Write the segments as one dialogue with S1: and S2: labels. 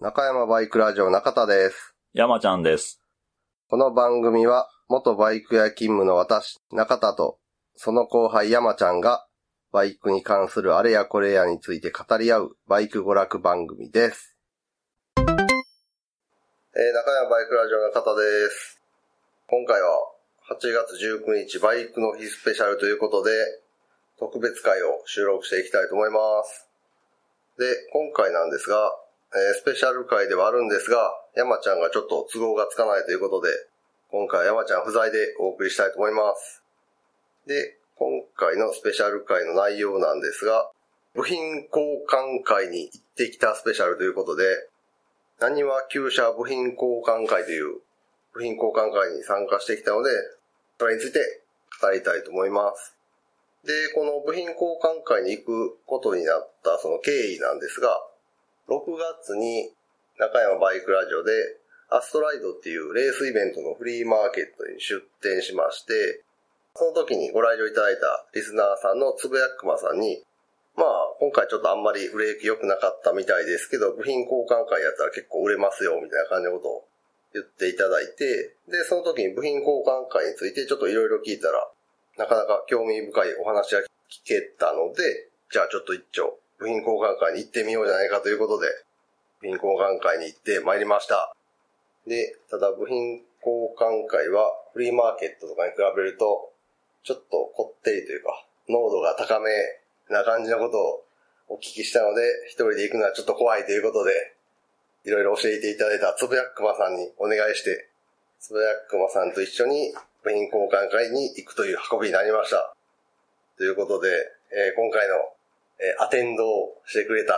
S1: 中山バイクラジオ中田です。
S2: 山ちゃんです。
S1: この番組は、元バイク屋勤務の私、中田と、その後輩山ちゃんが、バイクに関するあれやこれやについて語り合う、バイク娯楽番組です。えー中山バイクラジオ中田です。今回は、8月19日バイクの日スペシャルということで、特別会を収録していきたいと思います。で、今回なんですが、えースペシャル回ではあるんですが、山ちゃんがちょっと都合がつかないということで、今回は山ちゃん不在でお送りしたいと思います。で、今回のスペシャル回の内容なんですが、部品交換会に行ってきたスペシャルということで、何は旧車部品交換会という部品交換会に参加してきたので、それについて語りたいと思います。で、この部品交換会に行くことになったその経緯なんですが、6月に中山バイクラジオでアストライドっていうレースイベントのフリーマーケットに出店しまして、その時にご来場いただいたリスナーさんのつぶやくまさんに、まあ今回ちょっとあんまり売れ行き良くなかったみたいですけど、部品交換会やったら結構売れますよみたいな感じのことを言っていただいて、で、その時に部品交換会についてちょっといろいろ聞いたら、なかなか興味深いお話が聞けたので、じゃあちょっと一丁、部品交換会に行ってみようじゃないかということで、部品交換会に行ってまいりました。で、ただ部品交換会はフリーマーケットとかに比べると、ちょっとこってりというか、濃度が高めな感じのことをお聞きしたので、一人で行くのはちょっと怖いということで、いろいろ教えていただいたつぶやくまさんにお願いして、つぶやくまさんと一緒に部品交換会に行くという運びになりました。ということで、えー今回の、えーアテンドをしてくれた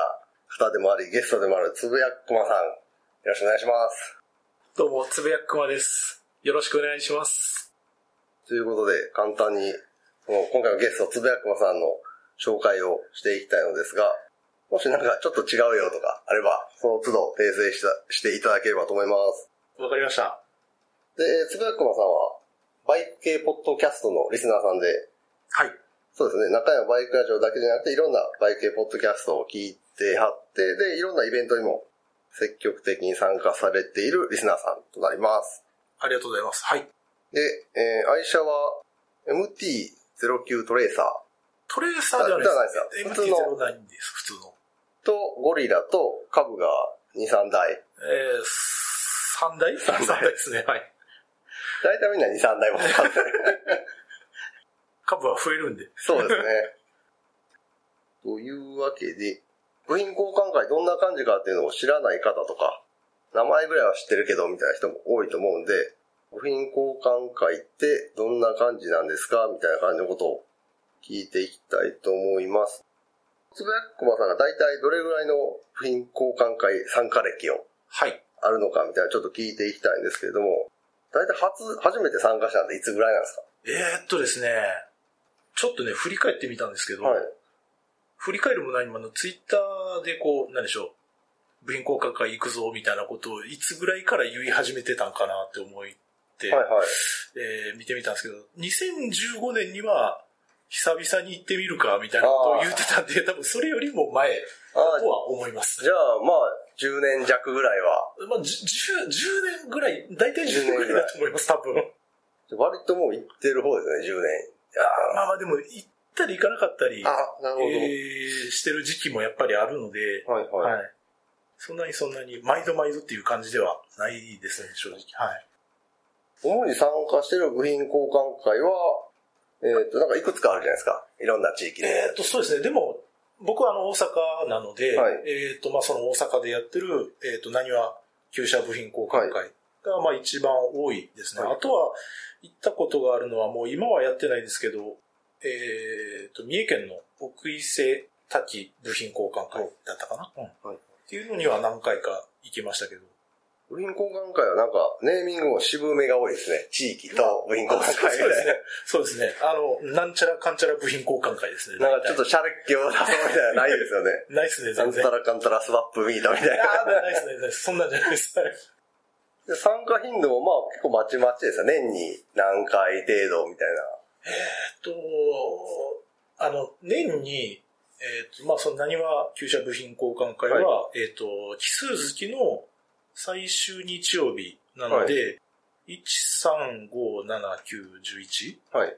S1: 方でもあり、ゲストでもあるつぶやくまさん、よろしくお願いします。
S3: どうも、つぶやくくまです。よろしくお願いします。
S1: ということで、簡単に、その今回のゲスト、つぶやくまさんの紹介をしていきたいのですが、もしなんかちょっと違うよとかあれば、その都度訂正したしていただければと思います。
S3: わかりました。
S1: で、つぶやくまさんは、バイク系ポッドキャストのリスナーさんで、
S3: はい。
S1: そうですね、中山バイクラジオだけじゃなくて、いろんなバイク系ポッドキャストを聞いてはって、で、いろんなイベントにも積極的に参加されているリスナーさんとなります。
S3: ありがとうございます。はい。
S1: で、えー愛車は MT-09 トレーサー
S3: トレーサーじゃない
S1: じゃない
S3: で
S1: です
S3: す。
S1: よ
S3: MT-09 です、普通の。
S1: とゴリラとカブが2、3台。
S3: えー、三台
S1: 三台
S3: 三台ですね。はい。
S1: 大体みんな2、3台持ってます。
S3: 株は増えるんで。
S1: そうですね。 というわけで、部品交換会どんな感じかっていうのを知らない方とか、名前ぐらいは知ってるけどみたいな人も多いと思うんで、部品交換会ってどんな感じなんですかみたいな感じのことを聞いていきたいと思います。つぶやくこまさんが大体どれぐらいの部品交換会参加歴を
S3: はい。
S1: あるのかみたいなちょっと聞いていきたいんですけれども、大体初、初めて参加したんでいつぐらいなんです
S3: えー、っとですね、ちょっとね、振り返ってみたんですけど、
S1: かはい。
S3: 振り返るも何もあの、ツイッターでこう、なんでしょう、部品交換会行くぞ、みたいなことを、いつぐらいから言い始めてたんかなって思って、
S1: はいはい。
S3: えー見てみたんですけど、2015年には、久々に行ってみるか、みたいなことを言ってたんで、多分それよりも前
S1: あー
S3: とは思います。
S1: じゃあ、まあ、10年弱ぐらいは、
S3: まあ、じゅ 10, 10年ぐらい、大体10年ぐらいだと思います、多分。
S1: 割ともう行ってる方ですね、10年。
S3: まあまあでも、行ったり行かなかったり、
S1: あ、なるほど。
S3: えーしてる時期もやっぱりあるので、
S1: はいはい。
S3: はい。そんなにそんなに、毎度毎度っていう感じではないですね、正直。はい。
S1: 主に参加してる部品交換会は、えっ、と、なんかいくつかあるじゃないですか。いろんな地域で。
S3: えーっと、そうですね。でも、僕はあの、大阪なので、
S1: はい
S3: えーっと、まあ、その大阪でやってる、えーっと、何は旧車部品交換会が、まあ、一番多いですね。
S1: はい
S3: あとは、行ったことがあるのは、もう今はやってないですけど、えーっと、三重県の奥伊勢滝部品交換会だったかな、うん
S1: はい
S3: っていうのには何回か行きましたけど。
S1: 部品交換会はなんか、ネーミングも渋めが多いですね。地域と部品交換
S3: そう
S1: 会みたい
S3: ですね。そうですね。あの、なんちゃらかんちゃら部品交換会ですね。
S1: な。なんかちょっとシャレっ気を出そうみたいな、ないですよね。
S3: 大体。ないっすね、
S1: な
S3: 全
S1: ん
S3: 然。
S1: たらかんたらスワップミートみたいな。
S3: ああ、ないですね、ないです。そんなんじゃないです。はい
S1: で参加頻度もまあ結構まちまちですよ。年に何回程度みたい
S3: えっと、あの、年に、えっ、と、まあ、その何は旧車部品交換会は、えっ、と、奇数月の最終日曜日なので、1357911
S1: はい。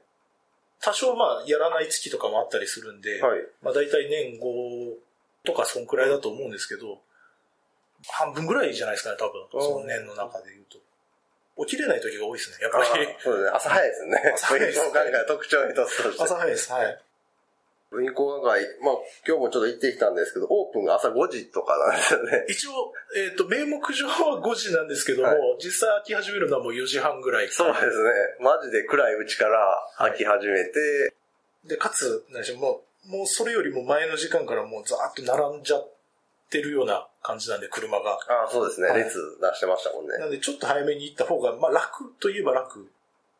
S3: 多少まあやらない月とかもあったりするんで、
S1: はい。
S3: まあ大体年5とかそんくらいだと思うんですけど、半分ぐらいじゃないですかね、多分。その年の中で言うと。起きれない時が多いですね、やっぱ
S1: あ
S3: り。
S1: ー そうですね。 朝早いですね。
S3: 朝早いですね
S1: 運動会が特徴の一つとして。
S3: 朝早いです、はい。
S1: 運行会、まあ、今日もちょっと行ってきたんですけど、オープンが朝5時とかなんですよね。
S3: 一応、えっ、と、名目上は5時なんですけども、
S1: はい
S3: 実際飽き始めるのはもう4時半ぐらい。
S1: そうですね。マジで暗いうちから飽き始めて、
S3: で、かつ、何でしょう、もう、もうそれよりも前の時間からもうザーッと並んじゃってるような感じなんで、車が。
S1: ああ、そうですね。
S3: はい
S1: 列出してましたもんね。
S3: なんで、ちょっと早めに行った方が、まあ楽といえば楽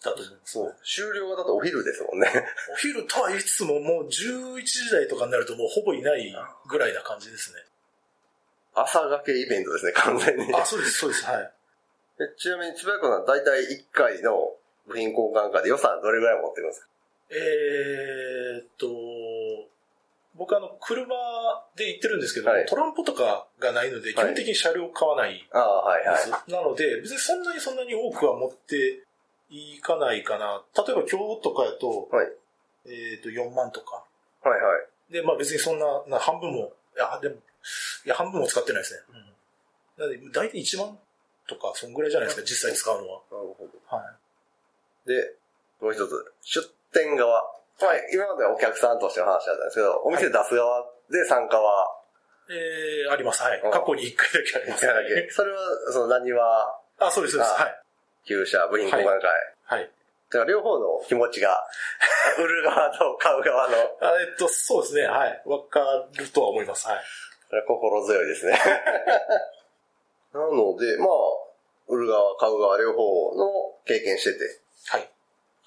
S3: だと思います。
S1: そう。終了はだとお昼ですもんね。
S3: お昼とは言いつつも、もう11時台とかになるともうほぼいないぐらいな感じですね。
S1: 朝掛けイベントですね、完全に。
S3: あ、そうです、そうです、はい。
S1: えちなみに、つぶやくのは大体1回の部品交換会で予算どれぐらい持ってるんですか
S3: えーっと、僕あの、車で行ってるんですけど、
S1: はい
S3: トランポとかがないので、基本的に車両買わないんで
S1: ああ、はいはい。
S3: す。なので、別にそんなにそんなに多くは持っていかないかな。例えば今日とかやと、
S1: はい。
S3: えーっと、4万とか。
S1: はいはい。
S3: で、まあ別にそんな、な半分も、いや、でも、いや、半分も使ってないですね。うん。なんで、大体1万とか、そんぐらいじゃないですか、実際使うのは。
S1: なるほど。
S3: は。
S1: で、もう一つ、出店側。はい。今まではお客さんとしての話だったんですけど、お店出す側で参加はい
S3: えー、あります。はい。
S1: あ
S3: 過去に1回だけあり
S1: 一
S3: ます。
S1: 回だけ。それは、その何は、
S3: あ、そうです、そうです。
S1: あ
S3: はい。
S1: 旧車、部品交換会。
S3: はい。
S1: だから両方の気持ちが、売る側と買う側の、
S3: あえっと、そうですね。はい。わかるとは思います。はい。
S1: それは心強いですね。なので、まあ、売る側、買う側両方の経験してて、
S3: はい。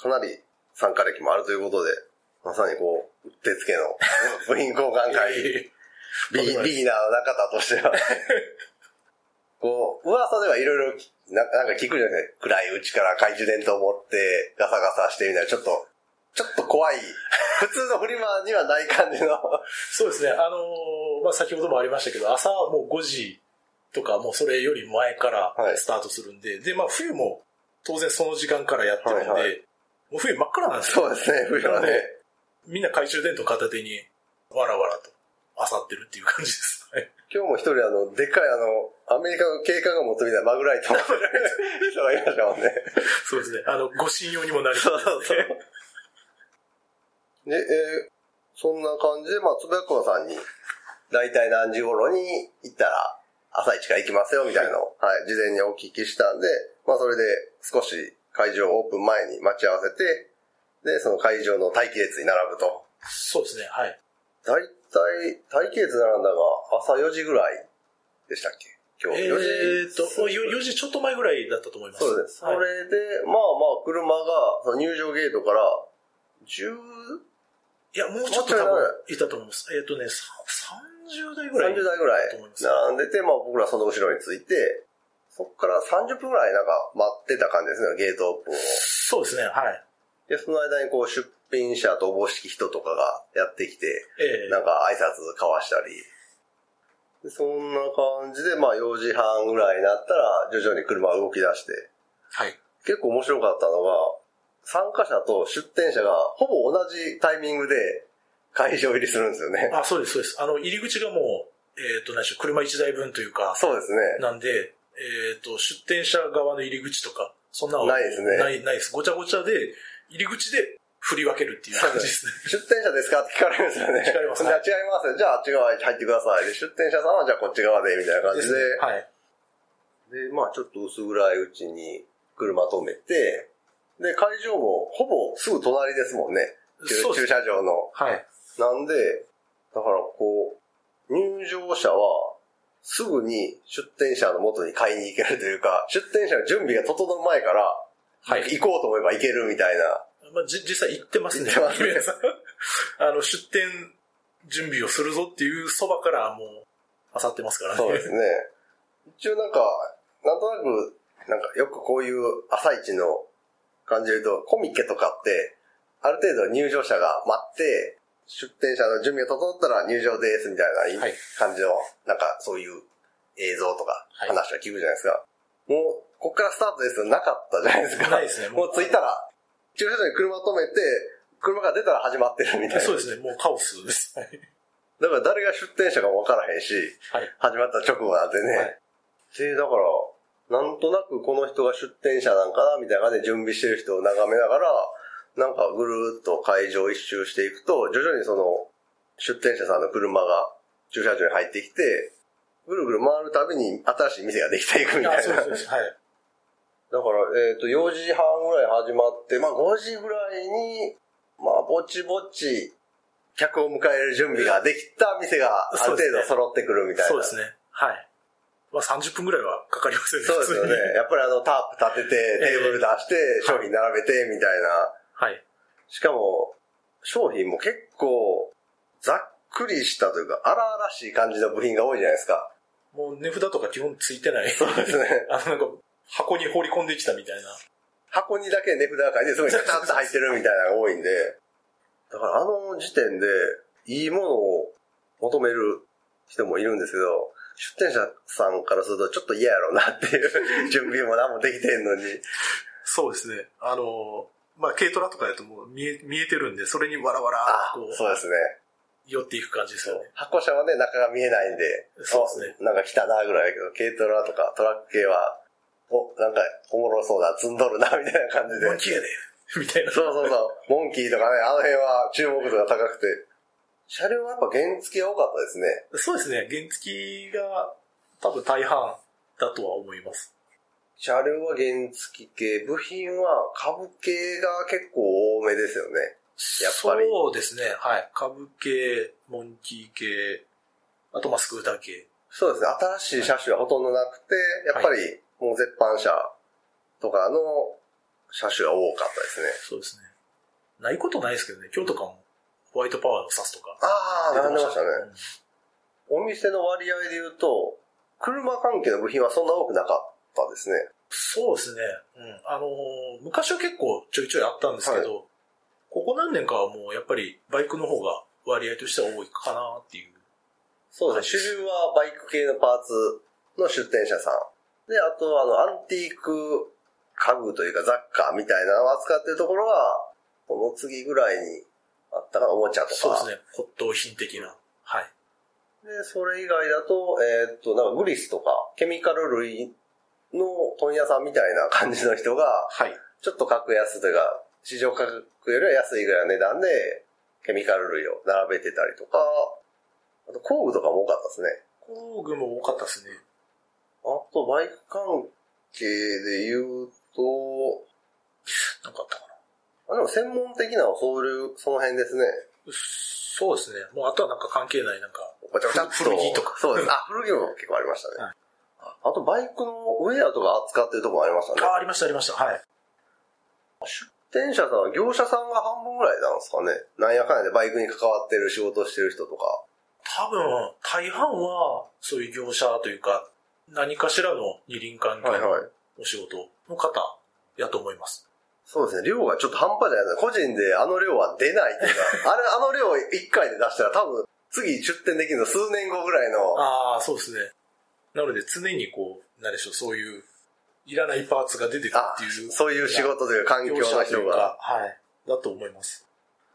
S1: かなり参加歴もあるということで、まさにこう、うってつけの部品交換会、
S3: え
S1: ビギ
S3: わかりました
S1: ビギナーの中田としては。 こう、噂ではいろいろ、ななんか聞くじゃないですか。暗いうちから懐中電灯を持って、ガサガサしてみたいな、ちょっと、ちょっと怖い。 普通のフリマにはない感じの。
S3: ーそうですね。あのーまあ先ほどもありましたけど、朝はもう5時とか、もうそれより前から
S1: はい
S3: スタートするんで、で、まあ冬も当然その時間からやってるんで、
S1: はいは
S3: もう冬真っ暗なんですよ
S1: そうですね、フリマね。
S3: みんな懐中電灯片手に、わらわらと、あさってるっていう感じです。はい
S1: 今日も一人あの、でっかいあの、アメリカの警官が持つみたいなマグライトを持ってる 人がいましたもんね。
S3: そうですね。あの、ご信用にもなり
S1: そう
S3: です
S1: そうそう。で、えーそんな感じで、まあ、つぶやくまさんに、大体何時頃に行ったら、朝一から行きますよ、みたいなのを、はい、事前にお聞きしたんで、まあ、それで少し会場オープン前に待ち合わせて、で、その会場の待機列に並ぶと。
S3: そうですね。はい。
S1: 大体、待機列並んだが、朝4時ぐらいでしたっけ今日
S3: え
S1: 4時。
S3: ーっと、よ4時ちょっと前ぐらいだったと思います。
S1: そうです。そ
S3: はい
S1: れで、まあまあ、車が、その入場ゲートから、10、
S3: いや、もうちょっと多分、いたと思います。えーっとね、さ30代ぐらい。
S1: 30代ぐらい
S3: だと思います
S1: 並んでて、まあ僕らその後ろについて、そこから30分ぐらいなんか待ってた感じですね、ゲートオープンを。
S3: そうですね。はい。
S1: で、その間にこう出品者とおぼしき人とかがやってきて、
S3: え
S1: なんか挨拶交わしたり。でそんな感じで、まあ4時半ぐらいになったら徐々に車が動き出して、
S3: ー、はい。
S1: 結構面白かったのが、参加者と出店者がほぼ同じタイミングで会場入りするんですよね。
S3: あ、そうです、そうです。あの、入り口がもう、えーっと、何でしょう、車1台分というか、
S1: そうですね。
S3: なんで、えっ、と、出店者側の入り口とか、そんなの
S1: ないですね
S3: ない、ないです。ごちゃごちゃで、入り口で振り分けるっていう感じですね。
S1: 出店者ですかって聞かれるんですよね。
S3: 聞かれま す
S1: じゃあ違います。じゃああっち側に入ってください。で出店者さんはじゃあこっち側で、みたいな感じ
S3: す
S1: で。
S3: ねはい。
S1: で、まあちょっと薄暗いうちに車止めて、で、会場もほぼすぐ隣ですもんね。
S3: そうで
S1: 駐
S3: す。
S1: 車場の。
S3: はい。
S1: なんで、だからこう、入場者はすぐに出店者の元に買いに行けるというか、出店者の準備が整う前から、
S3: はい
S1: 行こうと思えば行けるみたいな。
S3: まあ、じ、実際行ってます
S1: 行
S3: ね。
S1: ってますね
S3: 皆さん あの、出店準備をするぞっていうそばからもう、あさってますからね。
S1: そうですね。一応なんか、なんとなく、なんかよくこういう朝一の感じで言うと、コミケとかって、ある程度入場者が待って、出店者の準備が整ったら入場ですみたいな
S3: はい
S1: 感じの、なんかそういう映像とか
S3: はい
S1: 話は聞くじゃないですか。もう、こっからスタートですよなかったじゃないですか。
S3: ないですねも
S1: も
S3: う
S1: う着いたら、駐車場に車止めて、車が出たら始まってるみたいな。
S3: そうですね、もうカオス です。はい。
S1: だから誰が出店者かもわからへんし、始まった直後なんでね。
S3: はい
S1: で、だから、なんとなくこの人が出店者なんかな、みたいな感じで準備してる人を眺めながら、なんかぐるーっと会場一周していくと、徐々にその、出店者さんの車が駐車場に入ってきて、ぐるぐる回るたびに新しい店ができていくみたい
S3: あ
S1: な。
S3: そうですそうです。はい。
S1: だから、えっ、と、4時半ぐらい始まって、まあ5時ぐらいに、まあぼちぼち、客を迎える準備ができた店がある程度揃ってくるみたいな。
S3: そうですね。はい。まあ30分ぐらいはかかりますよね、
S1: そうですよ
S3: 普
S1: ね
S3: 通に。。
S1: やっぱりあのタープ立てて、テーブル出して、商品並べて、みたいな。
S3: はい。
S1: しかも、商品も結構、ざっくりしたというか、荒々しい感じの部品が多いじゃないです か。
S3: もう値札とか基本ついてない。
S1: そうですね。
S3: あの、なんか、箱に放り込んできたみたいな。
S1: 箱にだけ値札が書いて、すごいガタッと入ってるみたいなのが多いんで、だからあの時点で、いいものを求める人もいるんですけど、出店者さんからするとちょっと嫌やろうなっていう 準備も何もできてんのに。
S3: そうですね。あの、まあ、軽トラとかだともう見え、見えてるんで、それにわらわら
S1: あ
S3: っ、とこ
S1: そうですね。
S3: う、寄っていく感じですよね。
S1: 箱車はね、中が見えないんで、
S3: そうですね
S1: おなんか来たなぐらいだけど、軽トラとかトラック系は、お、なんかおもろそうだ、積んどるな、みたいな感じで。
S3: モンキーやでみたいな。
S1: そうそうそう。モンキーとかね、あの辺は注目度が高くて。車両はやっぱ原付が多かったですね。
S3: そうですね。原付が多分大半だとは思います。
S1: 車両は原付系、部品は株系が結構多めですよね。やっぱり
S3: そうですね。はい。株系、モンキー系、あとまあスクーター系。
S1: そうですね。新しい車種はほとんどなくて、やっぱりもう絶版車とかの車種が多かったですね。
S3: そうですね。ないことないですけどね。今日とかもホワイトパワーのサスとか。
S1: ああ、並んでましたね。
S3: うん
S1: お店の割合で言うと、車関係の部品はそんな多くなかったですね。
S3: そうですね。うん。あのー昔は結構ちょいちょいあったんですけど、ここ何年かはもうやっぱりバイクの方が割合としては多いかなっていう。
S1: そうですね。主流はバイク系のパーツの出店者さん。で、あと、あの、アンティーク家具というか雑貨みたいなのを扱ってるところは、この次ぐらいにあったからおもちゃとか。
S3: そうですね。骨董品的な。はい。
S1: で、それ以外だと、えーっと、なんかグリスとか、ケミカル類の問屋さんみたいな感じの人が、
S3: はい。
S1: ちょっと格安というか、市場価格よりは安いぐらいの値段で、ケミカル類を並べてたりとか、あと工具とかも多かったですね。
S3: 工具も多かったですね。
S1: あと、バイク関係で言うと、
S3: なんかあったかな。
S1: あでも専門的なのはそういう、その辺ですね。
S3: そうですね。もうあとはなんか関係ないなんか。
S1: ごちゃごちゃっと。
S3: 古着とか
S1: そうです。あ、古着も結構ありましたね。
S3: はい
S1: あと、バイクのウェアとか扱ってるとこもありましたね。
S3: あ、ありましたありました。はい。
S1: 出店者さんは業者さんが半分ぐらいなんですかね。なんやかんやでバイクに関わってる仕事をしてる人とか。
S3: 多分、大半はそういう業者というか、何かしらの二輪関係の
S1: い。
S3: お仕事の方やと思います。
S1: そうですね。量がちょっと半端じゃないです個人であの量は出ないっていう か、あれ、あの量1回で出したら多分、次出店できるの数年後ぐらいの。
S3: ああ、そうですね。なので常にこう、なんでしょう、そういう、いらないパーツが出てくる
S1: あ
S3: っていう。
S1: そういう仕事というか環境
S3: 業
S1: の
S3: 者とい
S1: 人
S3: う
S1: が。
S3: か、はい。だと思います。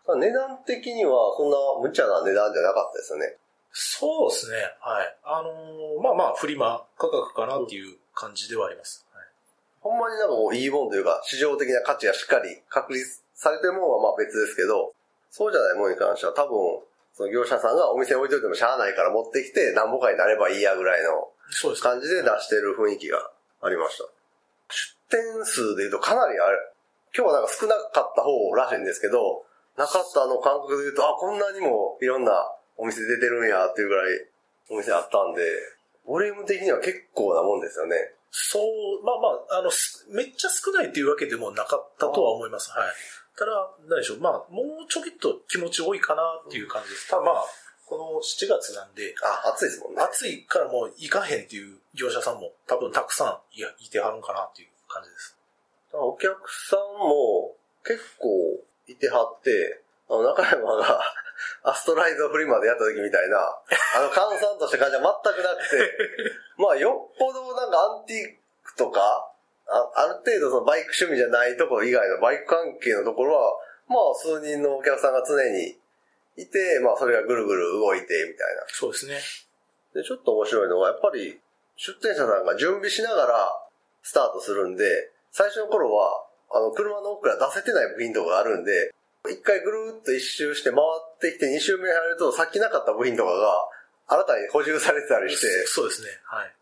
S1: 値段的にはそんな無茶な値段じゃなかったですよね。
S3: そうですね。はい。あのーまあまあ、フリマ価格かなっていう感じではあります。はい
S1: ほんまになんかこういいもんというか市場的な価値がしっかり確立されてるもんはまあ別ですけど、そうじゃないもんに関しては多分、その業者さんがお店に置いといてもしゃあないから持ってきて何ぼかになればいいやぐらいの
S3: そうですね。
S1: 感じで出してる雰囲気がありました。出店数で言うとかなりあれ、今日はなんか少なかった方らしいんですけど、なかったの感覚で言うと、あ、こんなにもいろんなお店出てるんやっていうぐらいお店あったんで、ボリューム的には結構なもんですよね。
S3: そう、まあまあ、あの、すめっちゃ少ないっていうわけでもなかったとは思います。はい。ただ、何でしょう。まあ、もうちょびっと気持ち多いかなっていう感じです。ただまあ、この7月なんで、
S1: あ、暑いですもんね。
S3: 暑いからもう行かへんっていう業者さんも多分たくさんいやいてはるんかなっていう感じです。
S1: お客さんも結構いてはって、あの、中山が アストライズをフリマでやった時みたいな、あの、閑散とした感じは全くなくて、まあ、よっぽどなんかアンティークとか、あある程度そのバイク趣味じゃないところ以外のバイク関係のところは、まあ、数人のお客さんが常にいて、まあ、それがぐるぐる動いて、みたいな。
S3: そうですね。
S1: で、ちょっと面白いのは、やっぱり、出店者さんが準備しながらスタートするんで、最初の頃は、あの、車の奥から出せてない部品とかがあるんで、一回ぐるーっと一周して回ってきて、二周目に入ると、さっきなかった部品とかが、新たに補充されてたりして、
S3: そうですね。はい。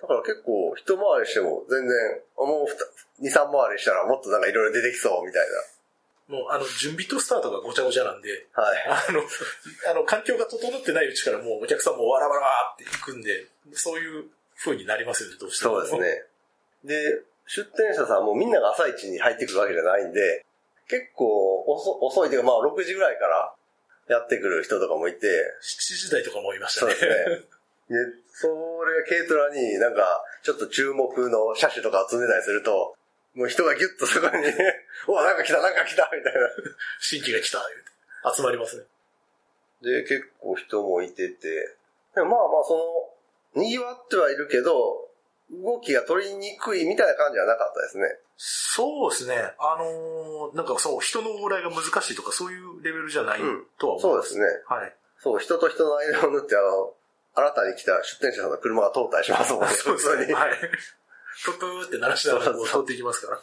S1: だから結構、一回りしても全然、あもう二、二三回りしたらもっとなんかいろいろ出てきそうみたい
S3: もう、あの、準備とスタートがごちゃごちゃなんで、
S1: な。はい。
S3: あの、あの、環境が整ってないうちからもうお客さんもわらわらわーって行くんで、そういう風になりますよね、どうして
S1: そ
S3: も。
S1: うです。ね。で、出店者さんもみんなが朝一に入ってくるわけじゃないんで、結構遅遅いというか、まあ6時ぐらいからやってくる人とかもいて、
S3: 7時台とかもいまし
S1: そ
S3: た
S1: う
S3: ね。
S1: ですね。で、それが軽トラになんか、ちょっと注目の車種とかを積んでたりすると、もう人がギュッとそこに、 うわ、なんか来た、なんか来た、みたいな。
S3: 新規が来た、言うて集まりますね。
S1: で、結構人もいてて、でもまあまあ、その、賑わってはいるけど、動きが取りにくいみたいな感じはなかったですね。
S3: そうですね。あのーなんかそう、人の往来が難しいとか、そういうレベルじゃない
S1: うん
S3: とは思
S1: そう
S3: う。
S1: ですね。
S3: はい。
S1: そう、人と人の間を縫って、あの、新たに来た出店者さんの車が通ったりしますもんね、
S3: そう
S1: 普通
S3: です
S1: に。
S3: ね。
S1: だか
S3: はい。プープーって鳴らしながらこう通っていきますから。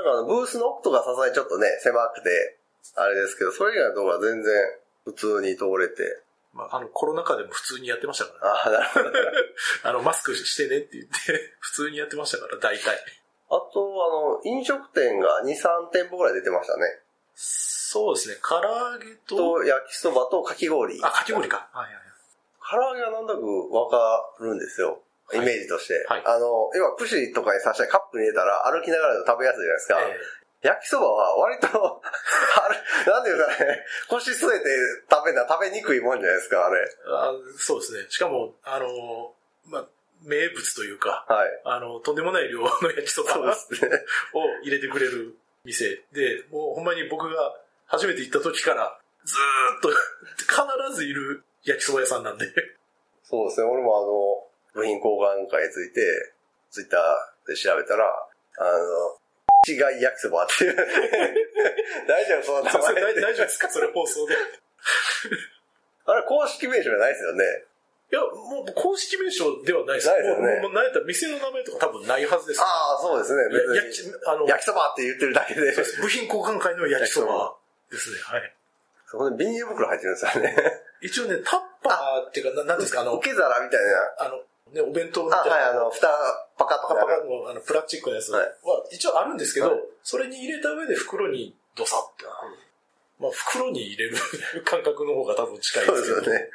S1: ら、ブースの奥とかさすがにちょっとね、狭くて、あれですけど、それ以外のところは全然普通に通れて、
S3: まあ、あの、コロナ禍でも普通にやってましたからね。
S1: ああ、なるほ ど。
S3: あの、マスクしてねって言って、普通にやってましたから、大体。
S1: あと、あの、飲食店が2、3店舗ぐらい出てましたね。
S3: そうですね。唐揚げと、
S1: と、焼きそばとかき氷。
S3: あ、かき氷か。はいはいはい。
S1: 唐揚げはなんとなくわかるんですよ。イメージとして。
S3: はい
S1: あの、要は串とかに刺してカップに入れたら歩きながらでも食べやすいじゃないですか。
S3: え
S1: 焼きそばは割と、 あれ、なんていうんですかね、腰据えて食べな、食べにくいもんじゃないですか、あれ。
S3: えあそうですね。しかも、あのーまあ、名物というか、
S1: はい。
S3: あの、とんでもない量の焼きそば
S1: そう
S3: を
S1: ですね。
S3: 入れてくれる店で、もうほんまに僕が初めて行った時から、ずーっと必ずいる焼きそば屋さんなん で。
S1: そうですね、俺もあの、部品交換会について、ツイッターで調べたら、あの、違い焼きそばっていう。 大丈夫、その名
S3: それ
S1: 前
S3: 大大丈夫ですかそれ放送で。
S1: あれ、公式名称じゃないですよね。
S3: いや、もう公式名称ではないです。
S1: ないですよね
S3: もう、もうなんやったら店の名前とか多分ないはずです。
S1: ああ、そうですね、
S3: や焼
S1: 別に。
S3: き、あの、
S1: 焼きそばって言ってるだけで。
S3: 部品交換会の焼きそばですね。はい。
S1: そこでビニール袋入ってるんですよね。
S3: 一応ね、タッパーっていうか、ななんていうんですか、あの、
S1: 受け皿みたい
S3: あの、ね、お弁当み
S1: な。
S3: た
S1: あ、
S3: いな
S1: はい、、あの、蓋パカッと
S3: パ
S1: か
S3: カパカのあのプラスチックのやつは
S1: はい
S3: 一応あるんですけど、
S1: はい
S3: それに入れた上で袋にドサッと。まあ、袋に入れる感覚の方が多分近い
S1: そう
S3: で
S1: ですす
S3: けど。
S1: よね。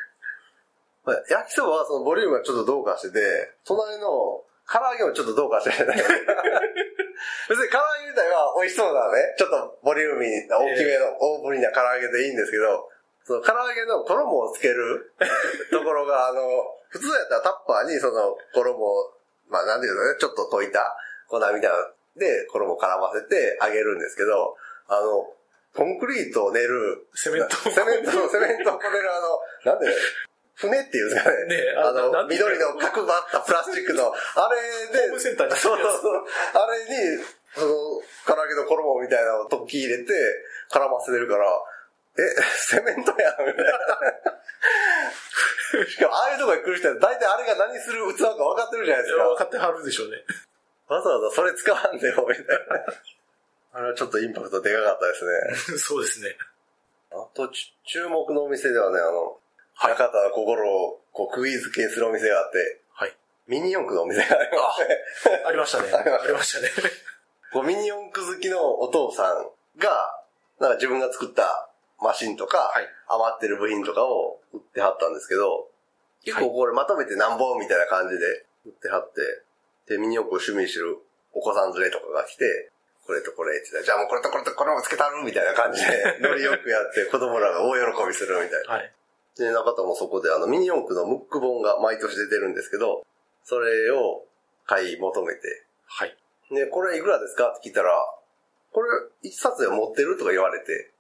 S1: まあ焼きそばはそのボリュームがちょっとどうかしてて、隣の唐揚げもちょっとどうかしてて。別に唐揚げ自体は美味しそうなね、ちょっとボリューミーな大きめの、大ぶりな唐揚げでいいんですけど、その唐揚げの衣をつけるところが、あの、普通やったらタッパーにその衣を、まあなんていうのね、ちょっと溶いた粉みたいなので、衣を絡ませて揚げるんですけど、あの、コンクリートを練る
S3: セメント
S1: セメント、セメントをこねるあの、なんで、船っていうんですかね。
S3: ね
S1: あの、
S3: なんていうか
S1: 緑の角ばったプラスチックの、あれ
S3: ホーム
S1: で、
S3: センターに
S1: そうそうそう、あれに、その、唐揚げの衣みたいなのを突き入れて、絡ませてるから、え、セメントやん、みたいな。しかも、ああいうとこに来る人は、大体あれが何する器か分かってるじゃないですか。
S3: 分かってはるでしょうね。
S1: わざわざそれ使わんでも、みたいな。あれはちょっとインパクトでかかったですね。
S3: そうですね。
S1: あと、ち注目のお店ではね、あの、中田の心をこう釘付けにするお店があって、
S3: はい。
S1: ミニ四駆のお店がありますね。
S3: ありましたね。ありましたね。
S1: こうミニ四駆好きのお父さんが、なんか自分が作ったマシンとか、
S3: い
S1: 余ってる部品とかを売ってはったんですけど、結構これまとめてなんぼみたいな感じで売ってはって、で、ミニ四駆を趣味にしてるお子さん連れとかが来て、これとこれって言ったら、じゃあもうこれとこれとこれもつけたるみたいな感じで、 ノリよくやって子供らが大喜びするみたいな。
S3: はい。
S1: で、中田もそこであの、ミニ四駆のムック本が毎年出てるんですけど、それを買い求めて、
S3: はい。
S1: で、これいくらですかって聞いたら、これ一冊で持ってるとか言われて、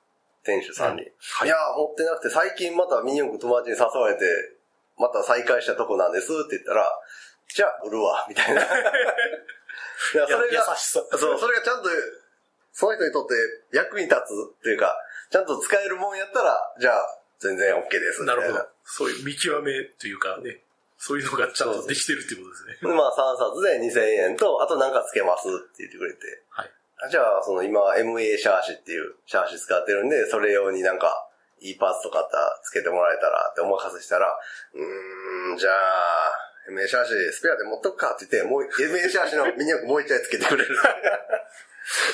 S1: 店主さんに。
S2: はい
S1: い、やー、持ってなくて、最近またミニ四駆友達に誘われて、また再会したとこなんですって言ったら、じゃあ、売るわ、みた いな。いや、そ
S3: や
S1: れ
S3: 優
S1: が、
S3: しさ。
S1: そう、それがちゃんと、その人にとって役に立つっていうか、ちゃんと使えるもんやったら、じゃあ、全然 OK です。みた
S3: ないるほど。そういう見極めというかね、そういうのがちゃんとできてるっていうことですね。
S1: でまあ3冊で2000円と、あとなんかつけますって言ってくれて。
S3: はい
S1: あ。じゃあ、その今 MA シャーシっていうシャーシ使ってるんで、それ用になんかいいパーツとかあったらつけてもらえたらってお任せしたら、うーん、じゃあ、MA シャーシスペアで持っとくかって言って、もう、MA シャーシのミニ四駆もう一回つけてく れる。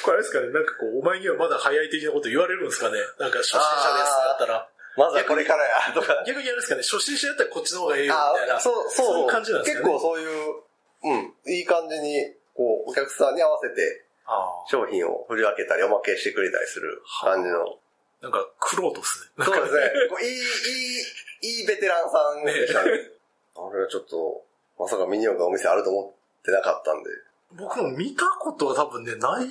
S3: これあれですかね、なんかこう、お前にはまだ早い的なこと言われるんですかね。なんか初心者ですだったら。
S1: まずはこれからや、とか。
S3: 逆にあれですかね、初心者だったらこっちの方がええよみたい
S1: あ
S3: な。
S1: あ、そう、そう、
S3: そういう感じなんですかね
S1: 結構そういう、うん、いい感じに、こう、お客さんに合わせて
S3: あー
S1: 商品を振り分けたり、おまけしてくれたりする感じの
S3: なんか、苦労とですね。なん
S1: そ
S3: か
S1: うですね。こういい、いい、いいベテランさんでしたね。あれはちょっと、まさかミニオンがお店あると思ってなかったんで。
S3: 僕も見たことは多分ね、ない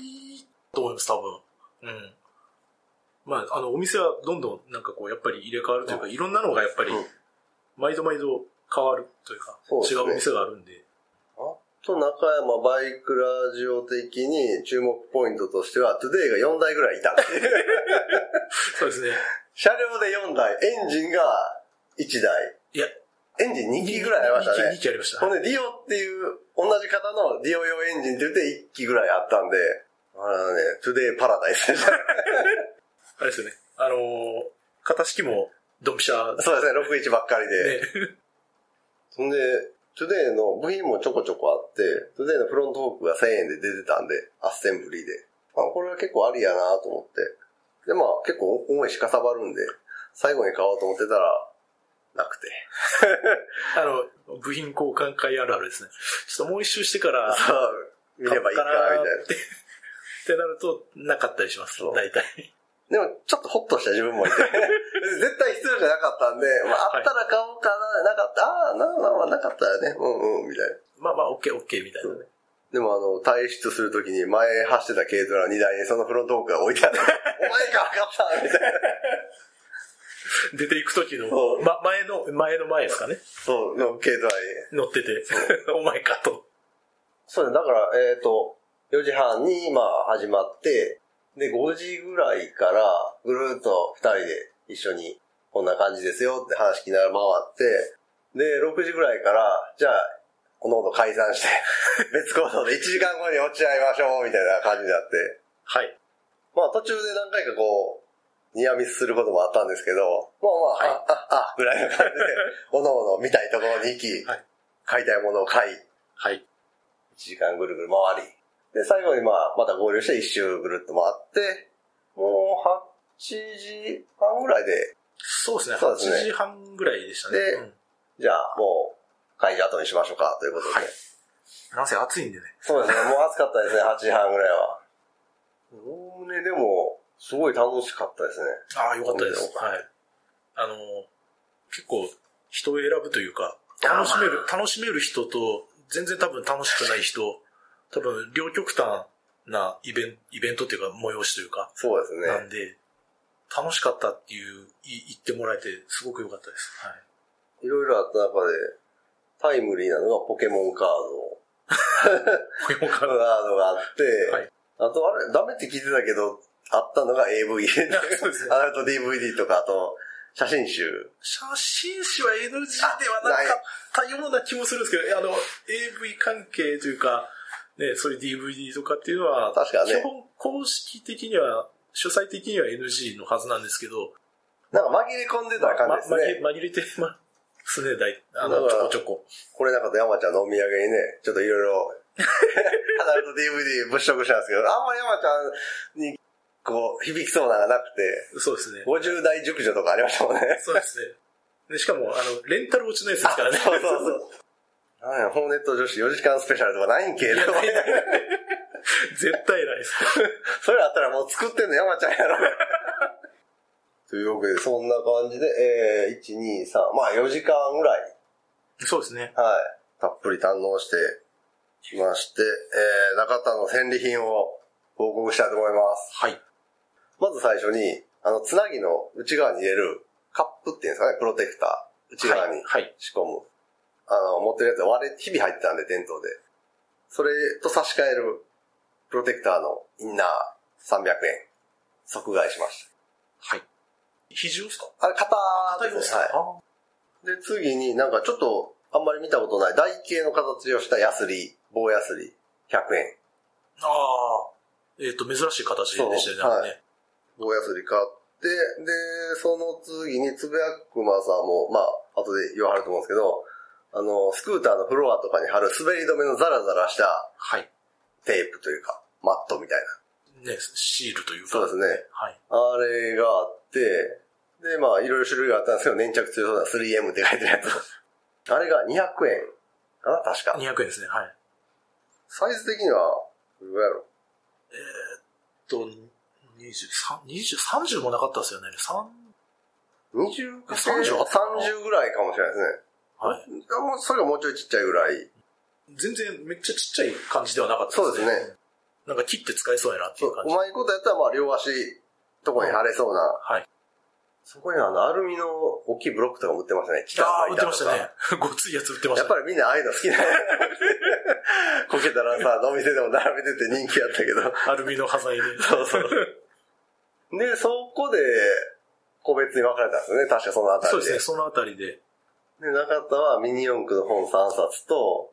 S3: と思います、多分。うん。まあ、あの、お店はどんどんなんかこう、やっぱり入れ替わるというか、いろんなのがやっぱり
S1: うん、
S3: 毎度毎度変わるというか、
S1: そうです
S3: 違
S1: ね
S3: うお店があるんで。
S1: あと中山バイクラジオ的に注目ポイントとしては、トゥデイが4台ぐらいいた んですね。
S3: そうですね。
S1: 車両で4台、エンジンが1台。
S3: いや、
S1: エンジン2機ぐらいありました
S3: 2
S1: ね。
S3: 機ありました。
S1: ほんで、ディオっていう、同じ方のディオ用エンジンって言って1機ぐらいあったんで、あれはね、トゥデイパラダイスでした。
S3: あれですよね。あのー、型式もドンピシャ
S1: そうですね、61ばっかりで。
S3: で、ね、
S1: そんで、トゥデイの部品もちょこちょこあって、トゥデイのフロントフォークが1000円で出てたんで、アッセンブリーで。あ、これは結構ありやなと思って。で、まあ結構重いしかさばるんで、最後に買おうと思ってたら、なくて。
S3: あの、部品交換会あるあるですね。ちょっともう一周してから、
S1: さあ、見ればいいか、みたいな
S3: 買っ。てってなると、なかったりします。
S1: そう
S3: 大体。
S1: でも、ちょっとホッとした自分もいて。 絶対必要じゃなかったんで、まあ、あったら買おうかな、なかった、ああ、なまあまあなかったらね、うんうん、みたいな。
S3: まあまあ、オッケーオッケーみたいなね。
S1: でもあの、退出するときに前走ってた軽トラ荷台にそのフロントフォークが置いてあ って、お前か、分かったみたいな。
S3: 出ていく時の
S1: そ、う
S3: ま、前の、前の前ですかね。
S1: そう、の軽トラに。
S3: 乗ってて、お前かと。
S1: そうね、だから、えっ、と、4時半に、まあ、始まって、で、5時ぐらいから、ぐるーっと2人で一緒に、こんな感じですよって話しながら回って、で、6時ぐらいから、じゃあ、このこと解散して、 別行動で1時間後に落ち合いましょう、みたいな感じになって。
S3: はい。
S1: まあ途中で何回かこう、ニアミスすることもあったんですけど、まあまあ、あ、あ、あ、ぐらいの 感じで、おのおの見たいところに行き、
S3: はい
S1: 買いたいものを買い、
S3: はい。
S1: 1時間ぐるぐる回り、で、最後にまあ、また合流して1周ぐるっと回って、もう8時半ぐらいで、
S3: そうですね。
S1: そうですね
S3: 8時半ぐらいでしたね。
S1: で
S3: うん
S1: じゃあもう、会議後にしましょうか、ということで。
S3: はいなんせ暑いんでね。
S1: そうですね、もう暑かったですね、8時半ぐらいは。おおむねでも、すごい楽しかったですね。
S3: ああ、よかったです
S1: そう。か
S3: はい。あの、結構、人を選ぶというか、楽しめる、楽しめる人と、全然多分楽しくない人、多分、両極端なイベント、イベントというか、催しというか、
S1: そうですね。
S3: なんで、楽しかったっていう、い言ってもらえて、すごく良かったです。は い。
S1: いろいろあった中で、タイムリーなのがポケモンカー
S3: ポケモンカ
S1: ド。カー
S3: ード
S1: ドがあって、
S3: はい
S1: あとあれ、ダメって聞いてたけど、あったのが AV。
S3: そうですね
S1: あと DVD とか、あと、写真集。
S3: 写真誌は NG ではなかったような気もするんですけどいや、あの、AV 関係というか、ね、そういう DVD とかっていうのは、
S1: 確かね
S3: 基本公式的には、主催的には NG のはずなんですけど、
S1: なんか紛れ込んでた感じです
S3: ま
S1: ね。
S3: ま紛れ紛れてますね、だい
S1: だ
S3: あの、
S1: か
S3: ちょ
S1: ら
S3: こちょこ。
S1: これなんかと山ちゃんのお土産にね、ちょっとい ろいろ、アダルト DVD 物色したんですけど、あんまり山ちゃんに、こう、響きそうなのがなくて、
S3: そうですね。
S1: 50代熟女とかありましたもんね。
S3: そうですね。でしかも、あの、レンタル落ちのやつですからね。
S1: そうそうそう。なんや、ホーネット女子4時間スペシャルとかないんけ
S3: いや
S1: と思っ
S3: ない
S1: て
S3: ない絶対ないです。
S1: それあったらもう作ってんの山ちゃんやろ。 というわけで、そんな感じで、えー、1、2、3、まあ4時間ぐらい、
S3: そうですね。
S1: はい、たっぷり堪能してきまして、えー、中田の戦利品を報告したいと思います。
S3: はい。
S1: まず最初に、あの、つなぎの内側に入れるカップっていうんですかね、プロテクター。内側に
S3: はい。はい
S1: 仕込む。あの、持ってるやつは割れ、日々入ってたんで、店頭で。それと差し替えるプロテクターのインナー300円。即買いしまし
S3: はい。肘をですか
S1: た。あれ、型
S3: 硬い
S1: で
S3: ですす
S1: ね。
S3: か
S1: はい
S3: あ
S1: で、次になんかちょっとあんまり見たことない台形の形をしたヤスリ、棒ヤスリ、100円。
S3: ーあー。えっと、珍しい形でしたね
S1: そう
S3: なんかね。
S1: 棒ヤスリ買って、で、その次につぶやくまさんも、まあ、後で言わはると思うんですけど、あの、スクーターのフロアとかに貼る滑り止めのザラザラした
S3: はい。
S1: テープというか、マットみたいな。
S3: ね、シールというか。
S1: そうですね
S3: はい。
S1: あれがあって、で、まあ、いろいろ種類があったんですけど、粘着強そうな 3M って書いてるやつ。あれが200円かな確か。
S3: 200円ですね。はい。
S1: サイズ的には、どれぐらいやろ
S3: えーっと、23、20、30もなかったですよね。3、
S1: 20か
S3: 30
S1: 30ぐらいかもしれない
S3: はい。
S1: ですね。もうそれがもうちょいちっちゃいぐらい。
S3: 全然めっちゃちっちゃい感じではなかった
S1: そうですね。
S3: なんか切って使えそうやなって
S1: そ
S3: いうう感
S1: う
S3: じ。
S1: まいことやったら、まあ、両足、とこに貼れそうな。
S3: はい。
S1: そこにあの、アルミの大きいブロックとかも売ってましたね。
S3: ああ、売って
S1: 板
S3: ま
S1: と
S3: し
S1: か
S3: たね。ごついやつ売ってまし
S1: や
S3: た
S1: っ
S3: ね。
S1: ぱりみんなああいうの好きな。こけたらさ、お店でも並べてて人気やったけど。
S3: アルミの端材で。
S1: そうそう。で、そこで、個別に分かれたんですよね。確かそのあた
S3: そう
S1: り
S3: で
S1: で。
S3: すね、そのあたりで。
S1: で、中田はミニ四駆の本3冊と、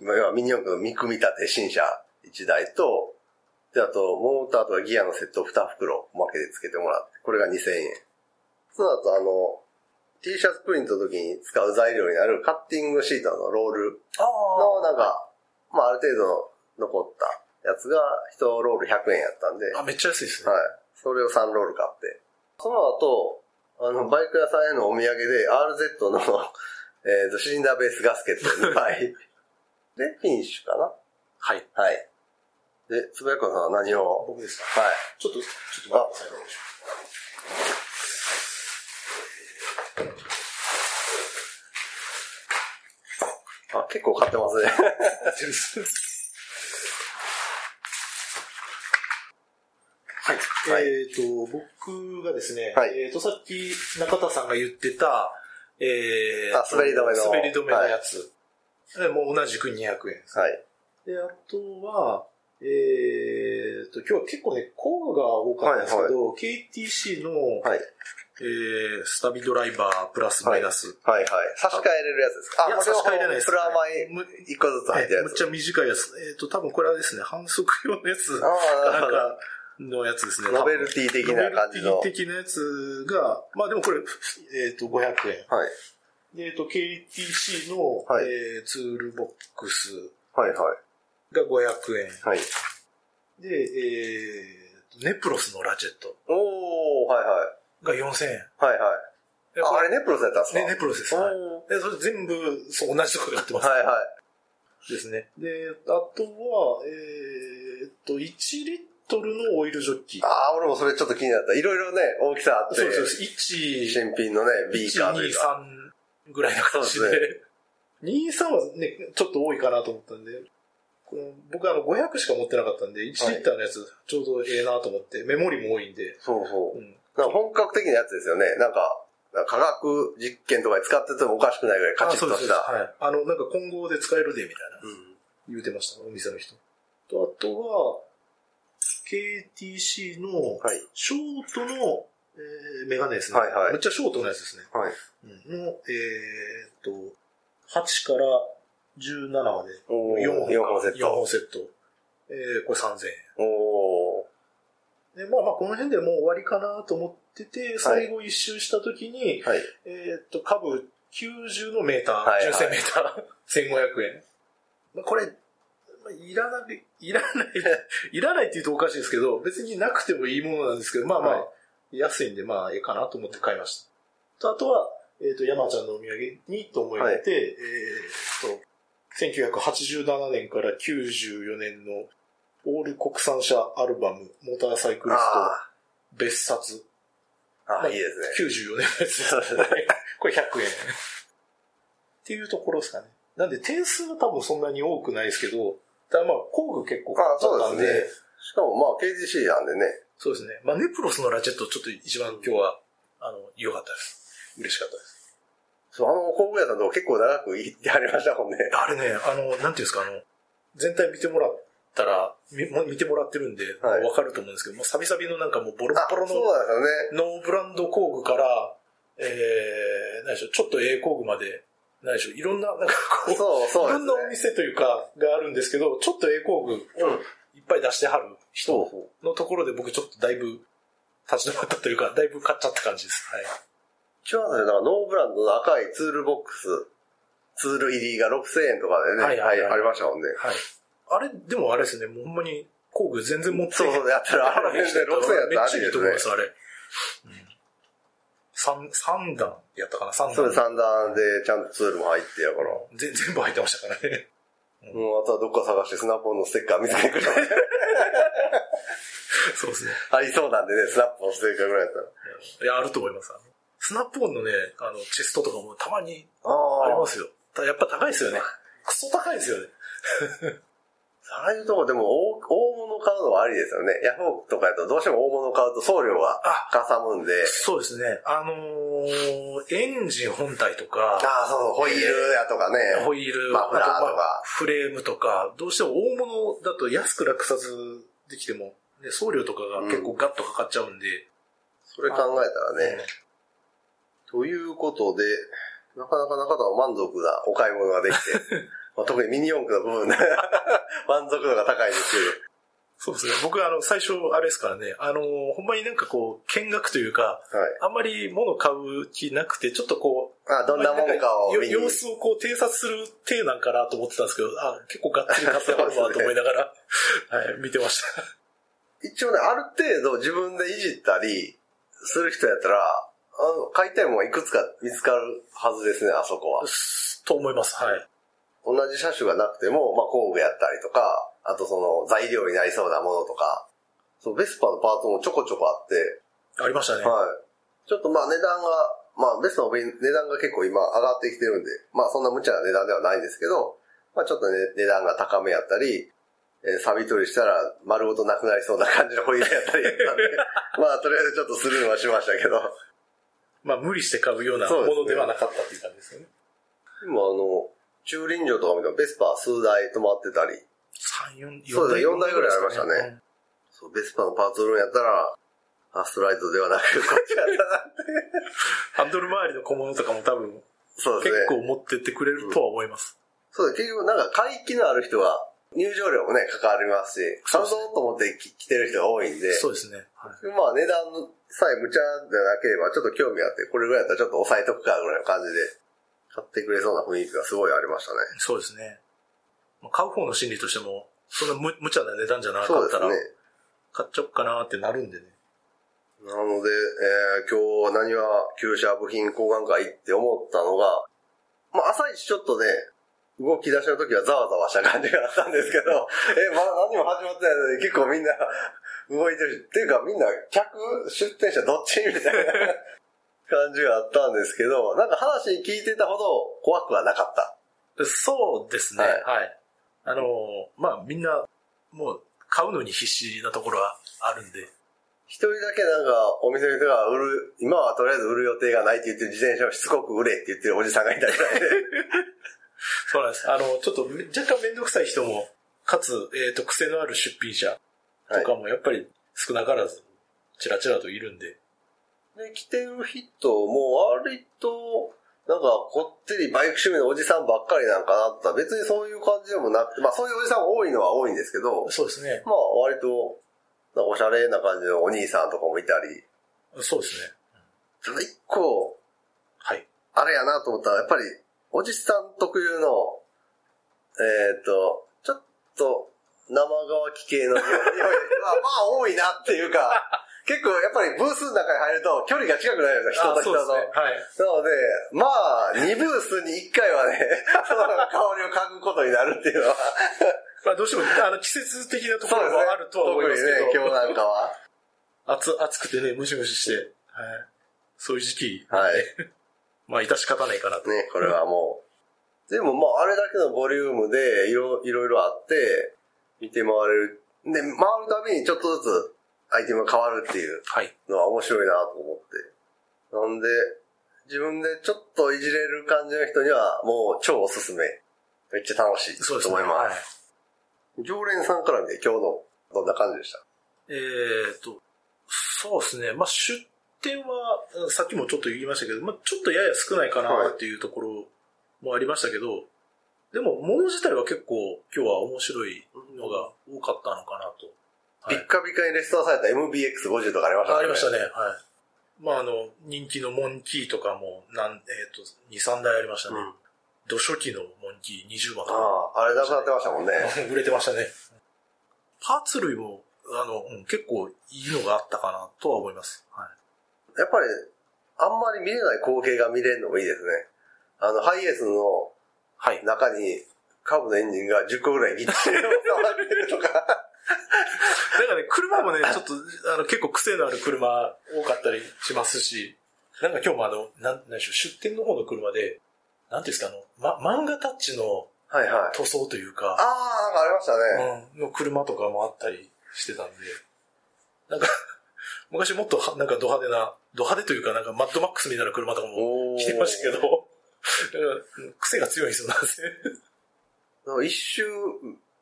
S1: 今要はミニ四駆の見組み立て新車1台と、で、あと、モーターとかギアのセットを2袋おまけで付けてもらって、これが2000円。その後、あの、T シャツプリントの時に使う材料になるカッティングシートのロール
S3: あ
S1: の、なんか、まあ、ある程度残ったやつが、1ロール100円やったんで、
S3: あ、めっちゃ安いですね。
S1: はい。それを3ロール買って。その後、あの、バイク屋さんへのお土産で RZ の、 えーと、シリンダーベースガスケット2杯。 で、フィニッシュかな
S3: はい。
S1: はい。で、つぶやくさんは何を
S3: 僕ですか
S1: はい。
S3: ちょっと、ちょっと待ってください。
S1: あ、結構買ってますね。
S3: はい。
S1: はい
S3: えっ、と、僕がですね、
S1: はい
S3: えっ、と、さっき中田さんが言ってた、えー
S1: あ滑り止めの
S3: 滑り止めのやつ。でもう同じく200円です。
S1: はい。
S3: で、あとは、えっ、と、今日は結構ね、工具が多かったんですけど、KTC の、
S1: はい。
S3: えースタビドライバープラスマイナス。
S1: はいはい。差し替えれるやつですか
S3: いや
S1: もう両方
S3: 差し替えれないです
S1: プラマイ、
S3: む
S1: 1個ずつ入ってる
S3: む
S1: や
S3: っ
S1: つ。
S3: ちゃ短いやつ。えっ、と、多分これはですね、反則用のやつ。
S1: ああ、な
S3: なん
S1: る
S3: かのやつですね。
S1: ほど。ノベルティ的な感じの。
S3: ノ
S1: はい。
S3: ベルティ的なやつが、まあでもこれ、えっ、と、500円。でえっ、と、KTC の、
S1: はい
S3: えーツールボックス
S1: はいはい。
S3: が500円。
S1: はい。
S3: で、えーと、ネプロスのラジェット
S1: おー、はいは
S3: が4000
S1: い。
S3: 円。
S1: はいはい。
S3: で
S1: あ
S3: こ
S1: あれネプロスやったんですか
S3: ねネプロスです。はいで、それ全部、そう、同じとこでやってます。
S1: はいはい。
S3: ですね。で、あとは、えっ、と、1リットルのオイルジョッキ。
S1: ああ、俺もそれちょっと気になった。いろいろね、大きさあって。
S3: そうです。1、
S1: 新品のね、ビーカーというか。
S3: 123ぐらいの感じ
S1: そ
S3: で
S1: うで。
S3: 23はね、ちょっと多いかなと思ったんで、この僕あの500しか持ってなかったんで、1リッターのやつちょうどええなと思って、メモリも多いんで、
S1: そうそうう。
S3: ん
S1: なんか本格的なやつですよね。なんか、なんか科学実験とかに使っててもおかしくないぐらいカチッ
S3: あそうで
S1: と
S3: す
S1: し
S3: そう
S1: た。
S3: ですはい。あの、なんか混合で使えるで、みたいな。
S1: うん
S3: 言うてました、お店の人。と、あとは、KTC の
S1: はい。
S3: ショートの、えーメガネですね。
S1: はいはい
S3: めっちゃショートのやつですね。
S1: はい。
S3: うんの、えーっと、8から17まで。
S1: おー
S3: 4本か。
S1: 4本セッ
S3: 4
S1: ト
S3: 本。セット。えー、これ3000
S1: おー。
S3: 円。で、まあまあ、この辺でもう終わりかなと思ってて、最後一周したときに、
S1: はい。
S3: えーっと、株90のメーター、
S1: はいはい
S3: 10センメータ ー、1500円。まあ、これ、まあ、いらない、 いらない、いらないって言うとおかしいですけど、別になくてもいいものなんですけど、まあまあ、
S1: は
S3: 安いんで、まあ、ええかなと思って買いました。とあとは、えーっと、山ちゃんのお土産にと思いまして、えーっと、1987年から94年のオール国産車アルバム、モーターサイクリス
S1: あ
S3: ト、別冊。
S1: ーあ
S3: ま
S1: ー、
S3: あ
S1: いいですね。
S3: 94年のやつですね。 これ100円。っていうところですかね。なんで点数は多分そんなに多くないですけど、ただまあ工具結構買っちゃった
S1: あそ
S3: んで、
S1: うですねしかもまあ KGC なんでね、
S3: そうですね。まあ、ネプロスのラチェット、ちょっと一番今日は、あの、良かったです。嬉しかったです。
S1: そう、あの、工具屋さんと結構長く行ってありましたもんね。
S3: あれね、あの、なんていうんですか、あの、全体見てもらったら、みも見てもらってるんで、
S1: はい
S3: わかると思うんですけど、もうサビサビのなんかもうボロ
S1: あ、
S3: ッボ
S1: そうな
S3: ロ
S1: ん
S3: の
S1: ですよね。
S3: ノーブランド工具から、えー、何でしょう、ちょっとええ工具まで、何でしょう、いろんな、なんかこう、
S1: そう、そう
S3: い
S1: です
S3: ろ
S1: ね
S3: んなお。店というか、があるんですけど、ちょっとええ工具をいっ
S1: うん。
S3: ぱい出してはる
S1: そう
S3: 人
S1: そう。
S3: のところで僕ちょっとだいぶ立ち止まったというか、だいぶ買っちゃった感じです。はい。
S1: 一番最初、なんかノーブランドの赤いツールボックス、ツール入りが6000円とかでね、
S3: はいはいはい
S1: ありましたもんね。
S3: はい。あれ、でもあれですね、もうほんまに工具全然持って
S1: そうそう、やったら、あれ
S3: め
S1: 全
S3: っちゃ
S1: 然
S3: いいと思
S1: 6000円やったらあり
S3: いま
S1: です
S3: す、
S1: ね。
S3: あれ。三、三段やったかな三
S1: そ
S3: 段
S1: れ。三段でちゃんとツールも入ってやから。も
S3: 全全部入ってましたからね。
S1: うあとはどっか探してスナップオンのステッカー見つけてくれ。
S3: そうですね。
S1: ありそうなんでね、スナップオンのステッカーぐらいやったら。
S3: いや、あると思います。あのスナップオンのね、あの、チェストとかもたまにあ
S1: あ
S3: りま
S1: あ。
S3: すよ。たやっぱ高いですよね。クソ高いですよね。
S1: ああいうとこでも大大物買うのはありですよね。ヤフオクとかやとどうしても大物買うと送料が
S3: あ、
S1: かさむんで。
S3: そうですね。あのーエンジン本体と
S1: あ
S3: か、
S1: あ、そうそう、ホイールやとかね。
S3: ホイール、
S1: マフラーとか
S3: あまあフレームとか、どうしても大物だと安く落札できても、ね、送料とかが結構ガッとかかっちゃうんで、
S1: それ考えたらね。ということで、なかなか中田は満足なお買い物がで きて、まあ、特にミニ四駆の部分で 満足度が高いです
S3: そうですね。僕、あの、最初、あれですからね、あの、ほんまになんかこう、見学というか、
S1: けど、はい。
S3: あんまり物買う気なくて、ちょっとこう、
S1: あ、どんなもんかを
S3: よ
S1: 見に。
S3: 様子をこう、偵察する体なんかなと思ってたんですけど、あ、結構がっつり買ったものだと思いながら、はい、見てま した。
S1: 一応ね、ある程度自分でいじったりする人やったら、あの、買いたいもんはいくつか見つかるはずですね、あそこは。
S3: と思います。はい。
S1: 同じ車種がなくても、まあ、工具やったりとか、あとその材料になりそうなものとか、そう、ベスパのパーツもちょこちょこあって、
S3: ありましたね。
S1: はい。ちょっとまあ値段が、まあベストの値段が結構今上がってきてるんで、まあそんな無茶な値段ではないんですけど、まあちょっとね、値段が高めやったり、えー、錆び取りしたら丸ごとなくなりそうな感じのホイールやったりやった んで、まあとりあえずちょっとスルーはしましたけど。
S3: まあ、無理して買うような
S1: そうですね
S3: ものではなかったっていう感じですよね。
S1: 今あの、駐輪場とか見てもベスパ数台止まってたり、
S3: 三四
S1: そうですね四台ぐらいありましたね。
S3: ですかうん
S1: そうベスパのパーツ売るんやったら、アストライトではなく、こっちや ったな。
S3: ハンドル周りの小物とかも多分、
S1: そうですね。
S3: 結構持ってってくれるとは思います。
S1: そうだ、結局なんか買い気のある人は、入場料もね、関わりますし、
S3: そ
S1: 買
S3: う
S1: う
S3: です
S1: ぞ
S3: ね
S1: と思ってき来てる人が多いんで、
S3: そうですね。はい
S1: まあ値段さえ無茶じゃなければ、ちょっと興味あって、これぐらいだったらちょっと抑えとくかぐらいの感じで、買ってくれそうな雰囲気がすごいありましたね。
S3: そうですね。まあ買う方の心理としても、そんな無無茶な値段じゃなか
S1: そう
S3: っ
S1: です
S3: たら、
S1: ね。
S3: 買っちゃおうかなってなるんでね。
S1: なので、えー今日何は旧車部品交換会って思ったのが、まあ朝一ちょっとね、動き出しの時はざわざわした感じがあったんですけど、 え、まだ何も始まってないのに結構みんな動いてるし、っていうかみんな客、出店者どっちみたいな感じがあったんですけど、なんか話聞いてたほど怖くはなかった。
S3: そうですね。
S1: は
S3: はいい。あのーまあみんな、もう買うのに必死なところはあるんで。
S1: 一人だけなんかお店の人が売る、今はとりあえず売る予定がないって言ってる自転車をしつこく売れって言ってるおじさんがいたみたいで。
S3: そうなんです。あの、ちょっとめ若干めんどくさい人も、かつ、えっ、と、癖のある出品者とかもやっぱり少なからず、ちらちらといるんで。
S1: で、来てる人も割と、なんか、こってりバイク趣味のおじさんばっかりなんかなって別にそういう感じでもなくて、まあそういうおじさんが多いのは多いんですけど、
S3: そうですね。
S1: まあ割と、なんかおしゃれな感じのお兄さんとかもいたり、
S3: そうですね。
S1: ただ一個、
S3: はい。
S1: あれやなと思ったら、やっぱり、おじさん特有の、えっ、と、ちょっと、生乾き系の匂いは、まあ多いなっていうか、結構やっぱりブースの中に入ると距離が近くなるんですよ、人と人
S3: そうです
S1: の
S3: ね。。はい。
S1: なので、まあ、2ブースに1回は ね、その香りを嗅ぐことになるっていうのは、
S3: まあどうしても、あの、季節的なところもあるとは思いますけど。
S1: 特にね、今日なんか は。
S3: 暑、暑くてね、ムシムシして、はい。そういう時期、
S1: はい。
S3: まあ、致し方ないかなと。
S1: ね、これはもう。でもまあ、あれだけのボリュームでいろ、いろいろあって、見て回れる。で、回るたびにちょっとずつ、アイテムが変わるっていう
S3: はい。
S1: のは面白いなと思って。なんで、自分でちょっといじれる感じの人にはもう超おすすめ。めっちゃ楽しいと
S3: そうですね。
S1: 思い
S3: は
S1: ま
S3: い
S1: す。。常連さんから見て今日のどんな感じでした
S3: えっと、そうですね。まあ、出店は、うんさっきもちょっと言いましたけど、まあ、ちょっとやや少ないかなっていうところもありましたけど、でも、物自体は結構今日は面白いのが多かったのかなと。は
S1: ビ
S3: い
S1: ッカビカにレストアされた MBX50 とかありました
S3: ありました
S1: ね。
S3: ね。はい。まあ、あの、人気のモンキーとかも、なん、えっ、と、2、3台ありましたね。
S1: うん
S3: 土初期のモンキー20万とか、
S1: ああ、あれなくなってましたもんね。
S3: 売れてましたね。パーツ類も、あの、うん結構いいのがあったかなとは思います。はい。
S1: やっぱり、あんまり見れない光景が見れるのもいいですね。あの、ハイエースの
S3: はい。
S1: 中に、カブのエンジンが10個ぐらいギッチリ収まってると か。
S3: なんかね、車もね、ちょっと、あの、結構癖のある車多かったりしますし、なんか今日もあの、なん、なんでしょう、出店の方の車で、なんていうんですか、あの、ま、漫画タッチの
S1: はいはい。
S3: 塗装というか、
S1: ああ、なんかありましたね。
S3: うん、の車とかもあったりしてたんで、なんか、 昔もっとはなんかド派手な、ド派手というかなんかマッドマックスみたいな車とかも
S1: おー
S3: 来てましたけど、だから癖が強い人なんですね。
S1: なんか一周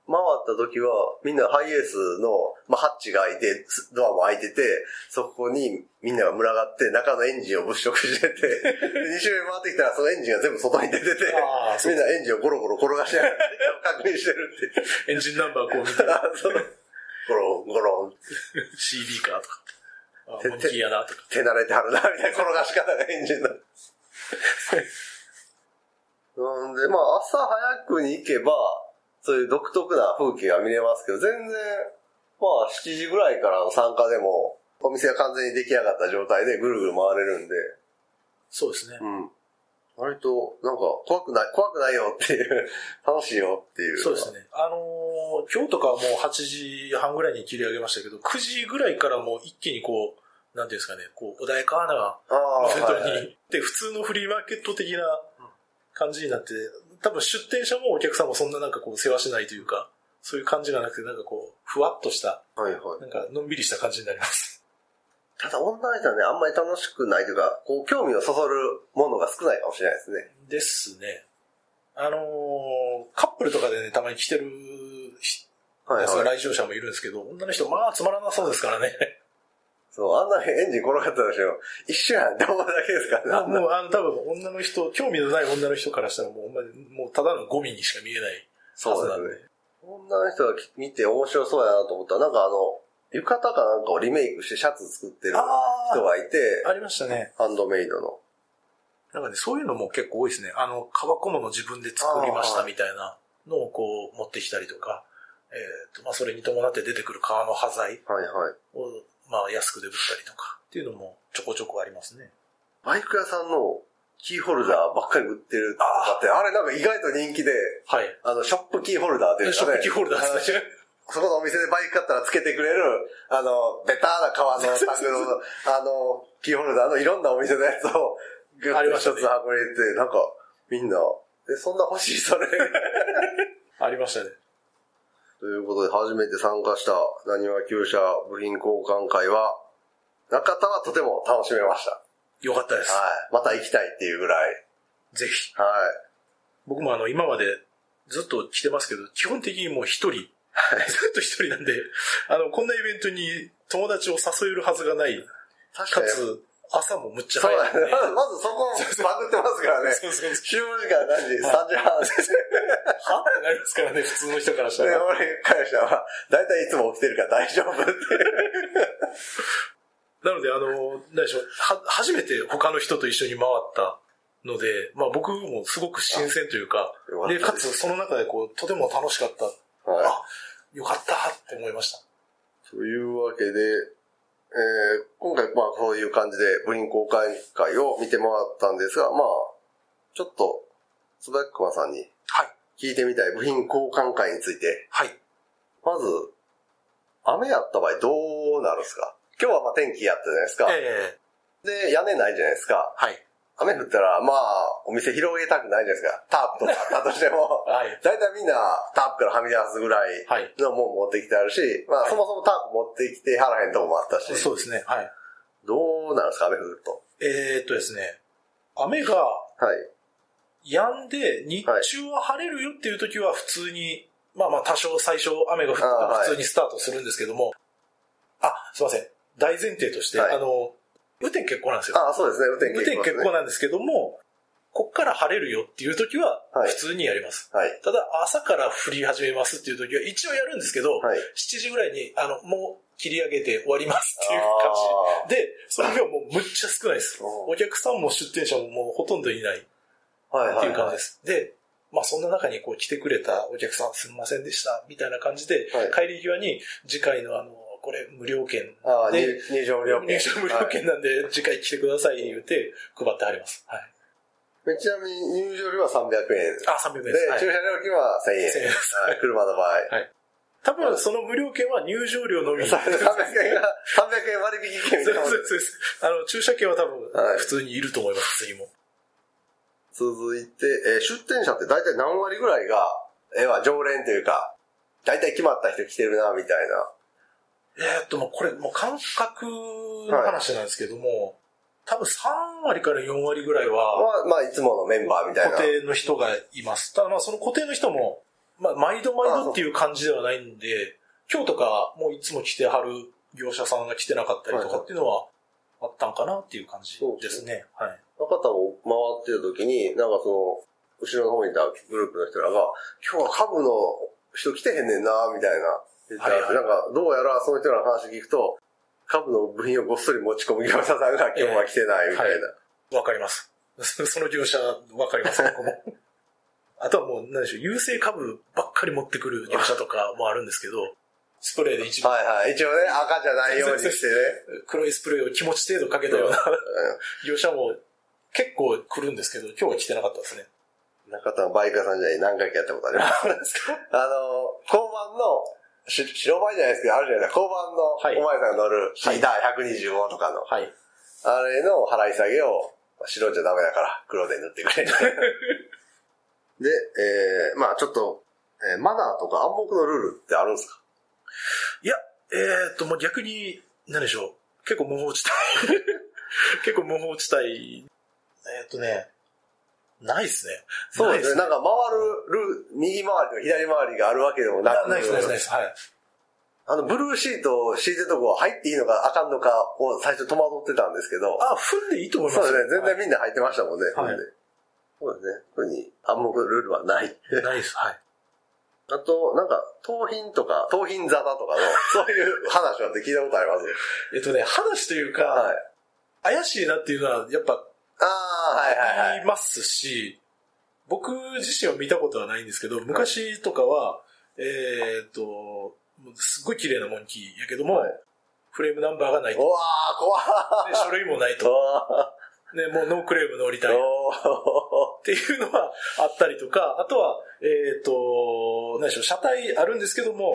S1: 回った時は、みんなハイエースの、まあ、ハッチが開いて、つドアも開いてて、そこにみんなが群がって、中のエンジンを物色してて、2周目回ってきたら、そのエンジンが全部外に出てて、
S3: ああ、
S1: みんなエンジンをゴロゴロ転がしながら、確認してるっていう。
S3: エンジンナンバーこう見 たら
S1: あそうゴロン、ゴロン、
S3: CD かとか、あモンキーやなとか。
S1: 手慣れてはるな、みたいな転がし方がエンジンの。なんで、まあ、朝早くに行けば、そういう独特な風景が見れますけど、全然、まあ、7時ぐらいからの参加でも、お店が完全に出来上がった状態でぐるぐる回れるんで、
S3: そうですね。
S1: うん。割と、なんか、怖くない、怖くないよっていう、楽しいよっていう。
S3: そうですね。あのー今日とかはもう8時半ぐらいに切り上げましたけど、9時ぐらいからもう一気にこう、なんていうんですかね、こう、穏やかな
S1: ああ、は
S3: マ
S1: い
S3: ーケットに、
S1: はい。
S3: で、普通のフリーマーケット的な感じになって、多分出店者もお客さんもそんななんかこう、世話しないというか、そういう感じがなくて、なんかこう、ふわっとした、
S1: はいはい。
S3: なんかのんびりした感じになります。
S1: ただ、女の人はね、あんまり楽しくないというか、こう、興味をそそるものが少ないかもしれないですね。
S3: ですね。あのーカップルとかでね、たまに来てる人、
S1: はいはい。
S3: 来場者もいるんですけど、女の人、まあ、つまらなそうですからね。
S1: そう、あんなエンジン転がったでしょ。一緒やん、動画だけですからね。あんな
S3: もう、あの、多分、女の人、興味のない女の人からしたら、もう、ほんまに、もう、ただのゴミにしか見えないはずなんで。。
S1: 女の人が見て面白そうやなと思ったら、なんかあの、浴衣かなんかをリメイクしてシャツ作ってる
S3: あ
S1: 人がいて
S3: あ、ありましたね。
S1: ハンドメイドの。
S3: なんかね、そういうのも結構多いですね。あの、カバコもの自分で作りましたみたいなのをこう持ってきたりとか、えっ、と、まあ、それに伴って出てくる革の端材
S1: はいはい。
S3: を、まあ、安くで売ったりとかっていうのもちょこちょこありますね。
S1: バイク屋さんのキーホルダーばっかり売ってるとかって、あれなんか意外と人気で、
S3: はい。
S1: あの、ショップキーホルダーっていうんです
S3: ショ
S1: かね
S3: ッピキーホルダーですね。
S1: そこのお店でバイク買ったらつけてくれる、あの、ベターな革のタグの、あの、キーホルダーのいろんなお店のやつを、グ
S3: あ
S1: ッ
S3: り
S1: と
S3: ま
S1: 一
S3: し
S1: つ
S3: た
S1: 運
S3: ね
S1: び入れて、なんか、みんな、え、そんな欲しいそ れ。
S3: ありましたね。
S1: ということで、初めて参加した、なにわ旧車部品交換会は、中田はとても楽しめました。
S3: よかったです。
S1: はい。また行きたいっていうぐらい。
S3: ぜひ。
S1: はい。
S3: 僕もあの、今までずっと来てますけど、基本的にもう一人、ずっと一人なんで、あの、こんなイベントに友達を誘えるはずがない。
S1: 確
S3: かつ、朝もむっちゃ
S1: そう
S3: 早い
S1: だ。 ね。まずそこ、バグってます からね。
S3: そうそうそう
S1: 集合時間何時 ?3 時半。
S3: はってなりますからね、普通の人からした
S1: で、
S3: ら。
S1: 俺からしたら、大体いつも起きてるから大丈夫って。
S3: なので、あの、何でしょう、は、初めて他の人と一緒に回ったので、まあ僕もすごく新鮮というか、 で、かつその中でこう、とても楽しかった、
S1: は
S3: よかったって思いました。
S1: い。というわけで、えー今回、まあ、こういう感じで、部品公開会を見てもらったんですが、まあ、ちょっと、つばやくまさんに
S3: はい。
S1: 聞いてみたい部品交換会について、
S3: はい。
S1: まず、雨やった場合どうなるんですか今日はまあ天気やったじゃないですか。
S3: ええ
S1: で、屋根ないじゃないですか。
S3: はい。
S1: 雨降ったら、まあ、お店広げたくないじゃないですか。タープとかあったとしても、
S3: はい。
S1: 大体みんなタープからはみ出すぐらい
S3: はい。
S1: のもん持ってきてあるし、ま
S3: は
S1: あ、
S3: い
S1: そもそもタープ持ってきてはらへんとこもあったし、
S3: そうですね。はい。
S1: どうなんですか、雨降ると。
S3: えーっとですね、雨が
S1: はい。
S3: 止んで、日中は晴れるよっていう時は普通に、まあまあ多少最初雨が降ってた
S1: あーは
S3: ら
S1: い
S3: 普通にスタートするんですけども、あ、すいません。大前提として、
S1: はい
S3: あの、雨天結構なんですよ。
S1: ああ、そうですね、雨天
S3: 雨
S1: 結
S3: 天
S1: 構、ね。
S3: 結構なんですけども、こっから晴れるよっていう時は
S1: はい
S3: 普通にやります。
S1: はい。
S3: ただ朝から降り始めますっていう時は一応やるんですけど、
S1: はい。
S3: 7時ぐらいに、あの、もう切り上げて終わりますっていう感
S1: あ
S3: じ。
S1: ー
S3: で、それがもうむっちゃ少ないです。お客さんも出店者ももうほとんどいないっ
S1: はいはい、はい。
S3: ていう感じです。で、まあそんな中にこう来てくれたお客さんすみませんでしたみたいな感じで、
S1: はい
S3: 帰り際に次回のあの、これ無料券
S1: ああ、
S3: で
S1: 入入場無料券。
S3: 入場無料券なんで次回来てください言うて配ってはります。はい。
S1: はいちなみに入場料は300円。
S3: あ、300円
S1: で
S3: で、す。はい
S1: 駐車料金は1000円。
S3: 1000円です
S1: はい、車の場合。
S3: 多分その無料券は入場料のみ。
S1: 300円が、300円割引券みた
S3: そ
S1: い
S3: う
S1: な
S3: で
S1: も
S3: す
S1: ん
S3: そうですそうです。あの、駐車券は多
S1: はい
S3: 分普通にいると思います、次も。
S1: 続いて、えー出店者って大体何割ぐらいが、えーまあ常連というか、大体決まった人来てるな、みたい
S3: えーっと、まあ、これ、もう感覚の話なんですけども、多分3割から4割ぐらい
S1: な。ま
S3: は、
S1: あ、まあ、いつものメンバーみたいな。
S3: 固定の人がいます。ただ、まあ、その固定の人も、まあ、毎度毎度っていう感じではないんで、今日とか、もういつも来てはる業者さんが来てなかったりとかっていうのは、あったんかなっていう感じですね。はい。
S1: の方を回ってる時に、なんかその、後ろの方にいたグループの人らが、今日は株の人来てへんねんな、みたいな。言ったら
S3: はいはい
S1: なんか、どうやらその人らの話聞くと、株の部品をごっそり持ち込む業者さんが今日は来てないみたいな。
S3: ええわかります。 その業者、わかります、僕も。 あとはもう、何でしょう、優勢株ばっかり持ってくる業者とかもあるんですけど、スプレーで一番
S1: はいはい。一応ね、赤じゃないようにしてね。
S3: 黒いスプレーを気持ち程度かけたような 業者も結構来るんですけど、今日は来てなかったですね。
S1: 中田のバイク屋さんじゃない、何回かやった ことあります。
S3: そうですか
S1: あの、交番の、し白バイじゃないですけど、あるじゃないですか、交番の
S3: はい
S1: お前さんが乗るシーダー125とかの、
S3: はい。
S1: あれの払い下げを、白じゃダメだから、黒で塗ってくれ。 で、えー、まあちょっと、えーマナーとか暗黙のルールってあるんですか
S3: えーっと、もう逆に、何でしょう。結構無法地帯。 結構無法地帯。えーっとね、ないですね。
S1: そうですね。
S3: な
S1: なんか回るルー、右回りと左回りがあるわけでもなく、
S3: いですね。ないです、ないです。はい。
S1: あの、ブルーシートを敷いてるとこ入っていいのかあかんのかを最初戸惑ってたんですけど、
S3: あ、踏んでいいと思い
S1: そ
S3: ま
S1: うですす
S3: よ。
S1: ね。全然みんな入ってましたもんね。
S3: はい
S1: そうですね。特に暗黙のルールはない。
S3: はいないです。はい。
S1: あと、なんか、盗品とか、盗品沙汰とか の、そういう話はって聞いたことあります。
S3: えーっとね、話というか、
S1: はい。
S3: 怪しいなっていうのは、やっぱ、
S1: ああ、はいはいはい。
S3: いますし、僕自身は見たことはないんですけど、昔とかは、えーっと、もうすっごい綺麗なモンキーやけども、
S1: はい
S3: フレームナンバーがないと。
S1: うわー、怖っ
S3: で書類もないと。
S1: 怖
S3: ね、もうノークレーム乗りたい。
S1: ー
S3: っ
S1: お
S3: ていうのはあったりとか、あとは、えーっと、何でしょう、車体あるんですけども、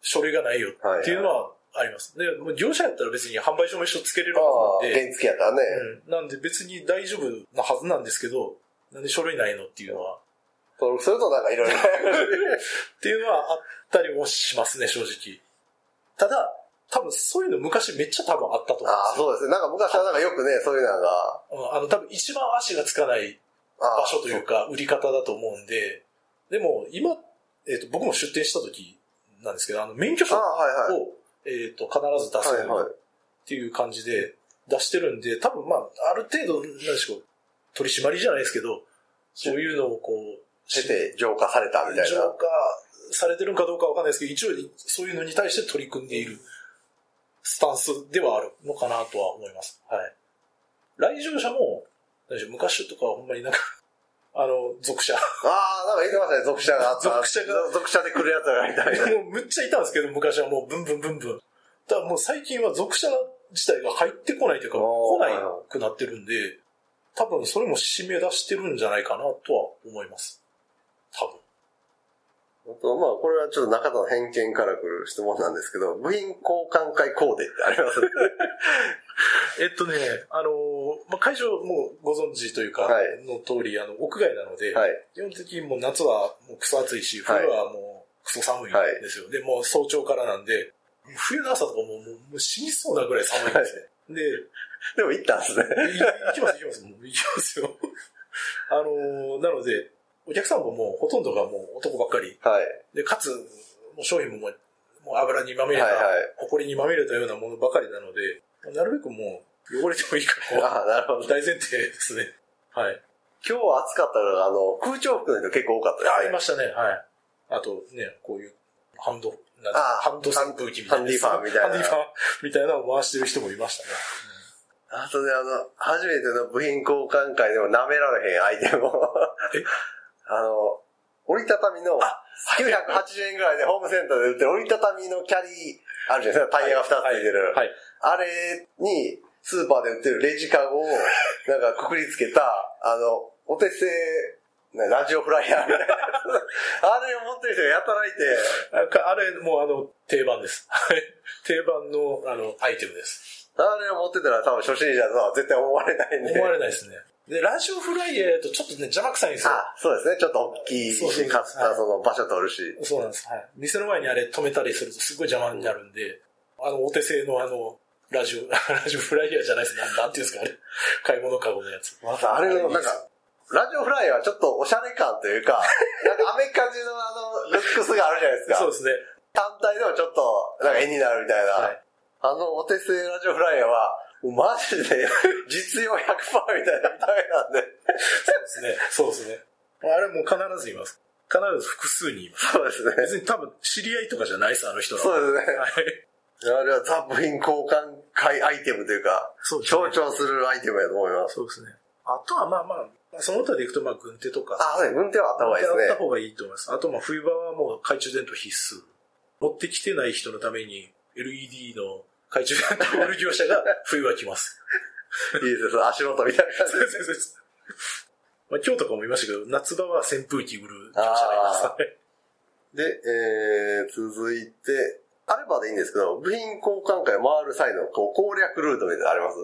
S3: 書類がないよ
S1: ー。
S3: っていうの
S1: は
S3: はあります。で、もう業者やったら別に販売証も一緒つけれる
S1: あ
S3: は
S1: あ
S3: ず
S1: ー、
S3: なんで、
S1: 原付やったらね。
S3: うん、なんで別に大丈夫なはずなんですけど、なんで書類ないのっていうのは、
S1: 登録するとなんかいろいろ。
S3: っていうのはあったりもしますね、正直。ただ、多分そういうの昔めっちゃ多分あったと思うん
S1: ああ、そうですね。なんか昔はなんかよくね、そういうのが。
S3: ですよ。うんあの、多分一番足がつかない
S1: あ
S3: 場
S1: あ
S3: 所というか、売り方だと思うんで、でも今、えっ、と、僕も出店した時なんですけど、あの、免許証
S1: あ
S3: を、
S1: あ、はいはい。
S3: えっ、と、必ず出す
S1: はいはい。
S3: っていう感じで出してるんで、多分まあ、ある程度、何でしょう、取り締まりじゃないですけど、そういうのをこう、
S1: してて浄化されたみたい
S3: 浄
S1: な。
S3: 化されてるんかどうかわかんないですけど、一応そういうのに対して取り組んでいるスタンスではあるのかなとは思います。はい。来場者も、何でしょう昔とかはほんまになんか、あの、属者。
S1: ああ、なんか言ってましたね、属者があった。
S3: 属者が
S1: 属者で来るやつがいたみたいな。
S3: もうむっちゃいたんですけど、昔はもうブンブンブンブン。ただもう最近は属者自体が入ってこないというか、
S1: お
S3: 来
S1: ー
S3: ないくなってるんで、多分それも締め出してるんじゃないかなとは思います。多分。
S1: うあと、まあ、これはちょっと中田の偏見から来る質問なんですけど、部品交換会コーデってありますね。
S3: えっとね、あのーまあ、会場もうご存知というか、
S1: はい
S3: の通り、あの、屋外なの で、
S1: はい。
S3: 基本的にもう夏はもうクソ暑いし、
S1: は
S3: 冬
S1: い
S3: はもうクソ寒いんですよ。で、もう早朝からなんで、冬の朝とかもうもうもう死にそうなぐらい寒いんですね。で、
S1: でも行ったんですね。
S3: い行きます行きます、もう行きますよ。 あのーなので、お客さんももうほとんどがもう男ばっかり。
S1: はい。
S3: で、かつ、もう商品ももうもう油にまみれた、
S1: はいはい
S3: 埃にまみれたようなものばかりなので、なるべくもう汚れてもいいか ら、
S1: ああ、なるほど。
S3: 大前提ですね。はい。
S1: 今日は暑かったのが、あの、空調服の人結構多かった
S3: あ、い
S1: で
S3: ましたね。はい。あとね、こういう、ハンド、なん
S1: あ
S3: ハンド扇風機みたいなやつ。
S1: ハンディファンみたいな
S3: ハンディファンみたいなのを回してる人もいましたね。
S1: すね。あとね、あの、初めての部品交換会でも舐められへんアイテ ムを。
S3: え
S1: あの、折りたたみの、980円ぐらいでホームセンターで売ってる折りたたみのキャリー、あるじゃないですか、タイヤが2つついてる。
S3: はい。
S1: あれに、スーパーで売ってるレジカ ゴを、なんかくくりつけた、あの、お手製、なラジオフライヤーみたいなや つ。あれを持ってる人がやたらいて、
S3: あかあれ、もうあの、定番です。はい定番の、あの、アイテムです。
S1: あれを持ってたら多分初心者は絶対思われないんで。
S3: 思われないですね。で、ラジオフライヤーだとちょっとね、邪魔くさいんですよ。
S1: あ、そうですね。ちょっと大きいし、
S3: そうそうそう
S1: かつ
S3: はい
S1: その場所取るし。
S3: そうなんです。はい。店の前にあれ止めたりするとすごい邪魔になるんで、あの、お手製のあの、ラジオ、 ラジオフライヤーじゃないです。なんなんていうんですか、あれ。買い物カゴのやつ。
S1: またあれの、なんか、ラジオフライヤーはちょっとおしゃれ感という か、なんかアメリカ人のあの、ルックスがあるじゃないですか。
S3: そうですね。
S1: 単体でもちょっと、なんか絵になるみたいな。
S3: はい
S1: あのお手製ラジオフライヤーは、マジで 実用100%みたいな見た目なんで。
S3: そうですね。そうですね。あれもう必ず言います。必ず複数に言います。
S1: そうですね。
S3: 別に多分知り合いとかじゃないです、あの人らは。
S1: そうですね。
S3: はい。
S1: あれはザ・部品交換会アイテムというか、
S3: そうですね
S1: 象徴するアイテムやと思います。
S3: そうですね。あとはまあまあまあ、その他でいくとまあ軍手とか。
S1: あ、そうですね。運転はあった方がいい
S3: や
S1: で
S3: っ
S1: す
S3: た
S1: ね。
S3: 方がいいと思います。あと、まあ、冬場はもう懐中電灯必須。持ってきてない人のために、LED の懐中電灯を売る業者が冬は来ます。
S1: いいですね。足元みたいな感じ
S3: そうそうそうそうまあ、今日とかも言いましたけど、夏場は扇風機売る業者がいます。
S1: あで、えー、続いて、あればでいいんですけど、部品交換会回る際のこう攻略ルートみたいなのあります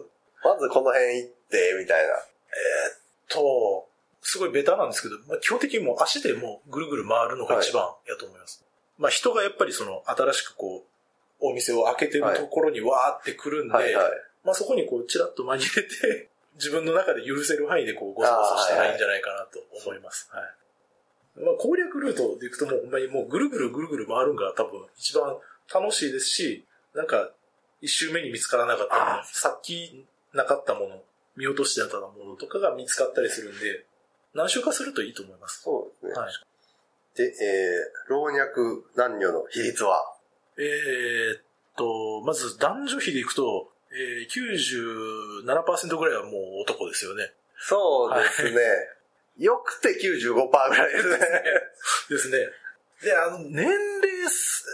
S1: まずこの辺行って、みたいな。
S3: と、すごいベタなんですけど、まあ、基本的にもう足でもうぐるぐる回るのが一番やと思います。まあ、人がやっぱりその、新しくこう、お店を開けてるところにわーって来るんで、
S1: はいはい。
S3: まあ、そこにこう、ちらっと紛れて、自分の中で許せる範囲でこう、ごそごそしてないんじゃないかなと思います。はい。まあ、攻略ルートでいくともう、ほんまにもう、ぐるぐるぐるぐる回るんが多分、一番楽しいですし、なんか、一周目に見つからなかったも
S1: あ
S3: の、さっきなかったもの、見落としてあったものとかが見つかったりするんで、何周かするといいと思います。
S1: そうですね。
S3: はい。
S1: で、えー、老若男女の比率は
S3: えーっと、まず男女比でいくと、えー、97%ぐらいはもう男ですよね。
S1: そうですね。よくて95%ぐらいですね。
S3: ですね。で、あの、年齢す、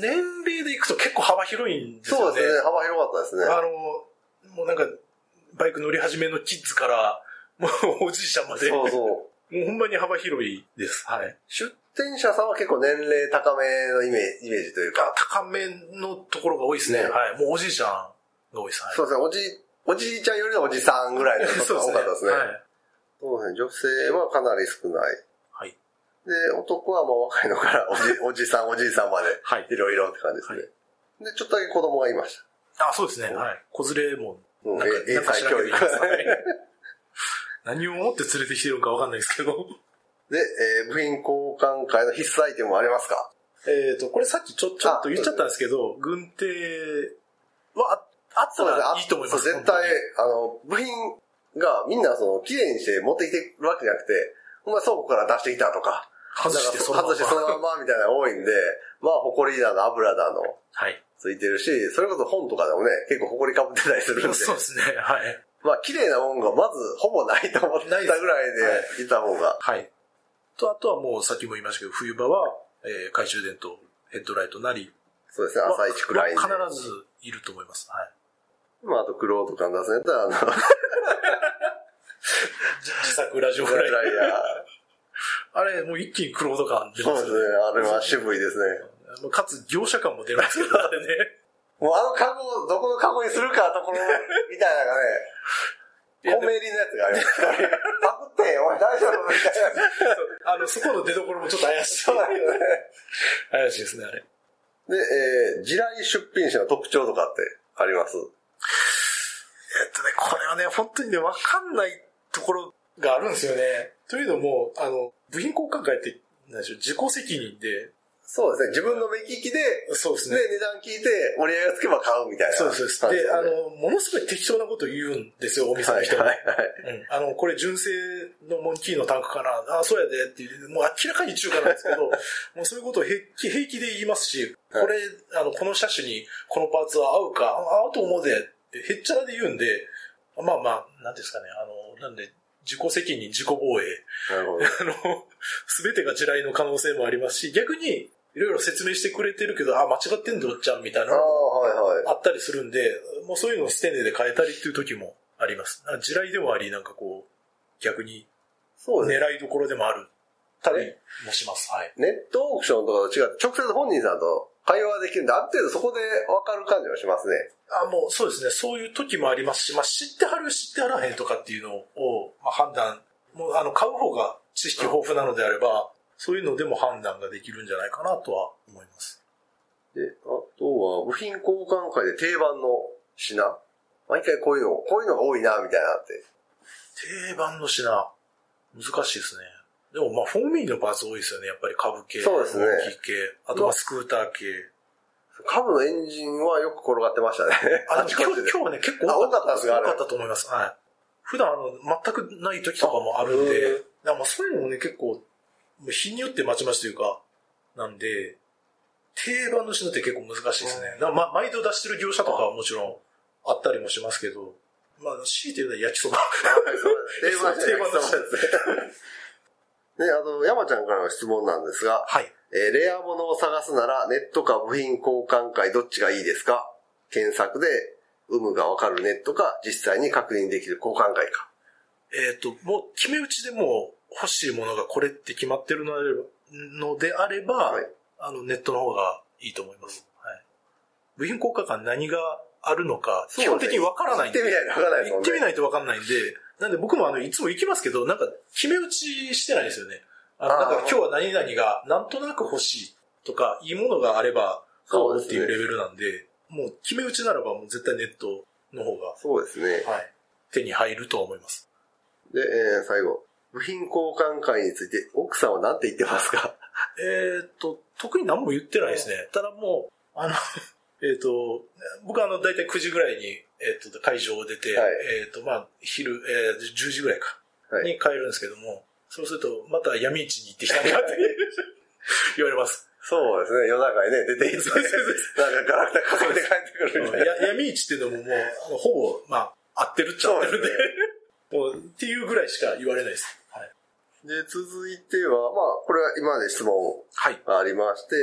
S3: 年齢でいくと結構幅広いんです
S1: そ
S3: よね。
S1: うですね。幅広かったですね。
S3: あの、もうなんか、バイク乗り始めのキッズから、もうおじいちゃんまで、
S1: そうそう。
S3: もうほんまに幅広いです。はい。
S1: 出店者さんは結構年齢高めのイメージイメージというか、
S3: 高めのところが多いですね。
S1: ね
S3: はい。もうおじいちゃんが多いです。はい
S1: そうですね。おじ、おじいちゃんよりのおじさんぐ らいの人が多かったですね。
S3: はい。
S1: そうですね。女性はかなり少ない。
S3: はい。
S1: で、男はもう若いのからおじ、おじさん、おじいさんまで、
S3: はい。
S1: いろいろって感じですね。で、ちょっとだけ子供がいました。
S3: あ、そうですね。はい。子連れも、
S1: うん
S3: なんか、
S1: 英
S3: なんか
S1: 才
S3: 知ら
S1: 教
S3: んけどい
S1: 育。
S3: ますはい何を思って連れてきてるのかわかんないですけど。
S1: で、えー部品交換会の必須アイテムはありますか
S3: えっ、と、これさっきちょ、ちょっと言っちゃったんですけど、軍手は、ああったらいいと思います。
S1: そう絶対、あの、部品がみんなその、綺麗にして持ってきてるわけじゃなくて、ほんまに倉庫から出してきたとか、
S3: 本当に。外して
S1: なんか
S3: そ
S1: そう
S3: の
S1: 外してそのま
S3: まま
S1: まみたいなのが多いんで、まあ、ホコリだの、油だの、
S3: はい。
S1: ついてるし、それこそ本とかでもね、結構ホコリかぶってたりするんで、
S3: そうですね。はい。
S1: まあ、綺麗なもんがまずほぼないと思ったぐらい
S3: ないで
S1: で、いた方が。
S3: はい。と、あとはもうさっきも言いましたけど、冬場は、えー懐中電灯、ヘッドライトなり、
S1: そうですね、朝一くらいに。
S3: は必ずいると思います。はい。
S1: まあ、あと、クローとか出すんやったら、あの、
S3: 自作ラジオ
S1: フ
S3: フライ
S1: ライヤー。
S3: あれ、もう一気にクロード感出
S1: そう
S3: ま
S1: ですす
S3: よ
S1: ね。あれは渋いですね。
S3: ね。かつ、業者感も 出ますけど、あれね。
S1: もうあのカゴをどこのカゴにするかところ、みたいなのがね、コメリのやつ があります。パクって、お前大丈夫みたいな。
S3: あの、そこの出所もちょっと怪しい
S1: そ。うなんですね。
S3: 怪しいですね、あれ。
S1: で、えー、地雷出品者の特徴とかってあります
S3: えっとね、これはね、本当にね、わかんないところがあるんですよね。というのも、あの、部品交換会って、なんでしょう、自己責任で、
S1: そうですね。自分の目利きで、
S3: そうです
S1: で、値段聞いて、折り合いがつけば買うみたいな。
S3: そうです、そ
S1: 感
S3: うで
S1: じ
S3: す。で、
S1: な
S3: あ
S1: んで、
S3: の、ものすごい適当なことを言うんですよ、お店
S1: は
S3: の
S1: い
S3: 人
S1: は
S3: が。
S1: いはい。
S3: うんあの、これ純正のモンキーのタンクかな、あ、そうやでっていう、もう明らかに中華なんですけど、もうそういうことを平気平気で言いますし、こ
S1: はい
S3: れ、あの、この車種にこのパーツは合うか、あ合うと思うでって、へっちゃらで言うんで、まあまあ、なんていうんですかね、あの、なんで、自己責任、自己防衛。
S1: なるほど。
S3: あの、すべてが地雷の可能性もありますし、逆に、いろいろ説明してくれてるけど、あ、間違ってんのおっちゃんみたいな
S1: あ
S3: の
S1: あ、
S3: も
S1: はいはい。
S3: あったりするんで、もうそういうのをステネで変えたりっていう時もあります。なんか地雷でもあり、なんかこう、逆に
S1: そうですね。
S3: 狙いどころでもある。たり
S1: ね
S3: もします。はい。
S1: ネットオークションとかと違って、直接本人さんと会話できるんで、ある程度そこで分かる感じはしますね。
S3: あ、もうそうですね。そういう時もありますし、まあ知ってはる知ってはらへんとかっていうのを、まあ判断、もうあの、買う方が知識豊富なのであれば、そういうのでも判断ができるんじゃないかなとは思います。
S1: で、あとは、部品交換会で定番の品毎回こういうの、こういうのが多いな、みたいなって。
S3: 定番の品、難しいですね。でもまあ、フォーミーのパーツ多いですよね。やっぱり株系、
S1: そうですね
S3: 大きい系、あとはスクーター系。
S1: 株のエンジンはよく転がってましたね。
S3: あ、
S1: っ
S3: で
S1: ちこ
S3: も今
S1: っち
S3: 日
S1: で
S3: 今日はね、結構
S1: あ多かったんですかあ
S3: 多
S1: れ
S3: かったと思います。はい。普段、あの、全くない時とかもあるん
S1: あ
S3: で、
S1: うん
S3: だからまあ、そういうのもね、結構、もう日によってまちまちというか、なんで、定番の品って結構難しいですね。だからま毎度出してる業者とかはもちろんあったりもしますけど、まあ、強いて言うのは焼きそば。
S1: 定番の品
S3: 定番の品
S1: で、あと、山ちゃんからの質問なんですが、
S3: はい。
S1: えーレア物を探すなら、ネットか部品交換会どっちがいいですか検索で、有無がわかるネットか、実際に確認できる交換会か。
S3: えっ、と、もう決め打ちでもう欲しいものがこれって決まってるのであれば、のであれば
S1: はい
S3: あのネットの方がいいと思います。はい、部品効果間何があるのか、
S1: そうで
S3: 基
S1: すね
S3: 本的にわからないんで。
S1: 行ってみないとわからないですもんね
S3: 行ってみないとわかんないんで、なんで僕もあの、いつも行きますけど、なんか決め打ちしてないですよね。あの
S1: あー
S3: なんか今日は何々がなんとなく欲しいとか、いいものがあれば買おうっていうレベルなんで、もう決め打ちならばもう絶対ネットの方が、
S1: そうですね。
S3: はい、手に入ると思います。
S1: で、えー最後。部品交換会について、奥さんは何て言ってます か
S3: えーっと、特に何も言ってないですね。ただもう、あの、 えーっと、僕はあの、だいたい9時ぐらいに、えーっと、会場を出て、
S1: はい
S3: えーっと、まあ、昼、えー10時ぐらいか、
S1: はい
S3: に帰るんですけども、そうすると、また闇市に行ってきたなって 言われ ます。
S1: そうですね。夜中にね、出て行
S3: そうそうそう
S1: なんかガラクタかけて帰ってくるみたいな。
S3: や闇市っていうのももう、あのほぼ、まあ、合ってるっちゃ合ってるんで、 もう、っていうぐらいしか言われないです。はい。
S1: で、続いては、まあ、これは今まで質問
S3: はい。
S1: がありまして、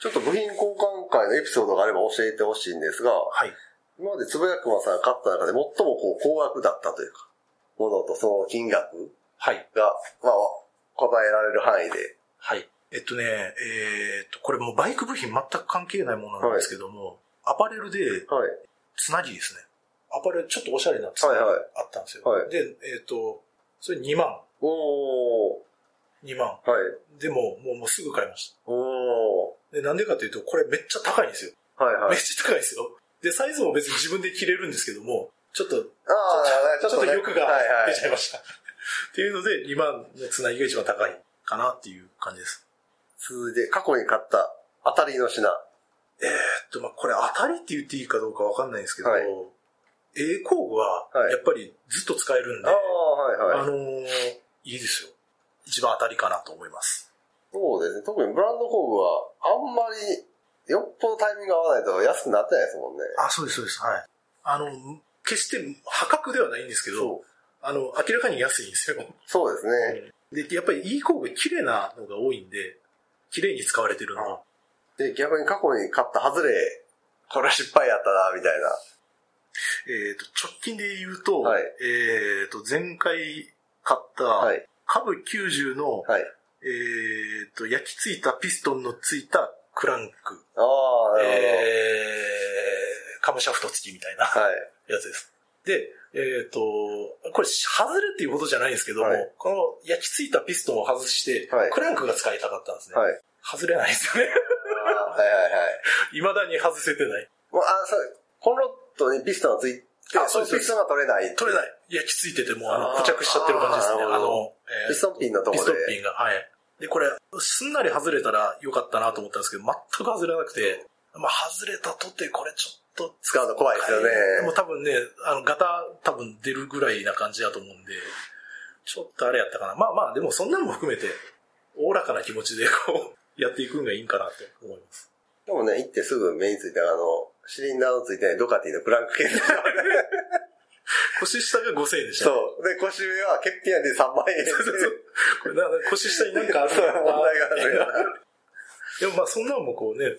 S1: ちょっと部品交換会のエピソードがあれば教えてほしいんですが、
S3: はい。
S1: 今までつぶやくまさんが買った中で最もこう高額だったというか、ものとその金額
S3: はい。
S1: が、まあ、答えられる範囲で。
S3: はい。えっとね、えーっと、これもうバイク部品全く関係ないものなんですけども、アパレルで
S1: はい。
S3: つなぎですね。アパレルちょっとおしゃれなつなぎ
S1: はい
S3: が
S1: はい
S3: あったんですよ。
S1: はい
S3: で、えーっと、それ2万、
S1: おー。
S3: 2万。
S1: はい。
S3: でも、もうもうすぐ買いまし
S1: お
S3: た。で、なんでかというと、これめっちゃ高いんですよ。
S1: ー。はいは
S3: め
S1: い
S3: っ。 ちゃ高いんですよ。で、サイズも別に自分で着れるんですけども、ちょっと、
S1: ああ、
S3: ちょっと
S1: ね
S3: 欲が
S1: はいはい
S3: 出。ちゃいました。っていうので、2万のつなぎが一番高いかなっていう感じです。
S1: 続いて、過去に買った当たりの品。
S3: えーっと、まあ、これ当たりって言っていいかどうかわかんないんですけど、
S1: はい
S3: A 工具は
S1: は、い
S3: やっぱりずっと使えるんで、
S1: あ、はい
S3: あのーいいですよ。一番当たりかなと思います。
S1: そうですね。特にブランド工具は、あんまり、よっぽどタイミングが合わないと安くなってないですもんね。
S3: あ、そうです、そうです。はい。あの、決して破格ではないんですけど、
S1: そう。
S3: あの、明らかに安いんですよ。
S1: そうですね。
S3: で、やっぱりいい工具、綺麗なのが多いんで、綺麗に使われてるのは、
S1: で、逆に過去に買った外れ、これは失敗やったな、みたいな。
S3: えーっと、直近で言うと、
S1: はい
S3: えーっと、前回買った、
S1: はい。
S3: 株90の、
S1: はい。
S3: えっと、焼き付いたピストンのついたクランク。
S1: ああ、なるほど。
S3: えー、カムシャフト付きみたいな
S1: はい。
S3: やつです。で、えっ、と、これ、外れっていうことじゃないんですけども、
S1: はい
S3: この焼き付いたピストンを外して、
S1: はい
S3: クランクが使いたかったんですね。
S1: はい。
S3: 外れないですよね。
S1: あーはいはいはい。
S3: 未だに外せてない。
S1: もう、あ、そう、このロットにピストンがついて、
S3: あそうです
S1: のピストンが取れない。
S3: 取れない。焼き付いててもう、あの、
S1: あー
S3: 固着しちゃってる感じですね。
S1: なるほ
S3: あ
S1: ど
S3: の、えー
S1: ピストンピンのとこ
S3: ピ
S1: で。
S3: ストンピンが。はい。で、これ、すんなり外れたらよかったなと思ったんですけど、全く外れなくて、まあ、外れたとて、これちょっと
S1: 使うの怖いですよね。
S3: もう多分ね、あの、ガタ多分出るぐらいな感じだと思うんで、ちょっとあれやったかな。まあまあ、でもそんなのも含めて、おおらかな気持ちでこう、やっていくんがいいんかなと思います。
S1: でもね、行ってすぐ目についたあの、シリンダーのついてないドカティのクランク系の。
S3: 腰下が5000円でしたね。
S1: そう。で、腰上は欠品やで3万円。
S3: そうそうそうこれな腰下になんかあるん
S1: そう
S3: だ
S1: 問
S3: ろうな
S1: 題があるから。
S3: でもまあそんなんもこうね、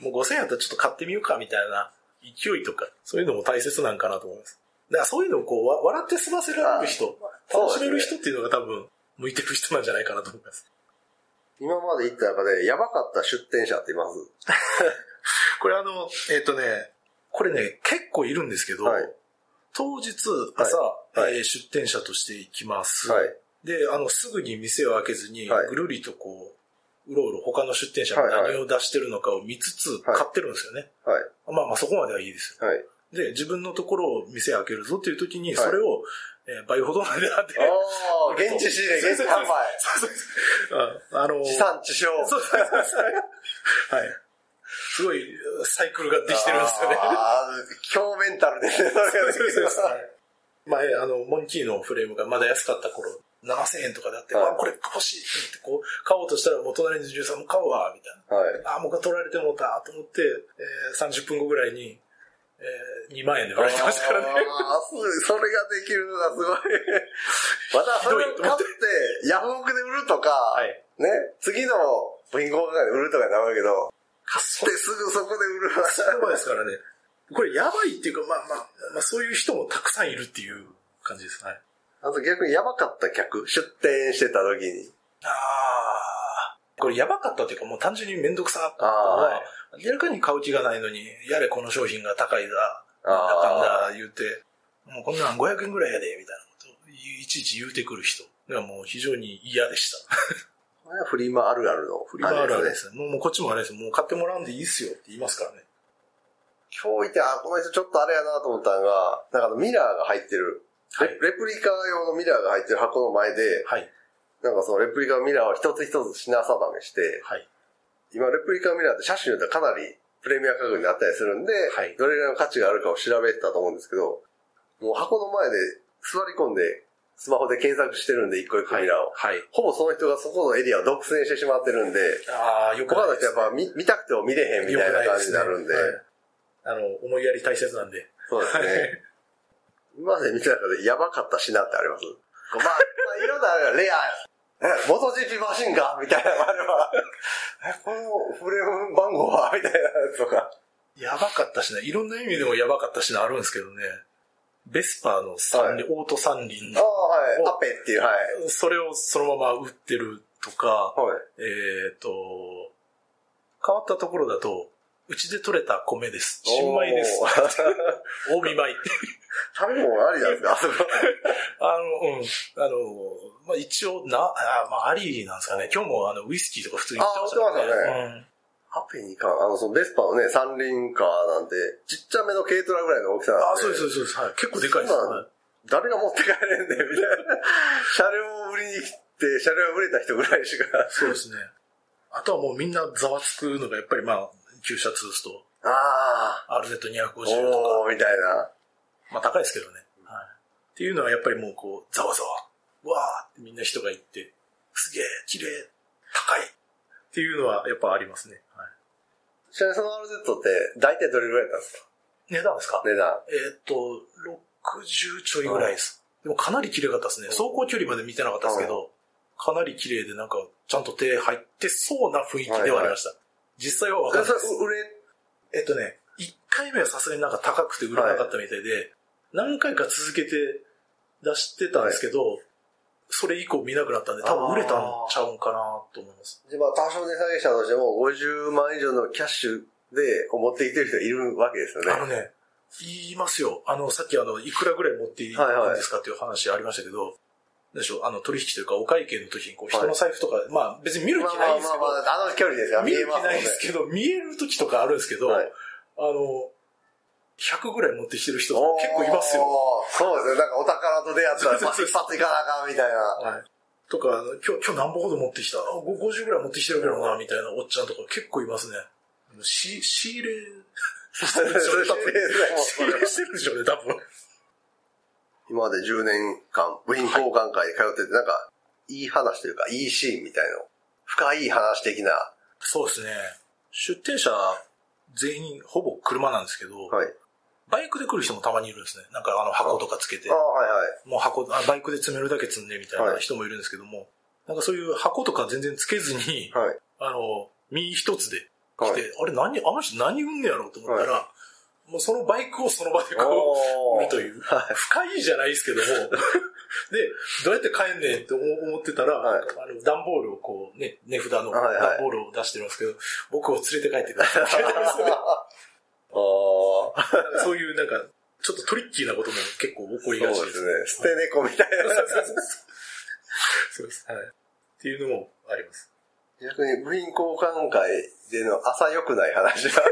S3: もう5000円やったらちょっと買ってみようかみたいな勢いとか、そういうのも大切なんかなと思います。だからそういうのをこう、わ笑って済ませられる人、
S1: あ
S3: 楽しめる人っていうのが多分、向いてる人なんじゃないかなと思います。
S1: 今まで行った中で、やばかった出店者っています
S3: これあの、えっ、とね、これね、結構いるんですけど、
S1: はい。
S3: 当日朝、
S1: はい
S3: えー出店者として行きます。
S1: はい。
S3: で、あの、すぐに店を開けずに、
S1: はい
S3: ぐるりとこう、うろうろ他の出店者が何を出してるのかを見つつ、
S1: い
S3: 買ってるんですよね。
S1: はい。
S3: まあまあそこまではいいですよ。
S1: はい。
S3: で、自分のところを店開けるぞっていう時
S1: は
S3: に、
S1: い
S3: それを、えー倍ほどまであって、
S1: おー、現地仕入れ、現地販売。
S3: そうそうそうああのー
S1: 地産地消。
S3: そうそうそうそう はい。すごい、サイクルができてるんですよね。
S1: あー強メンタルですね、それ
S3: そう
S1: が
S3: そう
S1: できて
S3: そう
S1: ま
S3: そう前、あの、モンキーのフレームがまだ安かった頃、7000円とかであって、
S1: はい
S3: あ、これ欲しいってこう、買おうとしたら、もう隣の女優さんも買うわ、みたい
S1: はい。
S3: な。あ、もう取られてもうた、と思って、えー30分後ぐらいに、えー2万円で売られてましたからね。
S1: あーすそれができるのがすごい。また、それを買って、ヤフオクで売るとか、
S3: はい。
S1: ね、次の部品交換会で売るとかになるけど、買ってすぐそこで売る。
S3: やばいですからね。これやばいっていうか、まあまあ、まあそういう人もたくさんいるっていう感じですね。
S1: あと逆にやばかった客、出店してた時に。
S3: ああ。これやばかったというか、もう単純にめんどくさかった
S1: あー
S3: ので、明らかに買う気がないのに、やれこの商品が高いだ、なんだかんだ言うて、もうこんなん500円ぐらいやで、みたいなことをいちいち言うてくる人がもう非常に嫌でした。
S1: これはフリマあるあるの。
S3: フリマあるあるで
S1: ね。
S3: すね。もうもうこっちもあれです。もう買ってもらうんでいいっすよって言いますからね。
S1: 今日いて、あ、この人ちょっとあれやなと思ったのが、なんかあのミラーが入ってる、
S3: はい
S1: レ。レプリカ用のミラーが入ってる箱の前で、
S3: はい。
S1: なんかそのレプリカのミラーを一つ一つ品定めして、
S3: はい。
S1: 今、レプリカミラーって車種によってはかなりプレミア価格になったりするんで、
S3: はい
S1: どれぐらいの価値があるかを調べてたと思うんですけど、もう箱の前で座り込んで、スマホで検索してるんで、一個一個ミラーを。
S3: はい。
S1: ほぼその人がそこのエリアを独占してしまってるんで、
S3: ああ、よく
S1: 他
S3: ない
S1: の
S3: で
S1: 人
S3: す
S1: やっぱ見見たくても見れへんみたいな感じになるんで、
S3: 良くないすねはいあの、思いやり大切なんで。
S1: そうですね。今まで見た中でやばかった品ってありますこうまあ、まあ、いろんなあるよレア、え元 GP マシンガンみたいなのがあれば、 えこのフレーム番号はみたいなやつとか。
S3: やばかったしね。いろんな意味でもやばかったしね、あるんですけどね。ベスパーの三輪、オート三輪
S1: あ
S3: の、
S1: あ、
S3: お
S1: はい。アペっていう、はい。
S3: それをそのまま売ってるとか、
S1: はい。
S3: えっ、と、変わったところだと、うちで取れた米です。新米です
S1: お。ー
S3: 大見米。
S1: 食べ物ありなん ですかあそこ。
S3: あの、うん。あの、まあ、一応、な、あまあ、ありなんですかね。今日もあの、ウイスキーとか普通に売ってました
S1: あ売ってました
S3: ね。うん
S1: アペにか、あの、そのベスパのね、三輪カーなんで、ちっちゃめの軽トラぐらいの大きさなん
S3: あ、
S1: で。
S3: そうです、そうです。はい結構でかいです。
S1: そうなん
S3: はい
S1: 誰が持って帰れんねん、みたいな。車両を売りに来て、車両を売れた人ぐらいしか。
S3: そうですね。あとはもうみんなざわつくのが、やっぱりまあ、旧車ツースト、
S1: ああ。
S3: RZ250 とか、
S1: おー、みたいな。
S3: まあ高いですけどね。はい。っていうのはやっぱりもうこう、ざわざわ、わーってみんな人が行って、すげえ、綺麗、高いっていうのはやっぱありますね。はい。
S1: ちなみにその RZ って、大体どれぐらいなんですか
S3: 値段ですか、
S1: 値段。
S3: えーっと、60ちょいぐらいです。でもかなり綺麗かったですね。走行距離まで見てなかったですけど、かなり綺麗でなんか、ちゃんと手入ってそうな雰囲気ではありました。実際はわかんないです。
S1: それ、売れ、
S3: えっとね、1回目はさすがになんか高くて売れなかったみたいで、何回か続けて出してたんですけど、それ以降見なくなったんで、多分売れたんちゃうんかなと思います。
S1: で、まあ、多少値下げしたとしても、50万以上のキャッシュで、を持ってきてる人がいるわけですよね。
S3: あのね、言いますよ。あの、さっきあの、いくらぐらい持っていいん
S1: はいはい
S3: ですかっていう話ありましたけど、なんでしょう、あの、取引というか、お会計の時に、こう、人の財布とか、まあ、別に見る
S1: ま
S3: 気
S1: あ
S3: ない
S1: まあ
S3: ですけど、
S1: まあまあ、あの距離ですよ。
S3: 見
S1: 見え
S3: る
S1: ますも
S3: 気
S1: ん
S3: ない
S1: ね
S3: ですけど、見える時とかあるんですけど、
S1: はい
S3: あの、100ぐらい持ってきてる人とか結構いますよ。
S1: おー。そうですね。なんかお宝と出会ったら、
S3: そう
S1: パ
S3: そ
S1: ツ
S3: う
S1: パツ行かなあかんみたいな。
S3: はい。とか、あの今日、今日何本ほど持ってきたあ、ご50ぐらい持ってきてるけどな、みたいなおっちゃんとか結構いますね。し仕入れ、
S1: それ
S3: それ多分 仕
S1: それ
S3: 入れしてるでしょうね、多分。
S1: 今まで10年間、部品交換会に通ってて、なんか、いい話というか、いいシーンみたいの。深い話的な。は
S3: そうですね。出店者全員ほぼ車なんですけど、
S1: い。
S3: バイクで来る人もたまにいるんですね。なんかあの箱とかつけて
S1: ああ、、はいはい。
S3: もう箱、あバイクで詰めるだけ積んでみたいな人もいるんですけども、なんかそういう箱とか全然つけずに、
S1: はい。
S3: あの、身一つで来
S1: はい
S3: て、。あれ何、あの人何売んねやろうと思ったら、もうそのバイクをその場でこう、
S1: お
S3: 売
S1: ー
S3: るという。深いじゃないですけども。 で、どうやって帰んねんって思思ってたら、
S1: はい
S3: あの、段ボールをこうね、値札の
S1: はいはい
S3: 段ボールを出してるんですけど、僕を連れて帰ってくださいって言われたんですよ
S1: ああ、
S3: なんかそういうなんか、ちょっとトリッキーなことも結構起こりがち
S1: そう
S3: で
S1: ですすね。捨て猫みたい
S3: そう
S1: な。
S3: そうそうそうです。はい。っていうのもあります。
S1: 逆に部品交換会での朝良くない話が。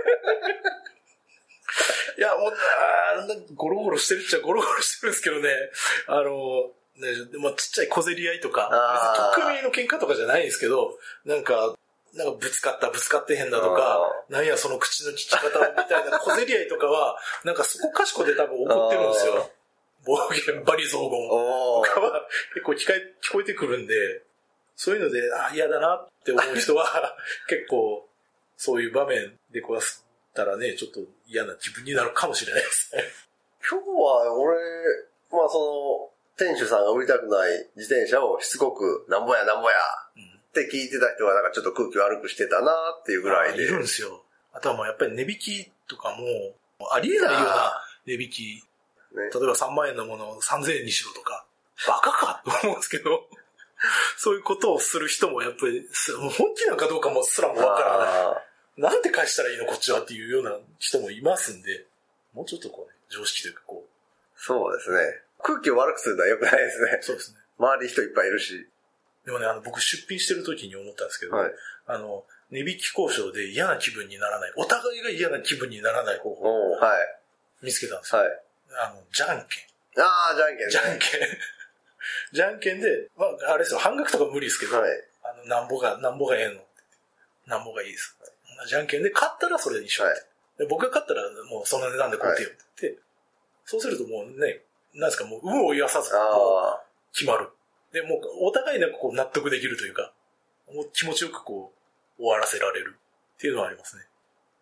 S3: いや、もう、あーなんかゴロゴロしてるっちゃゴロゴロしてるんですけどね。あの、ね、まあ、ちっちゃい小競り合いとか
S1: あ、ー
S3: 別に特命の喧嘩とかじゃないんですけど、なんか、なんかぶつかった、ぶつかってへんだとか
S1: あ、
S3: なんやその口の利き方みたいな小競り合いとかは、なんかそこかしこで多分起こってるんですよ。暴言、バリ雑言と
S1: おー
S3: かは結構聞かえ聞こえてくるんで、そういうので、あー、嫌だなって思う人は、 結構、そういう場面で壊したらね、ちょっと嫌な気分になるかもしれないですね。
S1: 今日は俺、まあその、店主さんが売りたくない自転車をしつこく、なんぼやなんぼやって聞いてた人がなんかちょっと空気悪くしてたなって いうぐらい
S3: い
S1: で。
S3: るんですよ。あとはもうやっぱり値引きとかも、ありえないような値引き。
S1: ね
S3: 例えば3万円のものを3000円にしろとか、バカかと思うんですけど、そういうことをする人もやっぱり、すもう本気なんかどうかもすらもわからない。
S1: あ
S3: なんて返したらいいのこっちはっていうような人もいますんで、もうちょっとこうね、常識というかこう。
S1: ーそうですね。空気を悪くするのは良くないですね。
S3: そうですね。
S1: 周り人いっぱいいるし。
S3: でもね、あの、僕出品してる時に思ったんですけど、
S1: はい。
S3: あの、値引き交渉で嫌な気分にならない、お互いが嫌な気分にならない方法を
S1: おーはい。
S3: 見つけたんですよ。
S1: はい。
S3: あの、じゃんけん。
S1: ああ、じゃんけんね。
S3: じゃんけん。 じゃんけんで、まあ、あれですよ、半額とか無理ですけど、
S1: はい。
S3: あの、なんぼが、なんぼがええの。なんぼがいいです。じゃんけんで、勝ったらそれにしよう、
S1: はい
S3: で僕が勝ったら、もうその値段で買ってよって言って、そうするともうね、なんですか、もう、運を言わさず、もう
S1: ああ。
S3: 決まる。で、もう、お互いなんかこう、納得できるというか、もう気持ちよくこう、終わらせられるっていうのはありますね。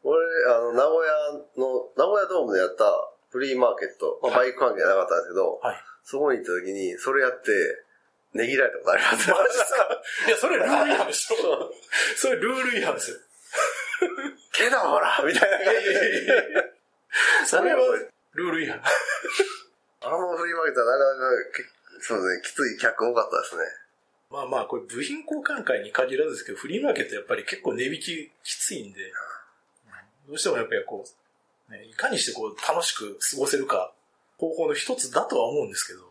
S1: 俺、あの、名古屋の、名古屋ドームでやったフリーマーケット、まあ、
S3: は
S1: バイク関係はなかったんですけど、
S3: はい
S1: そこに行った時に、それやって、ねぎられたことあります。
S3: いや、それルール違反でしょ。 それルール違反ですよ。
S1: けどほら みたいな感じで。
S3: それは、ルール違反。
S1: あのフリーマーケットはなかなかけ、そうですね、きつい客多かったですね。
S3: まあまあ、これ部品交換会に限らずですけど、フリーマーケットやっぱり結構値引ききついんで、どうしてもやっぱりこう、ね、いかにしてこう楽しく過ごせるか方法の一つだとは思うんですけど、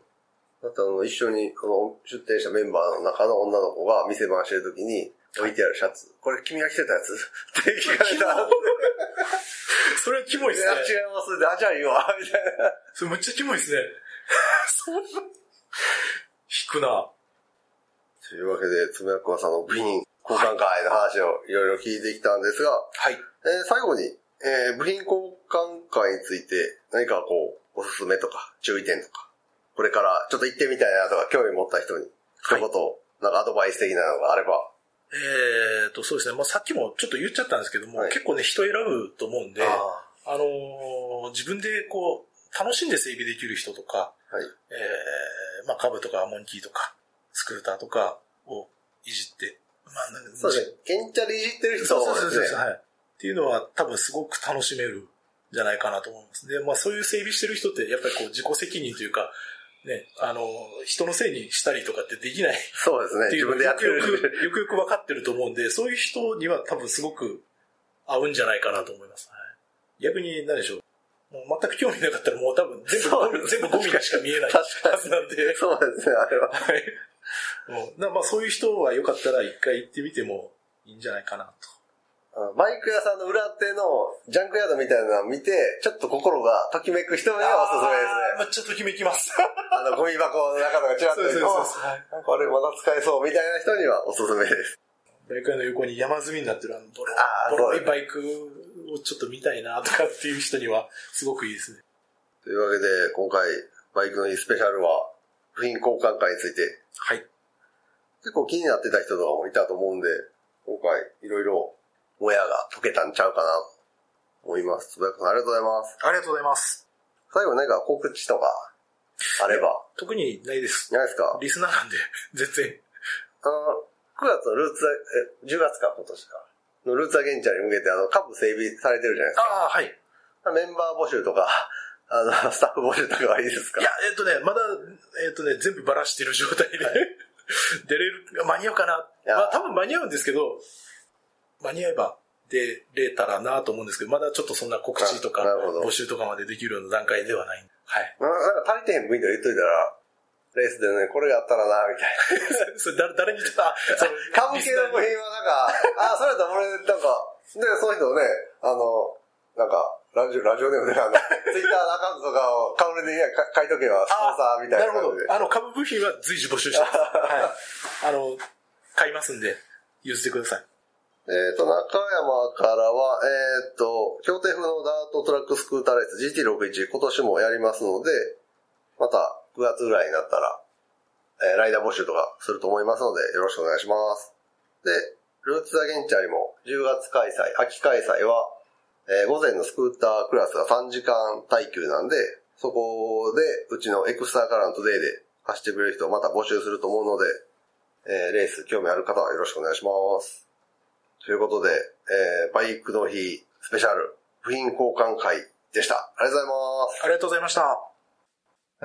S1: だってあの、一緒に、この、出店したメンバーの中の女の子が店番してる時に、置いてあるシャツ、これ君が着てたやつって聞かれた。
S3: それはキモい
S1: い
S3: ですね
S1: や、。違います。あ、じゃあいいわ。みたいな。
S3: それむっちゃキモいですね。そんな、引くな。
S1: というわけで、つぶやくわさんの部品交換会の話をいろいろ聞いてきたんですが、
S3: はい。
S1: えー最後に、えー部品交換会について何かこう、おすすめとか、注意点とか、これからちょっと行ってみたいなとか、興味持った人に、一
S3: はい
S1: 言、なんかアドバイス的なのがあれば、
S3: えーと、そうですね。まあさっきもちょっと言っちゃったんですけども、
S1: はい
S3: 結構ね、人選ぶと思うんで、
S1: あ
S3: あのー自分でこう、楽しんで整備できる人とか、
S1: はい
S3: えーまあ、カブとかモンキーとか、スクーターとかをいじって、まあ、なんか
S1: ーそうですね。ケンチャリいじってる人
S3: そうそうそう
S1: です
S3: そう
S1: ね。
S3: はい。っていうのは多分すごく楽しめるんじゃないかなと思います。で、まあそういう整備してる人ってやっぱりこう自己責任というか、ね、あの、人のせいにしたりとかってできない
S1: そうですね。
S3: ってい
S1: 自
S3: うの
S1: 分でやって
S3: よくよ
S1: る。
S3: く、よくよく分かってると思うんで、そういう人には多分すごく合うんじゃないかなと思います。はい、逆に、何でしょう。もう全く興味なかったらもう多分全部ゴ
S1: そう
S3: ミ、全部ゴミにしか見えないは
S1: 確かに
S3: ずなんで。
S1: そうですね、あれは。
S3: はい。もうなまあそういう人はよかったら一回行ってみてもいいんじゃないかなと。
S1: あバイク屋さんの裏手のジャンクヤードみたいなのを見て、ちょっと心がときめく人にはおすすめですね。
S3: あーまあちょっと決めきます。
S1: あの、ゴミ箱の中とかちらっと
S3: そう
S1: 見
S3: で
S1: て
S3: す、そうです。はい
S1: あなんかあれまだ使えそうみたいな人にはおすすめです。
S3: バイク屋の横に山積みになってるあのボロ
S1: あー
S3: ボロ
S1: そ
S3: い
S1: う
S3: バイクをちょっと見たいなとかっていう人にはすごくいいですね。
S1: というわけで、今回、バイクの日スペシャルは、部品交換会について、
S3: はい。
S1: 結構気になってた人とかもいたと思うんで、今回、いろいろ、もやが解けたんちゃうかな、と思います。つぶやこさん、ありがとうございます。
S3: ありがとうございます。
S1: 最後に何か告知とか、あれば、
S3: 特にないです。
S1: ないですか
S3: リスナーなんで、全然。
S1: あの、9月のルーツ、え、10月か、今年か。のルーツアゲンチャーに向けて、あの、株整備されてるじゃないです
S3: ああ、はい。い
S1: か。メンバー募集とか、あの、ス タッフ募集とかはいいですか
S3: や、えっ、とね、まだ、えっ、とね、全部バラしてる状態で、出れる、間に合うかな。
S1: や
S3: まあ、多分間に合うんですけど、間に合えば出れたらなと思うんですけど、まだちょっとそんな告知とか
S1: あなるほど、
S3: 募集とかまでできるような段階ではない。はい。
S1: ななんか足りてへん部員とか言っといたら、レースでね、これやったらな、み たいな。
S3: それ誰誰に言ったら、 その
S1: 株系の部品はなんか、 あー、それやったら俺、なんか、で、その人ね、あの、なんか、ラジオ、ラジオネーム で、あの、ツイッターのアカウントとかを、カウルでねか書いとけば、スポンサーみたいな
S3: なるほ
S1: 感じで
S3: ど。。あの、株部品は随時募集して ます。はい。あの、買いますんで、譲ってください。
S1: えっ、と、中山からは、えっ、と、協定風のダートトラックスクーターレース GT61 今年もやりますので、また9月ぐらいになったら、えーライダー募集とかすると思いますので、よろしくお願いします。で、ルーツアゲンチャリも10月開催、秋開催は、えー午前のスクータークラスが3時間耐久なんで、そこでうちのエクスターカラーのトデイで走ってくれる人をまた募集すると思うので、えーレース興味ある方はよろしくお願いします。ということで、えーバイクの日スペシャル部品交換会でした。ありがとうござい
S3: ありがとうございました。
S1: ます。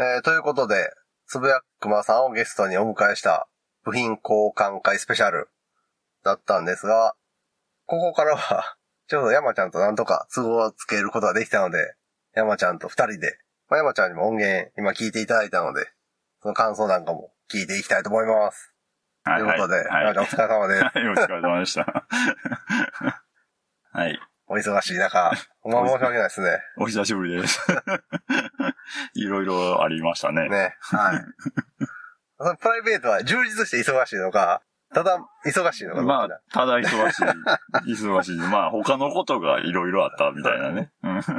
S1: えーということで、つぶやくまさんをゲストにお迎えした部品交換会スペシャルだったんですが、ここからは、 ちょうど山ちゃんとなんとか都合をつけることができたので、山ちゃんと二人で、まあ、山ちゃんにも音源今聞いていただいたので、その感想なんかも聞いていきたいと思います。
S2: は
S1: ということで、
S2: はい、
S1: 山ちゃんお疲れ様 です。
S2: はい、お疲れ様でした。 はい、
S1: お忙しい中、ほんま申し訳ないですね。
S2: お久しぶりです。 いろいろありましたね。
S1: ね。はい。そのプライベートは充実して忙しいのか、ただ忙しいのか、
S2: ま
S1: どっ
S2: あ、ただ忙しい、忙しい。まあ、他のことがいろいろあったみたいなね。うん
S1: ちだ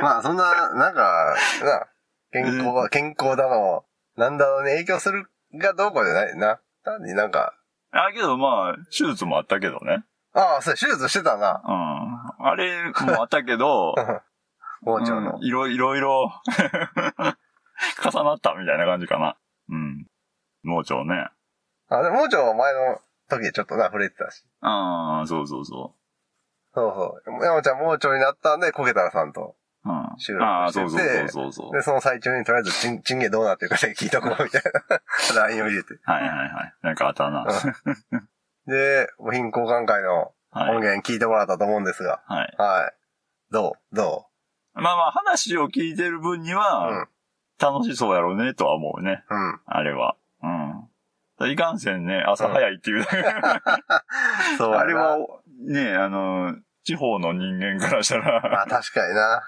S1: まあ、そんな、なんか、な、健康は、健康だの、なんだろうね、影響するがどうこうじゃないな。単になんか、
S2: あ、けどまあ、手術もあったけどね。
S1: ああ、そう、手術してたな。
S2: うん。あれもあったけど、
S1: 盲腸の
S2: うん。いろいろいろ、 重なったみたいな感じかな。うん。盲腸ね。
S1: あ、でも盲腸は前の時ちょっとな、触れてたし。
S2: ああ、そうそうそ
S1: そうそう。山ちゃん盲腸になったんで、こけたらさんと。
S2: う。うん。
S1: 収録
S2: ああ、そうそうそうそうそう。
S1: で、その最中にとりあえず、ちん、ちんげどうなってるかだけ聞いとこうみたいな、 ラインを入れて。
S2: はいはいはい。なんかあったな。
S1: で、部品交換会の
S2: はい
S1: 音。源聞いてもらったと思うんですが、
S2: はい。
S1: はい。どうど
S2: まあまあ話を聞いてる分に
S1: うう
S2: は
S1: ん、。
S2: 楽しそうやろうねとは思うね。
S1: うん。
S2: あれは。うん。いかんせんね、朝早いっていう。
S1: そうやな
S2: あれは、ね、あの、地方の人間からした
S1: まあ
S2: ら、
S1: 確かにな。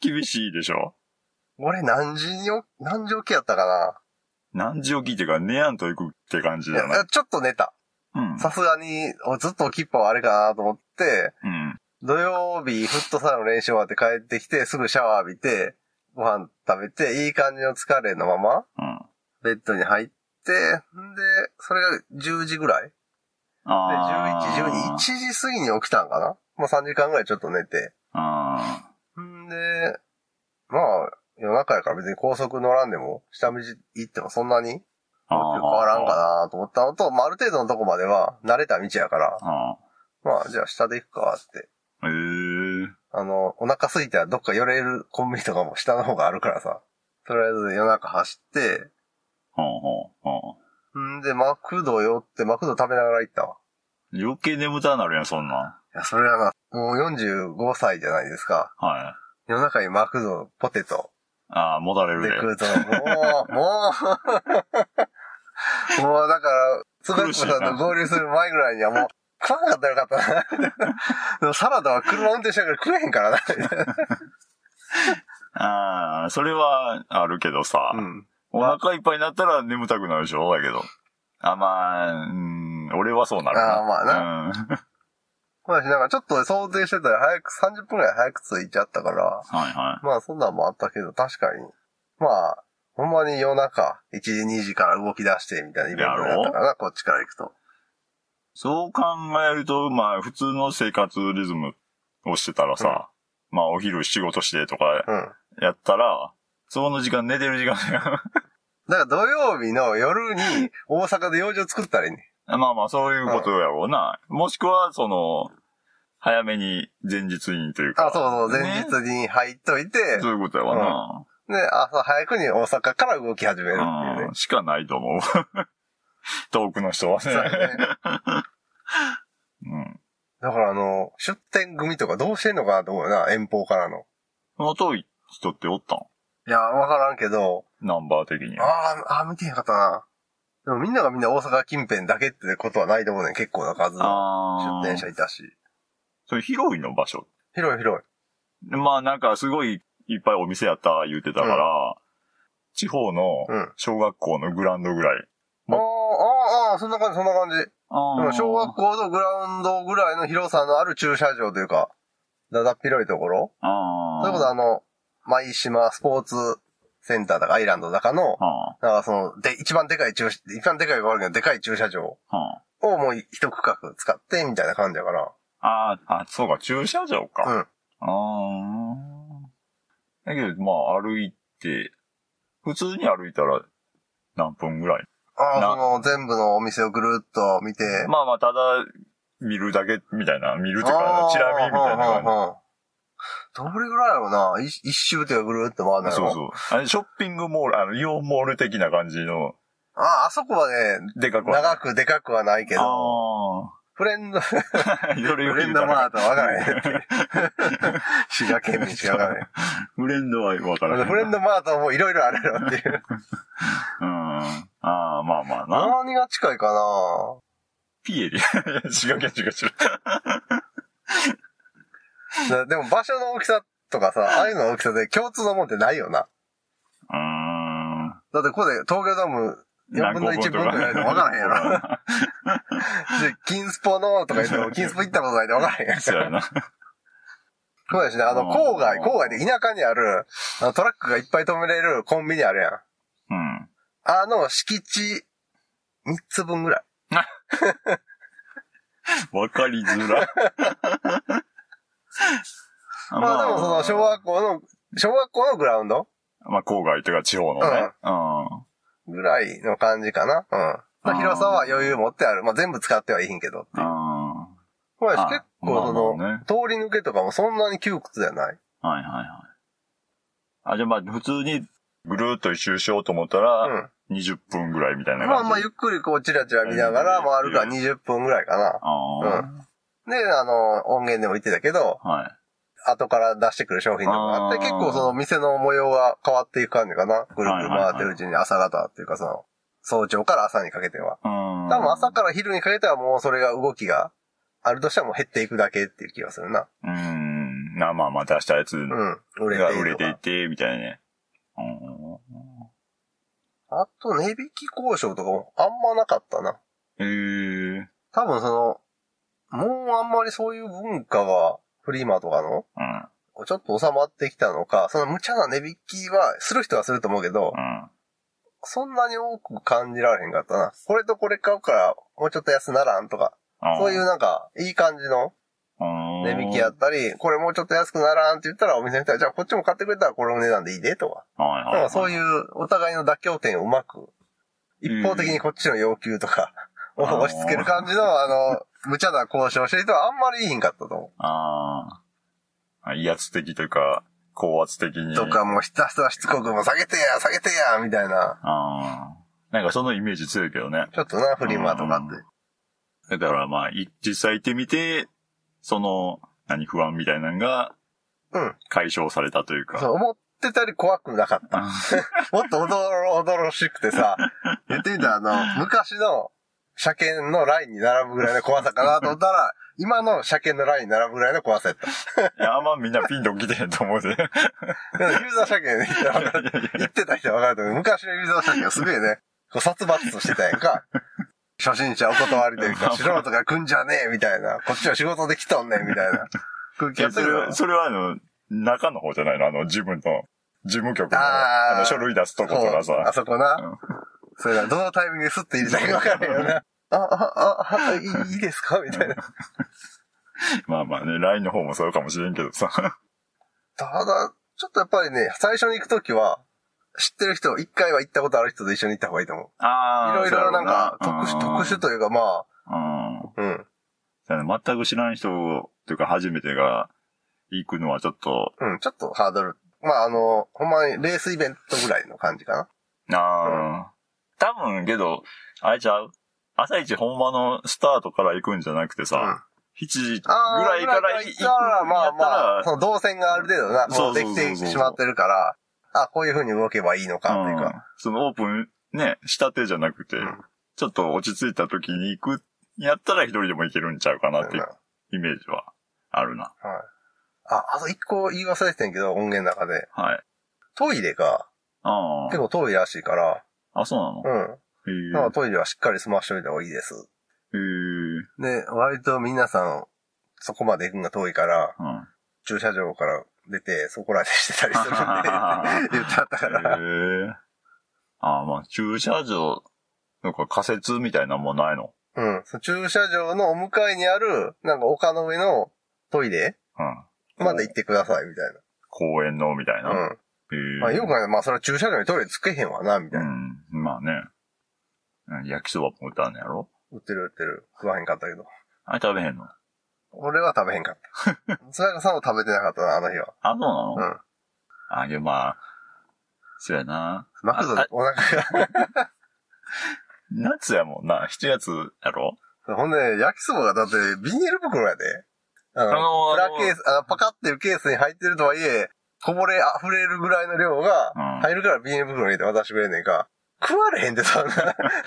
S2: 厳しいでしょ。
S1: 俺何時にお、何時起きやったか
S2: 何時起きっていうか、寝やんと行くって感じ
S1: な。い
S2: じゃない
S1: や、ちょっと寝た。
S2: うん。
S1: さすがに、おずっと起きっぱはあれかなと思って、
S2: うん。
S1: 土曜日フットサルの練習終わって帰ってきて、すぐシャワー浴びて、ご飯食べて、いい感じの疲れのまま、
S2: うん。
S1: ベッドに入って、んで、それが10時ぐらいで、11
S2: あ
S1: 時、12 1
S2: 1。
S1: 時過ぎに起きたんかなまあ3時間ぐらいちょっと寝て、
S2: あ
S1: んで、まあ、夜中やから別に高速乗らんでも、下道行ってもそんなに
S2: あ。
S1: 変わらんかなと思ったのと、まあある程度のとこまでは慣れた道やから、
S2: あ
S1: まあじゃあ下で行くかって。
S2: あ。へえ。
S1: あの、お腹空いたらどっか寄れるコンビニとかも下の方があるからさ。とりあえず夜中走って、
S2: ほうほうほ
S1: んで、マクド寄って、マクド食べながら行ったわ。
S2: う。余計眠たなるやん、そんなん。
S1: いや、それはな、もう45歳じゃないですか。
S2: はい。
S1: 夜中にマクド、ポテト
S2: ああ、もたれる
S1: で
S2: で。
S1: 食うと、もう、 もう、もうだから、つばやくさんと合流する前ぐらいにはもう、食わなかったらよかったな。 でもサラダは車運転しながら食えへんからな。
S2: ああ、それはあるけどさ、
S1: うん。
S2: お腹いっぱいになったら眠たくなるでしょだけど。あ、まあ、うん、俺はそうなるな。
S1: あーまあ
S2: な。うん。
S1: まあ、なんかちょっと想定してたら早く、30分ぐらい早く着いちゃったから、
S2: はいは
S1: まあそんなんもあったけど、確かに。まあ、ほんまに夜中、1時、2時から動き出して、みたいなイベントだったからな、こっちから行くと。
S2: い。そう考えると、まあ、普通の生活リズムをしてたらさ、まあ、お昼仕事してとか
S1: うん。
S2: やったら、その時間寝てる時間だよ。
S1: だから土曜日の夜に大阪で養生作ったらいいね。
S2: まあまあ、そういうことやろうな。もしくは、その、早めに前日にというか。
S1: あ、そうそう、前日
S2: ね
S1: に入っといて、
S2: そういうことやわな。
S1: で、朝早くに大阪から動き始めるっていうね
S2: うん。しかないと思う。 遠くの人は
S1: そう
S2: ね。
S1: やね。
S2: うん。
S1: だからあの、出店組とかどうしてんのかなと思うよな、遠方からの。
S2: その遠い人っておったん
S1: いや、わからんけど、
S2: ナンバー的には。
S1: ああ、あー見てへんかったな。でもみんながみんな大阪近辺だけってことはないと思うねん結構な数の
S2: あ
S1: 出
S2: あ
S1: 店者いたし。
S2: それ広いの場所。
S1: 広い広い。
S2: まあなんかすごいいっぱいお店やった言うてたから、地方の
S1: うん。
S2: 小学校のグラウンドぐらい。
S1: あーあー、あーそんな感じ、そんな感じ。
S2: あ
S1: でも小学校のグラウンドぐらいの広さのある駐車場というか、だだっ広いところ
S2: ああ。
S1: そういうことはあの、舞島スポーツセンターだかアイランドだかの、
S2: は
S1: なんかその、で、一番でかい駐車、一番でかいがあるけど、でかい駐車場
S2: あ、は
S1: をもう一区画使って、みたいな感じだから。
S2: あ。ああ、あ、そうか、駐車場か。
S1: うん。
S2: ああ。だけど、まあ歩いて、普通に歩いたら何分ぐらい
S1: ああ、
S2: な
S1: その、全部のお店をぐるっと見て。
S2: まあまあ、ただ、見るだけ、みたいな、見るという
S1: あ
S2: か
S1: ー、
S2: チラ見みたいな
S1: うんう
S2: 感
S1: んうんどれぐらいやろうな一一周というかぐるっと回るの
S2: じ。
S1: や
S2: そ
S1: ろ
S2: うそう。あれショッピングモール、あの、イオンモール的な感じの、
S1: ああ、あそこはね、
S2: でかくは
S1: 長くでかくはないけど、
S2: あ
S1: フレンド、
S2: あ。いろいろ
S1: フレ
S2: 言
S1: ン
S2: う
S1: ド
S2: た
S1: マー
S2: ら
S1: トわからへんって。 滋賀県民しかわからへん。
S2: フレンドはわからない。
S1: フレンドマートもいろいろあるよっていう。
S2: うん。ああ、まあまあ な。
S1: 何が近いかな
S2: ピエリ。いや滋賀県滋賀県。
S1: だでも場所の大きさとかさ、ああいうのの大きさで共通のもんってないよな。
S2: うーん。
S1: だってここで東京ドーム4分の1分ぐらいで分からへんやろ。
S2: ろ。
S1: で金スポのとか言 っても、金スポ行ったことないで分からへんやん。
S2: そうやな。
S1: そうですね。あの、郊外、郊外で田舎にある、あのトラックがいっぱい止めれるコンビニあるやん。
S2: うん。
S1: あの、敷地3つ分ぐらい。
S2: わかりづら。あ
S1: まあでもその小学校の、小学校のグラウンド
S2: まあ、郊外というか地方のね。う
S1: ぐらいの感じかな。うん。
S2: あー
S1: 広さは余裕持ってある。まあ全部使ってはいいんけどってい
S2: ん。
S1: う。
S2: うん。
S1: ほら
S2: あ
S1: 結構その、
S2: まあまあね
S1: 通り抜けとかもそんなに窮屈じゃない。
S2: はいはいはい。あ、じゃあまあ、普通にぐるーっと一周しようと思ったら、
S1: う
S2: 20分ぐらいみたい
S1: ん。
S2: な
S1: まあ
S2: 感じ。
S1: まあゆっくりこうチラチラ見ながら回るから20分ぐらいかな。
S2: あ
S1: で、あの、音源でも言ってたけど、
S2: あ、はい。
S1: 後から出してくる商品とかがあって、
S2: あー
S1: 結構その店の模様が変わっていく感じかな。ぐるぐる回ってるうちに朝方っていうかその、早朝から朝にかけては。
S2: うん。
S1: 多分朝から昼にかけてはもうそれが動きがあるとしたらもう減っていくだけっていう気がするな。
S2: うん。まあまあまあ、出したやつ
S1: う
S2: が
S1: ん。売れている
S2: 売れ
S1: と
S2: てい
S1: か。
S2: て、みたいなね。うん
S1: あと、値引き交渉とかもあんまなかったな。
S2: へえ。
S1: 多分その、もうあんまりそういう文化がフリマとかの
S2: うん。
S1: ちょっと収まってきたのか、その無茶な値引きはする人はすると思うけど
S2: う、ん。
S1: そんなに多く感じられへんかったな。これとこれ買うから、もうちょっと安ならんとか、そういうなんか、いい感じの
S2: うん、
S1: 値引きやったり、これもうちょっと安くならんって言ったらお店の人は、じゃあこっちも買ってくれたらこれの値段でいいでとか。
S2: はいはい
S1: な
S2: は
S1: ん
S2: い、
S1: かそういうお互いの妥協点をうまく、一方的にこっちの要求とか、を
S2: ん
S1: 押し付ける感じの、あの、無茶な交渉をしてる人はあんまりいいんかったと思
S2: ああ。威圧的というか、高圧的に。
S1: とか、もうひたすらしつこく、もう下げてや、下げてや、みたいな。
S2: あーなんかそのイメージ強いけどね。
S1: ちょっとな、フリマとかって。
S2: だからまあ、い実際行ってみて、その、何、不安みたいなのが
S1: うん。
S2: 解消されたというか。
S1: そう、思ってたより怖くなか った。
S2: あ
S1: もっと驚ろ、驚しくてさ、言ってみたら、あの、昔の車検のラインに並ぶぐらいの怖さかなと思ったら、今の車検のラインに並ぶぐらいの怖さやった。
S2: いや、あんまみんなピンと来てへんと思うで。 い
S1: でもユーザー車検で言ったら分
S2: や
S1: かる
S2: いやいや
S1: 言ってた人は分かると思う。昔のユーザー車検はすげえね、こう殺伐としてたやんか。初心者お断りと いうか、素人が来んじゃねえみたいな、こっちは仕事できとんねんみたいな空 気やっ
S2: そ
S1: たけ
S2: れ
S1: ど
S2: は、。それはあの、中の方じゃないのあの、自分の、事務局の、
S1: あー
S2: あの、書類出すとこと
S1: そう
S2: か
S1: あ
S2: さ。
S1: そこな。それが、どのタイミングでスッて入れたか分からへんよな。あ、あ、あ、あ、いいいですかみたいな。
S2: まあまあね、LINE の方もそうかもしれんけ どさ。
S1: ただ、ちょっとやっぱりね、最初に行くときは、知ってる人、一回は行ったことある人と一緒に行った方がいいと思う。
S2: あ
S1: いろいろなんか、特殊、特殊。というか、まあ、
S2: うん。
S1: うん。
S2: そうやね全く知らん人というか初めてが行くのはちょっと、
S1: うん、ちょっとハードル。まあ、あの、ほんまにレースイベントぐらいの感じかな。
S2: あー多分けど、あれちゃう朝一本場のスタートから行くんじゃなくて
S1: うん
S2: さ、7時ぐ
S1: あー
S2: らいか
S1: ぐ
S2: ら行
S1: 行
S2: く
S1: っ
S2: ん
S1: たら、まあま
S2: や
S1: あ、
S2: った
S1: そ
S2: ら
S1: の動線がある程度な、もうできてしまってるから、あ、こういう風に動けばいいのか、っていう
S2: うん
S1: か。
S2: そのオープンね、したてじゃなくて、
S1: ん
S2: ちょっと落ち着いた時に行く、やったら一人でも行けるんちゃうかなっていうイメージはあるな。
S1: はい。あ、あと一個言い忘れてんけど、音源の中で。
S2: はい。
S1: トイレが、
S2: あ
S1: 結構遠いらしいから、
S2: あ。あ、そうなの
S1: うん。
S2: へえ
S1: だからトイレはしっかり済ましておいた方がいいです。
S2: へえ
S1: で、割と皆さん、そこまで行くのが遠いから、
S2: うん。
S1: 駐車場から出て、そこらでしてたりするんで、言ってあったから。
S2: へえ。 ああ、まあ、駐車場、なんか仮設みたいなもんないの
S1: うん。その駐車場のお向かいにある、なんか丘の上のトイレ
S2: うん。
S1: まで行ってください、みたい
S2: 公園のみたい
S1: な。
S2: な。
S1: うん。
S2: へえ。
S1: まあ、よく考えたらまあ、それは駐車場にトイレつけへんわな、みた
S2: う
S1: いな。
S2: ん。まあね。うん焼きそばも売ったんやろ
S1: 売ってる売ってる。食わへんかったけど。
S2: あれ食べへんの
S1: 俺は食べへんか った。それがさんも食べてなかったな、あの日は。
S2: あ、そうなの、
S1: うん。
S2: あ、でもまあ、そうやな。
S1: マクドで
S2: あ
S1: お腹が。
S2: 夏やもんな。7月やろ
S1: ほんで、焼きそばがだってビニール袋やで。あの、
S2: あの
S1: プラ
S2: あの
S1: ケース、あのパカっていうケースに入ってるとはいえ、こぼれ溢れるぐらいの量が
S2: うん
S1: 入るからビニール袋に入れて渡してくれんねんか。食われへんで、 そんな。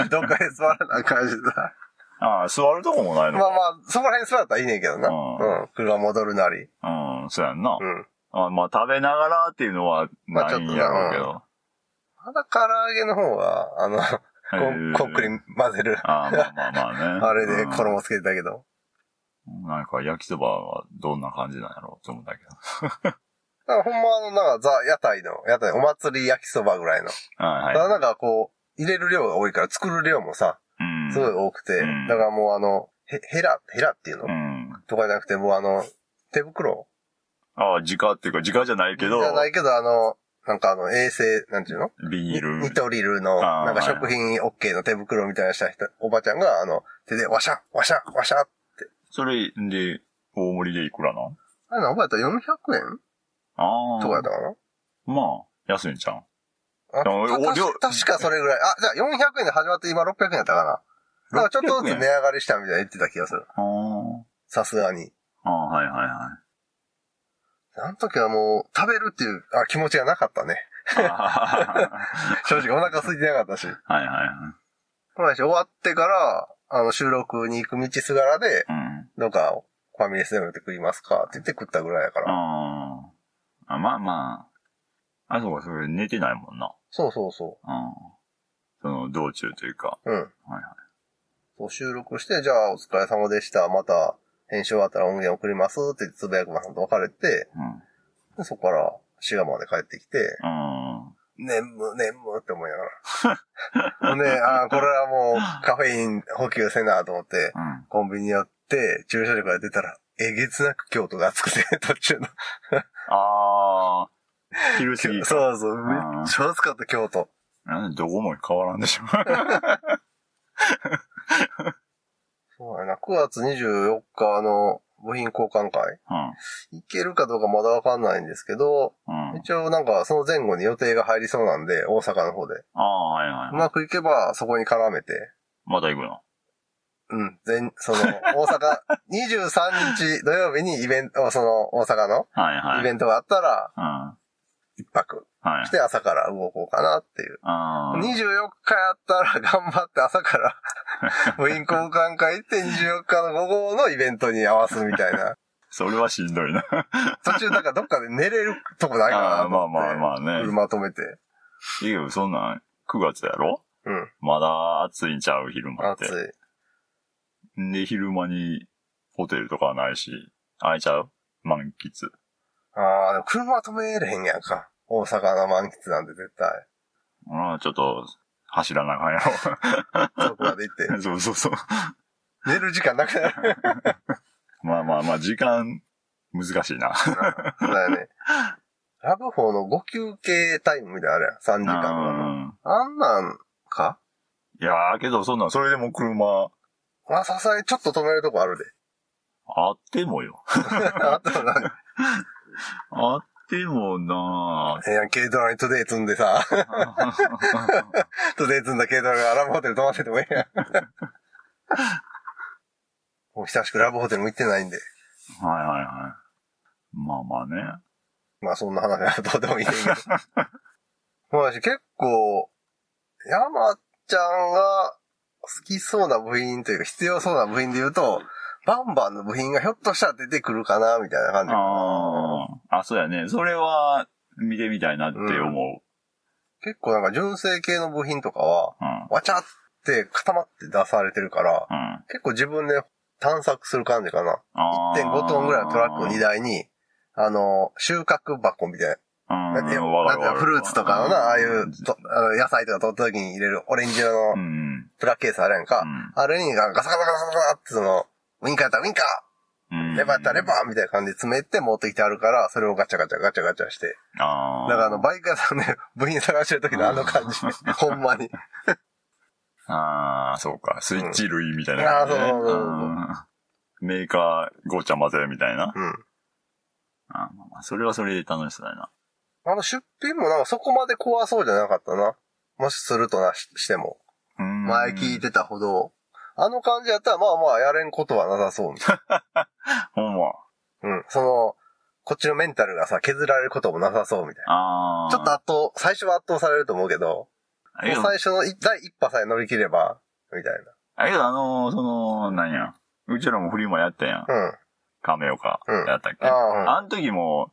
S1: どっかで座らな感じでさ。
S2: ああ、座るとこもない
S1: まあ
S2: の
S1: まあ、そこら辺に座ったらいいねんけどな。
S2: うん
S1: うん。車戻るなり。
S2: うん、そうやんな
S1: う。ん。
S2: あまあ、食べながらっていうのは
S1: まあ
S2: な
S1: ちょ
S2: い
S1: っ
S2: ん
S1: と
S2: やろうけど。
S1: まだ唐揚げの方は、あの、
S2: へえ
S1: ココックに混ぜる。
S2: ああ、まあまあまあね。
S1: あれで
S2: うん
S1: 衣つけてたけど。
S2: なんか焼きそばはどんな感じなんやろうって思うんだけど。
S1: だからほんまあの、なんかザ、屋台の、屋台、お祭り焼きそばぐらいの。
S2: は
S1: た
S2: いは
S1: だ
S2: い。
S1: なんかこう、入れる量が多いから作る量もさ、
S2: うん。
S1: すごい多くて、
S2: うん
S1: だからもうあの、へ、ヘラ、ヘラっていうの、
S2: うん。
S1: とかじゃなくて、もうあの、手袋
S2: ああ、直っていうか、直じゃないけど
S1: じ、ゃないけど、あの、なんかあの、衛生、なんていうの
S2: ビニール。
S1: ニトリルの、
S2: あー
S1: なんか食品 OK の手袋みたいなした人、おばちゃんが、あの、手でワシャワシャワシャ
S2: それで、大盛りでいくらなん
S1: あれな、おばやったら400円
S2: ああ。
S1: とかやったかな
S2: まあ、安いんちゃう
S1: あ
S2: でも
S1: た
S2: お量
S1: 確か確かそれぐらい。あ、じゃあ400円で始まって今600円やったかな。だからちょっとずつ
S2: 600円
S1: 値上がりしたみたいな言ってた気がする。
S2: あー
S1: さすがに。
S2: あー、はいはいは
S1: あの時はもう、食べるっていうあ気持ちがなかったね。
S2: い。 あ
S1: 正直お腹空いてなかったし。
S2: ーはいはいはい。
S1: そうだし終わってから、あの、収録に行く道すがらで、
S2: うん。
S1: どうか、ファミレスでも行って食いますかって言って食ったぐらいやから。
S2: あーあ。まあまあ。あ、そうか、それ寝てないもんな。
S1: そうそうそ
S2: うん。その、道中というか。
S1: う。うん。
S2: はいはい。
S1: そう、収録して、じゃあお疲れ様でした。また、編集終わったら音源送りますってつぶやくまさんと別れて、
S2: うん。
S1: でそこから、滋賀まで帰ってきて、
S2: うん。
S1: 眠、眠って思いながら。 ほんで、あーこれはもう、カフェイン補給せなと思って、
S2: うん。
S1: コンビニ寄って、駐車場から出たら、えげつなく京都が暑くて、 途中の。
S2: ああ、昼過ぎ か。
S1: そうそう、めっちゃ暑かった、京都。
S2: なんでどこも変わらんでしょ。
S1: そうやな、9月24日の、部品交換会
S2: うん。
S1: 行けるかどうかまだわかんないんですけど、
S2: うん。
S1: 一応なんかその前後に予定が入りそうなんで、大阪の方で。
S2: ああ、はいはいうはい。
S1: まくいけばそこに絡めて、
S2: また行くの。
S1: うん、全、そ の、大阪、23日土曜日にイベント、その、大阪の
S2: はいはい。
S1: イベントがあったら、
S2: うん。は
S1: 一泊
S2: い
S1: し。て朝から動こうかなっていう。
S2: ああ。
S1: 24日やったら頑張って朝から 部員交換会行って24日の午後のイベントに合わすみたいな。
S2: それはしんど いな。
S1: 途中なんかどっかで寝れるとこないかな
S2: あ
S1: と
S2: あま
S1: 思っ
S2: あ
S1: て。
S2: まあまあね。
S1: 車止めて。
S2: いいよ、そんなん、9月やろ
S1: うん。
S2: まだ暑いんちゃう、昼間っ
S1: 暑い
S2: て。。で、昼間にホテルとかないし、空いちゃう満喫。
S1: ああ、でも車止めれへんやんか。大阪の満喫なんで絶対。
S2: うん、ちょっと、走らなあかんや
S1: そこまで行 って。
S2: ろ。そうそうそう。
S1: 寝る時間なくなる。
S2: まあまあまあ、時間、難しいな。
S1: そうだよね。ラブホーの5休憩タイムみたいなのあるやん。3時間とかの。
S2: うん
S1: あんなんか
S2: いやー、けどそんなん、それでも車、
S1: まあ、さすがにちょっと止めるとこあるで。
S2: あってもよ。
S1: あとなんか、
S2: あってもな
S1: えー、軽トラにトゥデイ積んでさ、
S2: あ
S1: トゥデイ積んだ軽トラがラブホテル泊まっててもええ やん。もう久しくラブホテルも行ってないんで。
S2: はいはいはい。まあまあね。
S1: まあそんな話は どうでもいいねんけど。まあ私結構、山ちゃんが好きそうな部品というか必要そうな部品で言うと、バンバンの部品がひょっとしたら出てくるかな、みたいな感じ。
S2: ああ。あ、そうやね。それは、見てみたいなって思う。
S1: う結構なんか純正系の部品とかは、
S2: うん。
S1: わちゃって固まって出されてるから、
S2: うん。あ
S1: 結構自分で探索する感じかな。
S2: あー。
S1: 1.5トンぐらいのトラックの荷台に、あの、収穫箱みたいな。
S2: うん。
S1: なんていう
S2: わ
S1: なん
S2: るわ
S1: か
S2: る
S1: フルーツとかのな、ああいうとあの野菜とか取った時に入れるオレンジ色
S2: う
S1: の
S2: ん。うん
S1: プラケースあれやんか。あれにガサガサガサガサガサってその、ウィンカーやったらウィンカ
S2: うん
S1: ーレバーやったらレバーみたいな感じで詰めて持ってきてあるから、それをガチャガチャガチャガチャして。
S2: あ
S1: だか
S2: あ。
S1: らあの、バイク屋さんで 部品探してる時のあの感じ。 ほんまに。
S2: ああ、そうか。スイッチ類みたいな、
S1: うんあーそうそうそうそう
S2: うんメーカー、ごちゃ混ぜみたいな。
S1: うん。
S2: あーまあまあそれはそれで楽しそうだな。
S1: あの出品もなんかそこまで怖そうじゃなかったな。もしするとなししても。
S2: うん
S1: 前聞い。てたほど、あの感じやったら、まあまあ、やれんことはなさそうみたい
S2: ほんま。
S1: な。うん。その、こっちのメンタルがさ、削られることもなさそうみたい
S2: あ
S1: な。
S2: あ。
S1: ちょっと圧倒、最初は圧倒されると思うけど、
S2: ええ
S1: もう最初のい第一波さえ乗り切れば、みたい
S2: あけど、あのーその、なんや。うちらもフリマやったや
S1: な。
S2: ん。
S1: うん。
S2: 亀岡
S1: うん
S2: やったっけ、
S1: ああ、
S2: あん時も、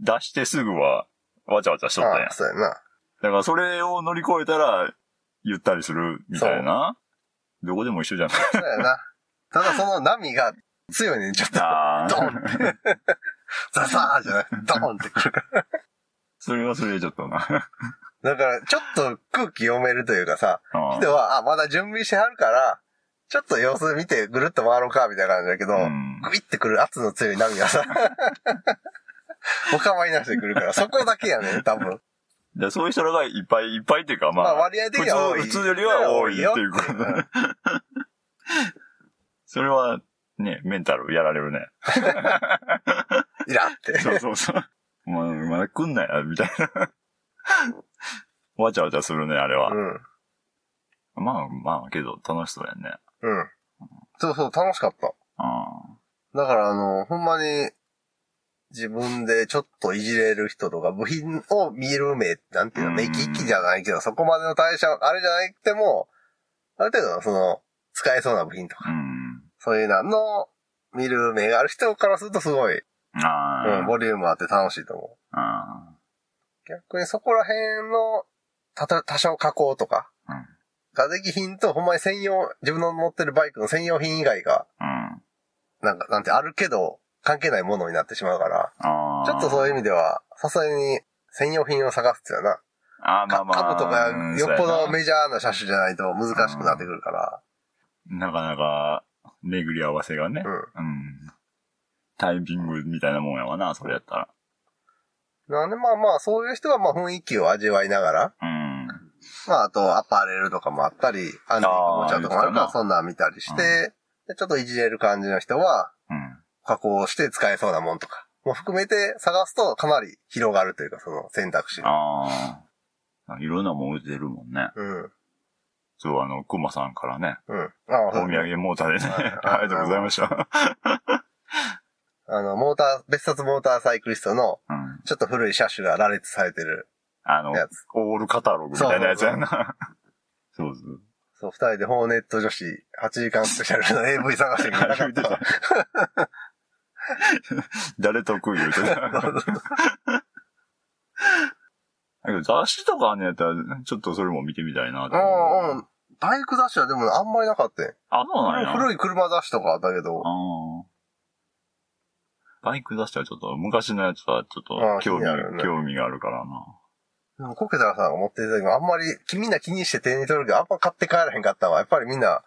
S2: 出してすぐは、わちゃわちゃしとったやん
S1: ああ、。そうやな。
S2: だからそれを乗り越えたら、ゆったりするみたいな。どこでも一緒 じゃない
S1: そうやな。ただその波が強いね、ちょっと。
S2: あ
S1: ドン
S2: あ。
S1: って。ザザーじゃなくて、ドンってくるから。
S2: それはそれでちょっとな。
S1: だから、ちょっと空気読めるというかさ、
S2: あ
S1: 人は、あ、まだ準備してはるから、ちょっと様子見てぐるっと回ろうか、みたいな感じだけど、
S2: ーうん
S1: グイってくる圧の強い波がさ、 お構いなしでくるから、そこだけやね、多分。
S2: でそういう人らがいっぱいいっぱいっていうか、
S1: ま
S2: ま
S1: あ、
S2: あ、
S1: 割合的には多い。
S2: 普通普通よりは多いっていう
S1: 多
S2: こ
S1: いよ
S2: と
S1: っていう
S2: それはね、メンタルやられるね。
S1: うんイラって。
S2: そうそうそう。 まあ、まだ来んなよ、みたいな。わちゃわちゃするね、あれは。
S1: うん。
S2: まあまあ、けど楽しそうやね。
S1: うん。そうそう、楽しかった。
S2: あ
S1: だから、あの、ほんまに、自分でちょっといじれる人とか、部品を見る目、なんていうの、
S2: うん
S1: 目利きじゃないけど、そこまでの対象、あれじゃなくても、ある程度のその、使えそうな部品と
S2: あ。
S1: か、
S2: うん。
S1: そういうなの、見る目がある人からするとすごい、
S2: あ
S1: うん、
S2: ー
S1: ボリュームあって楽しいと思
S2: あ
S1: う。逆にそこら辺の、たと、多少加工とか
S2: うん、
S1: ができ品と、ほんまに専用、自分の持ってるバイクの専用品以外が、
S2: ー。うん。
S1: なんか、なんてあるけど、関係ないものになってしまうから、
S2: ああ。
S1: ちょっとそういう意味では、さすがに専用品を探すっていうのは
S2: あーま
S1: な、
S2: あまあ。
S1: か
S2: うん
S1: 株とかよっぽ
S2: そうや
S1: ど
S2: な
S1: メジャーな車種じゃないと難しくなってくるから、
S2: なかなか、巡り合わせがね。
S1: う
S2: うん。タイピングみたいなもんやわな、それやったら。
S1: なんでまあまあ、そういう人はまあ雰囲気を味わいながら、
S2: うん。
S1: まああとアパレルとかもあったり、アンティークおもちゃとかもあるか
S2: あ
S1: ら
S2: ー
S1: そんなん見たりして、でちょっといじれる感じの人は、
S2: うん。
S1: 加工して使えそうなもんとか、も含めて探すとかなり広がるというか、その選択肢が。
S2: ああ。いろんなもん売ってるもんね。
S1: うん。うん。
S2: そう、あの、熊さんからね、
S1: ああ、
S2: お土産モーターでね、
S1: はい
S2: ありがとうございました。
S1: あの、モーター、別冊モーターサイクリストの、
S2: うん。
S1: ちょっと古い車種が羅列されてる
S2: あの、
S1: やつ。
S2: オールカタログみたいなやつやな。そうそう。
S1: そう、二人でホーネット女子8時間スペシャルの AV 探してく れなか
S2: 初
S1: っ
S2: めて
S1: た
S2: だ。誰得意言うてた。だけど 雑誌とかあんねやったら、ちょっとそれも見てみたいなと
S1: うんう
S2: 思う。
S1: ん。バイク雑誌はでもあんまりなかったよ。
S2: あ、そうなんや。い。
S1: 古い車雑誌とかだけど、
S2: バイク出したらちょっと、昔のやつはちょっ
S1: あー
S2: と興味、
S1: 気になるね
S2: 興味があるからな。
S1: でもコケタラさんが持ってる時もあんまり、みんな気にして手に取るけど、あんま買って帰らへんかったわ。やっぱりみんな、
S2: あ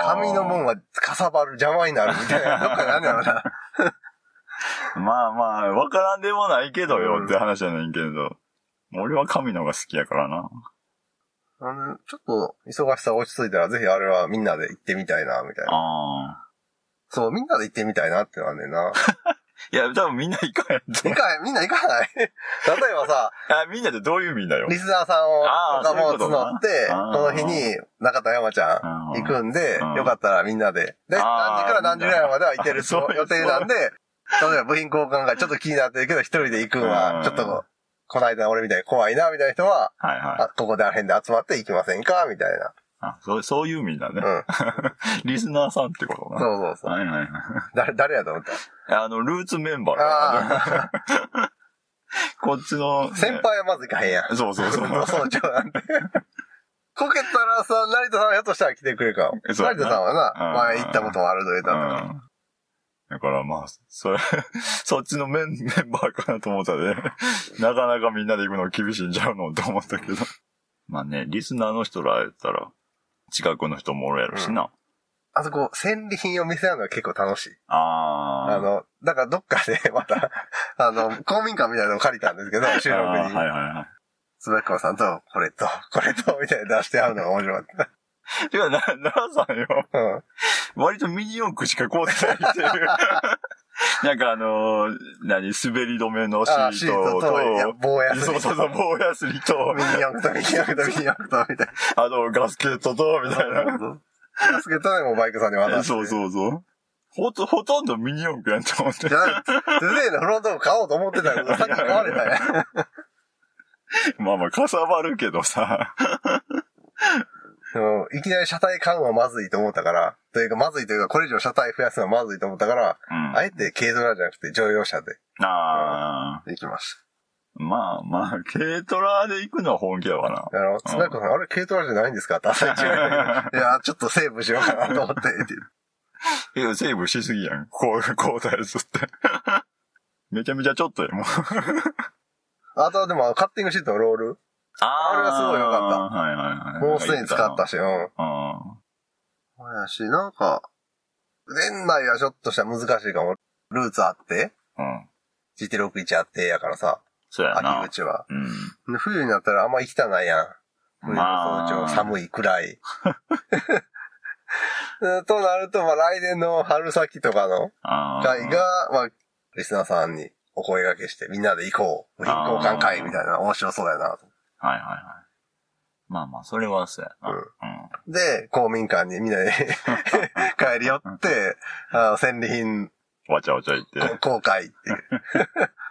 S2: あ。
S1: 紙のもんはかさばる邪魔になるみた いな。どっかにあんねやろな。
S2: まあまあ、わからんでもないけどよって話じゃないけど。俺は神のが好きやからな。
S1: あの、ちょっと忙しさ落ち着いたら、ぜひあれはみんなで行ってみたいな、みたいな。
S2: ああ。
S1: そう、みんなで行ってみたいなってのはねん な。
S2: いや、多分みんな行かへん と
S1: 行
S2: 思う。
S1: かへん、みんな行かない。 例えば さ、
S2: あ、みんなってどういうみんなよ。
S1: リスナーさんを、
S2: あー
S1: とかも
S2: そういうことな
S1: 募って、こ
S2: あー
S1: の日に中田山ちゃ
S2: あ
S1: ん
S2: ー
S1: 行くんで
S2: うん、
S1: よかったらみんなで。で、何
S2: あ
S1: 時
S2: ー
S1: から何時ぐらいまでは行け
S2: あ
S1: る
S2: そういう
S1: 予定なんで、例えば部品交換がちょっと気になってるけど、一人で行くん
S2: う
S1: は
S2: ん、
S1: ちょっと、この間の俺みたいに怖いな、みたいな人は、
S2: はいはい。
S1: あここであの辺で集まって行きませんかみたいな。
S2: あ、そう、そういうみんなね。
S1: うん。
S2: リスナーさんってこと
S1: そ
S2: な。
S1: うそうそう。
S2: はいはいはい。
S1: 誰、誰やと思った
S2: あの、ルーツメンバーだ
S1: あ
S2: こっちの、
S1: あ、先。輩はまず行かへんやん。
S2: そうそうそう。
S1: そう長なんて。こけたらさん、成田さんはひょっとしたら来てくれるかも。成
S2: そうやな
S1: 田さんは
S2: うん
S1: な、前行ったこともあると言うたから
S2: うんだからまあ、それ、 そっちのメンメンバーかなと思ったで、なかなかみんなで行くの厳しいんちゃうのと思ったけど。まあね、リスナーの人らやったら、近くの人もおるやろしな。
S1: あそこ、戦利品を見せ合うのが結構楽しい。
S2: あー
S1: あの、だからどっかで、また、 あの、公民館みたいなのを借りたんですけど、収
S2: あ
S1: 録
S2: ーはい
S1: に。
S2: はいは
S1: つばきこさんと、これと、これと、みたいな出して合うのが面白かっ
S2: い。てか、な、奈良さんよ、
S1: た。うん。
S2: 割とミニ四駆しか買うてないっ ていう。なんかあのー何、滑り止めのシ
S1: あーシ
S2: ー
S1: ー
S2: ト
S1: トと、いや
S2: と、
S1: 棒やつ。
S2: そうそうそう、棒やすりと
S1: ミ、ニ四駆と、ミニ四駆と、ミニ四駆と、みたい
S2: あの、ガスケットと、みたいな。
S1: な。バスケットでもバイクさんに渡して。
S2: そうそうそう。ほと、ほとんどミニ四駆やんと思って
S1: じ。ゃあ、トゥデイのフロントを買おうと思ってたけど、さっき買われたね。
S2: まあまあ、かさばるけどさ。
S1: うん、いきなり車体買うのはまずいと思ったから、というかまずいというか、これ以上車体増やすのはまずいと思ったから、
S2: うん。
S1: あえて軽トラじゃなくて乗用車で
S2: ああ。
S1: 行きまし
S2: まあまあ、軽トラで行くのは本気やわな。
S1: た。あの、つばやこさん、あれ軽トラじゃないんですかって朝一言われ ていや、ちょっとセーブしようかなと思って、 って
S2: いや、セーブしすぎやん。こう、 こうだやつ って。めちゃめちゃちょっとやもん。あ
S1: あとはでもあの、カッティングシートのロール、
S2: あ。
S1: あれはすごい良かった
S2: はいはいはい。
S1: もうすでに使った
S2: し。
S1: し、うん。
S2: あ
S1: ほやし、なんか、年内はちょっとしたら難しいかも。ルーツあって、
S2: あ。うん。
S1: GT61 あってやからさ、
S2: そうや
S1: 秋
S2: な。
S1: 口は。
S2: うん。
S1: で冬になったらあんま行きたないやん。冬の
S2: まあ
S1: 早朝、寒いくらい。 うんとなると、まあ来年の春先とかの
S2: ああ。
S1: 会が、まあ、リスナーさんにお声掛けして、みんなで行こう。部品交換会みたいな、面白そうやなと。
S2: はいはいはい。まあまあ、それはそうやな。
S1: うん
S2: うん
S1: で、公民館にみんなで 帰り寄 って、あの戦利品
S2: わちゃわちゃ言って。
S1: 公開って いう。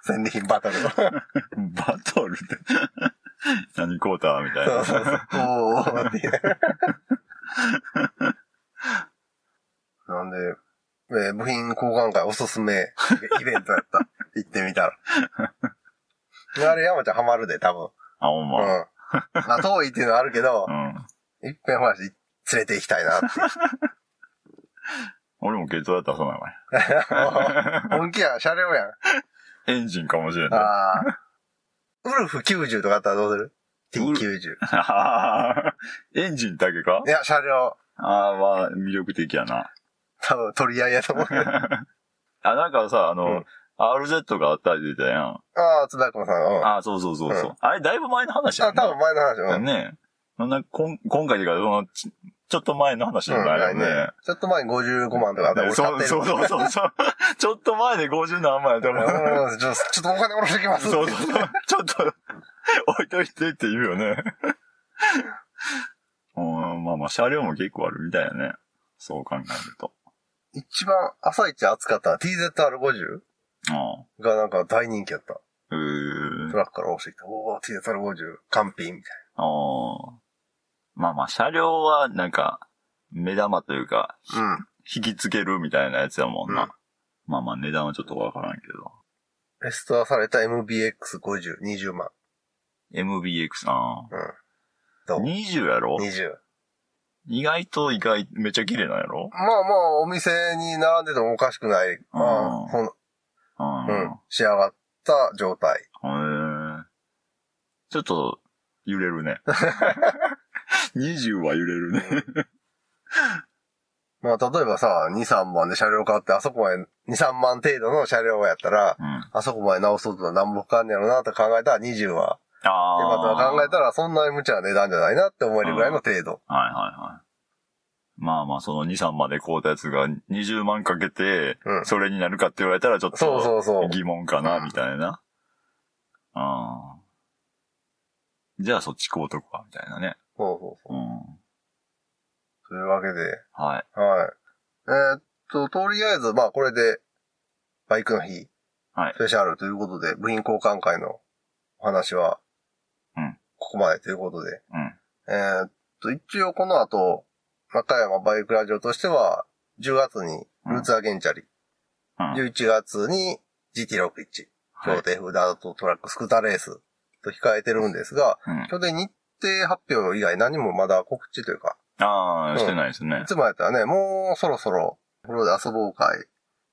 S1: 戦利品バトル。
S2: バトルって。 何コーターみたい
S1: そう
S2: な。
S1: そうそう。おーおーって言いながらなんで、えー部品交換会おすすめイベントやった。行ってみたら。あれ山ちゃんハマるで、多分。
S2: あ、ほん
S1: うん。
S2: ま。
S1: まあ遠いっていうのはあるけど
S2: う、ん。
S1: いっぺんほらし、連れて行きたいな って。
S2: 俺も軽トラ出さないわ。
S1: 本気や、車両やん。
S2: エンジンかもしれない。
S1: ああ。ウルフ90とかあったらどうする
S2: ウル
S1: ?T90。
S2: エンジンだけか
S1: いや、車両、
S2: ああ、まあ、魅力的やな。
S1: 多分取り合いやと思うけど。あ
S2: あ、なんかさ、あ
S1: う
S2: の
S1: ん、
S2: RZ があったり出たやん。
S1: あ、津田子さん。うん。あ、
S2: あそうそうそうそうう。あれ、だいぶ前の話や
S1: 多
S2: んな。
S1: 分前の話。うん。
S2: ねえ。そんな、こん今回でか、その、ちちょっと前の話じゃ
S1: うん
S2: ないよね。
S1: ないちょっと前に55万とかあったら俺
S2: ねそ
S1: 買っ
S2: う
S1: てる。
S2: そうそうそうそう。 ちょっと前で50何枚やと
S1: うん
S2: 思
S1: ち
S2: う。
S1: ょちょっとお金下ろしてきます。
S2: そうそうそう。ちょっと、置いといてって言うよね。うん、まあまあ、車両も結構あるみたいやね。そう考えると。
S1: 一番朝一暑かった TZR50
S2: あ
S1: がなんか大人気やった。
S2: あ。う
S1: ト
S2: ー。
S1: ラックから落ちてきた。おー、TZR50、完品みたい
S2: あーまあまあ、車両はなんか、目玉というか、
S1: な。
S2: 引きつけるみたいなやつやもんな。
S1: うん
S2: まあまあ、値段はちょっとわからんけど。
S1: うん。レストアされた MBX50、20万。
S2: MBX
S1: う
S2: さ
S1: ん。ど
S2: ん。
S1: う
S2: 20やろ
S1: ?20。
S2: 意外と意外、めっちゃ綺麗なんやろ
S1: まあまあ、お店に並んでてもおかしくない。まあ、ほん
S2: うん。
S1: うん。仕上がった状態。
S2: へーちょっと、揺れ るね。20は揺れるね。
S1: まあ、例えばさ、2、3万で車両買って、あそこまで、2、3万程度の車両やったら、
S2: うん。あ
S1: あそこまで直そうとなんぼかかんねやろなと考えたら20は。
S2: あ
S1: で、
S2: ー。
S1: また考えたらそんなに無茶な値段じゃないなって思えるぐらいの程度。
S2: はいはいはい。まあまあ、その2、3まで買うたやつが20万かけて
S1: う、ん
S2: それになるかって言われたらちょっ
S1: そう
S2: と
S1: そうそう。
S2: 疑問かな、
S1: うん
S2: みたいな。ああ。じゃあそっち買うとこか、みたいなね。
S1: そうそうそう。
S2: うん。
S1: というわけで、
S2: はい。
S1: はい。えーっと、とりあえず、まあこれで、バイクの日、
S2: はい
S1: スペシャルということで、部品交換会のお話は
S2: うん、
S1: ここまでということで、
S2: うん。
S1: えーっと、一応この後、中山バイクラジオとしては、10月にルーツアゲンチャリ、
S2: うん。
S1: 11月に GT61、
S2: は
S1: 京。
S2: い
S1: 都フダートトラックスクーターレースと控えてるんですが、
S2: うん
S1: 去年日程発表以外何もまだ告知というか、
S2: ああ、してないですね
S1: い。つもやったらね、もうそろそろ、風呂で遊ぼう会っ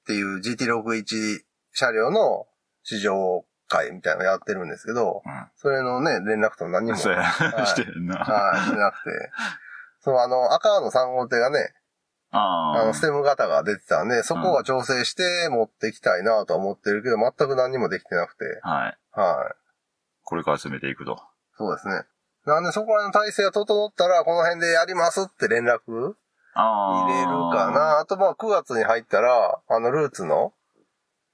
S1: ていう GT61 車両の試乗会みたいなのやってるんですけど、
S2: うん
S1: それのね、連絡とも何にも、
S2: そうや、
S1: い
S2: してへんな。
S1: はい、してなくて、そう、あの、赤の3号艇がね、
S2: あ
S1: あ
S2: あ
S1: の、ステム型が出てたんで、そこは調整して持っていきたいなとは思ってるけど、全く何にもできてなくて、
S2: はい。
S1: はい。
S2: これから進めていくと。
S1: そうですね。なんでそこら辺の体制が整ったら、この辺でやりますって連絡
S2: あ
S1: 入
S2: あ。
S1: れるか。な。あとまあ9月に入ったら、あのルーツの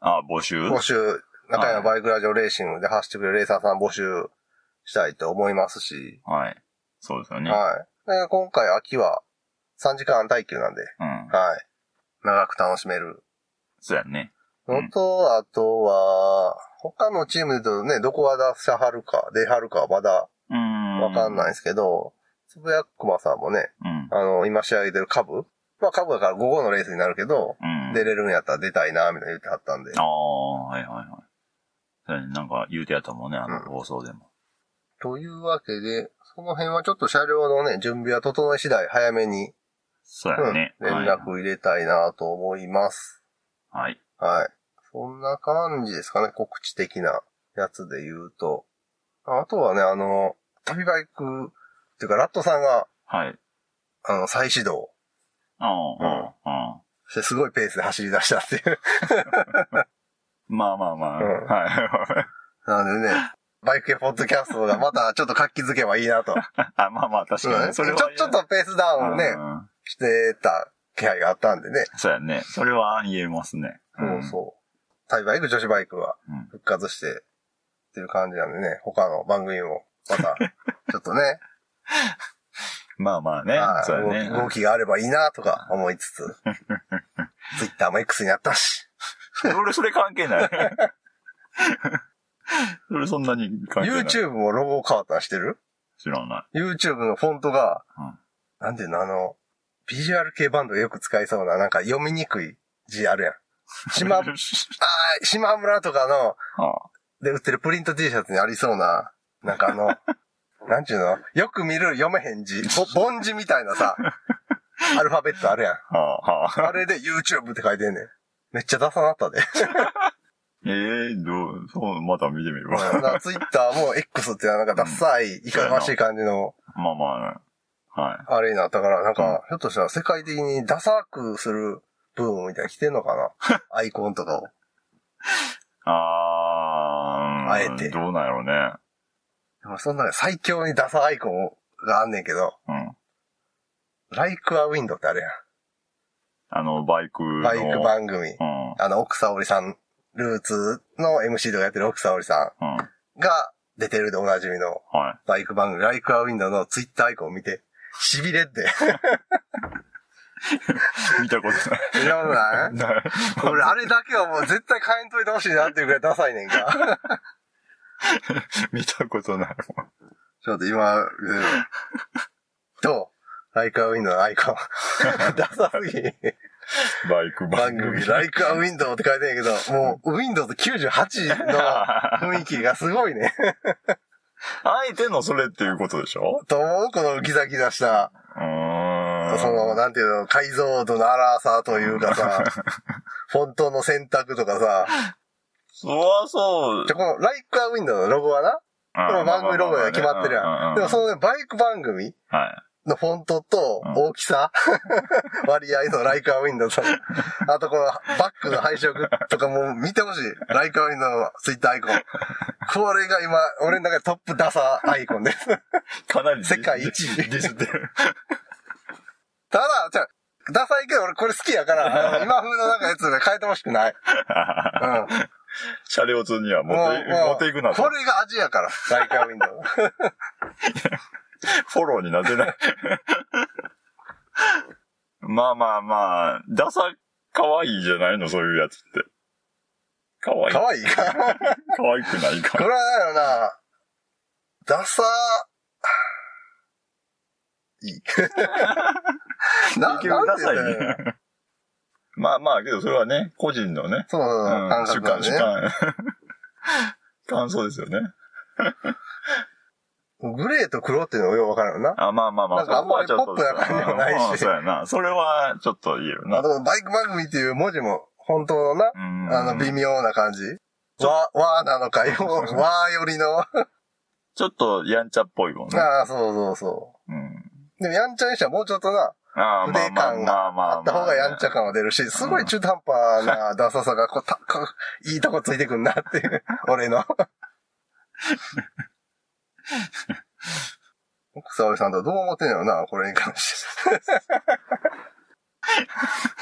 S2: あ募集
S1: 募集、中山バイクラジオレーシングで走ってくれるレーサーさん募集したいと思いますし、
S2: はい。そうですよね。
S1: はい。で今回秋は3時間耐久なんで、
S2: うん。
S1: はい。長く楽しめる
S2: そうやね。
S1: のと、あとは、他のチームで言うとね、どこが出しはるか、出はるかはまだ
S2: うーん。
S1: わかんない
S2: い。
S1: ですけど、つぶやくまさんもね、
S2: うん。
S1: あの、今試合出る株まあ株だから午後のレースになるけど、
S2: うん。
S1: 出れるんやったら出たいな、みたいな言ってはったんで。
S2: ああ、はいはいはい。そうやね。なんか言うてやったもんね、あの
S1: うん
S2: 放送でも。
S1: というわけで、その辺はちょっと車両のね、準備は整い次第早めに、
S2: そう
S1: う
S2: や
S1: ん、
S2: ね
S1: 連。
S2: はい
S1: 絡入れたいなと思います。
S2: はい。
S1: はい。そんな感じですかね、告知的なやつで言うと。あとはね、あの、旅バイク、っていうか、ラットさんが、
S2: はい。
S1: あの、再始動
S2: ああ、ああ。
S1: して、すごいペースで走り出したっていう。
S2: まあまあまあ。
S1: うん
S2: はい。
S1: なんでね、バイク系ポッドキャストがまたちょっと活気づけばいいな と。
S2: あ、まあまあ、確か
S1: うん
S2: に。
S1: ち
S2: それ
S1: ょ
S2: は。
S1: ちょっとペースダウンをね、
S2: うん
S1: してた気配があったんでね。
S2: そうやね。それは言えますね。
S1: そうそう。タイバイク、女子バイクは
S2: うん。うん。
S1: 復活してっていう感じなんでね、他の番組もま た、ちょっとね、
S2: まあまあね
S1: は。い
S2: そうやね。
S1: 動き動きがあればいいなとか思いつ つ、ツイッターも X になったし、
S2: 俺それ関係ない。それそんなに関係ない。
S1: YouTube もロゴ変わったのしてる
S2: 知らない。
S1: ?YouTube のフォントが、
S2: うん
S1: なんていうの、あの、ビジュアル系バンドがよく使いそうな、なんか読みにくい字あるやん。 島、あー島村とかの、
S2: あ
S1: で売ってるプリント T シャツにありそうな、なんかあの、なんちゅうのよく見る読めへん字、ぼ凡字みたいなさ、アルファベットあるやん。
S2: あ、はあ、はあ。
S1: あれで YouTube って書いてんねん。めっちゃダサなったで。
S2: ええどう、そう、また見てみる
S1: だ
S2: わ。
S1: から Twitter も X ってなんかダサい、いかがわしい感じの
S2: まあまあ、は
S1: あれになったから、なんか、ひょっとしたら世界的にダサくするブームみたいに来てんのかなアイコンとかを。
S2: い。あー、
S1: あえて
S2: どうなんやろうね。
S1: でもそんな最強にダサアイコンがあんねんけど、
S2: うん。
S1: ライクアウィンドってあれや
S2: あの、バイクの。
S1: ん。バイク番組。
S2: うん。うん。
S1: あの、奥沙織さん、ルーツの MC とかやってる奥沙織さ
S2: は
S1: んが出てるでおなじみの
S2: い。
S1: バイク番組、ライクアウィンドのツイッターアイコンを見て、痺れって。
S2: 見たことない。
S1: そんなことない
S2: ない
S1: 俺、あれだけはもう絶対変えんといてほしいなっていうぐらいダサいねんか。
S2: 見たことないもん。
S1: ちょっと今、うんどうライクアウィンドウのアイコン。 ダサすぎ。
S2: バイク番
S1: 番
S2: 組。
S1: 組、ライクアウィンドウって書いてんやけど、もう、ウィンドウズ98の雰 囲気がすごいね。
S2: あえてのそれっていうことでしょ
S1: と思うこのギザギザした、
S2: うーん。
S1: その、なんていうの、解像度の荒さというか さ、フォントの選択とかさ、
S2: そはそう
S1: じ。ゃこのライクアウィンドウのロゴはな、
S2: こ
S1: この番組ロゴが決まってるやん。でもそのねバイク番組
S2: は
S1: のフォントと大き さ、割合のライカーウィンドウと、あとこのバックの配色とかもう見てほしい。ライカーウィンドウのツイッターアイコン。これが今、俺の中でトップダサアイコンです。
S2: い。かなり
S1: 世界一位
S2: ディスってる。
S1: ただ、じゃあダサいけど俺これ好きやから、あの今風のなんかやつが変えてほしく ない。うん。
S2: シャレオツには持
S1: もう
S2: って、持っていくなと
S1: こ。れが味やから、ライカーウィンドウ。
S2: フォローになってない。 まあまあまあ、ダサ、可愛いじゃないの、そういうやつって。可愛い。
S1: かわいいか。
S2: 可愛くない
S1: これ
S2: か。
S1: はだよな、ダサー、い い。な、なんて
S2: 結
S1: 言っ
S2: 局ダ
S1: た
S2: サい
S1: らいいの
S2: ね。まあまあ、けどそれはね、個人のね、
S1: そうそう
S2: う
S1: そう、
S2: ん
S1: 感
S2: 主
S1: 覚なん
S2: 観、
S1: で
S2: 主
S1: ね。
S2: 観。 感想ですよね。
S1: グレーと黒っていうのがよくわからんよな。
S2: あ、まあまあまあ、
S1: なんかあんまり
S2: そこはちょっと
S1: ポップな感じもないし
S2: うんそうやな。それはちょっと言える
S1: あ
S2: な。
S1: と、バイク番組っていう文字も、本当のな、
S2: うん
S1: あの、微妙な感じ。わ、わなの かよ、わよりの。あ
S2: ちょっとやんちゃっぽいもんね。
S1: あ、そうそうそ
S2: うん。
S1: う。でも、やんちゃにしたらもうちょっとな、
S2: ああ、まあまあ
S1: 筆感
S2: まあまあ。
S1: あった方がやんちゃ感は出るし、すごい中途半端なダサさが、こう、た、こういいとこついてくんなっていう、俺の。奥沙織さんとどう思ってんのよな、これに関して。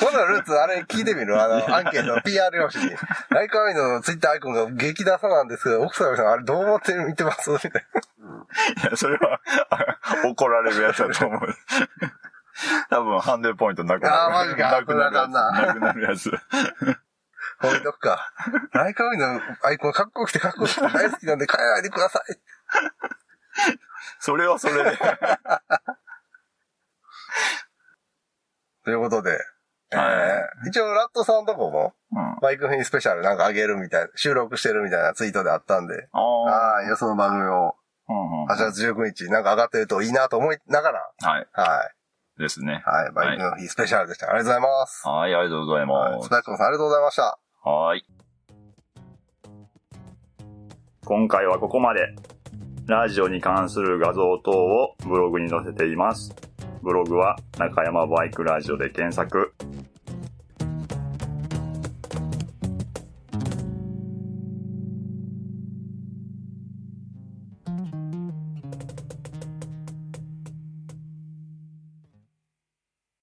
S1: このルーツ、あれ聞いてみるあの、アンケートの PR 用紙に。ライカワインドのツイッターアイコンが激ダサなんですけど、奥沙織さん、あれどう思ってる見てますみたいな。
S2: い や、それは、あ怒られるやつだと思う。 多分、ハンデポイントなくなる。
S1: あーマジか
S2: なくなるや
S1: これあ
S2: つ。
S1: か
S2: なくなるやつ。
S1: これどっか。ライカワインドのアイコンかっこよくてかっこよくて大好きなんで変えないでください。
S2: それは それで。
S1: ということで、え
S2: は
S1: ー一応、ラットさんとこも、
S2: うん、あ
S1: バイクフィンスペシャルなんかあげるみたいな、収録してるみたいなツイートであったんで、
S2: あ。
S1: ああ、よその番組を、
S2: うんうん
S1: 8月19日なんか上がってるといいなと思いながら、
S2: はい。
S1: は
S2: ですね
S1: い。。はい、バイクの日スペシャルでした。ありがとうございます。
S2: はい、ありがとうござい
S1: はい、
S2: ま
S1: ス
S2: す。
S1: ナックマンさんありがとうございました。
S2: はい。今回はここまで。ラジオに関する画像等をブログに載せています。ブログは中山バイクラジオで検索、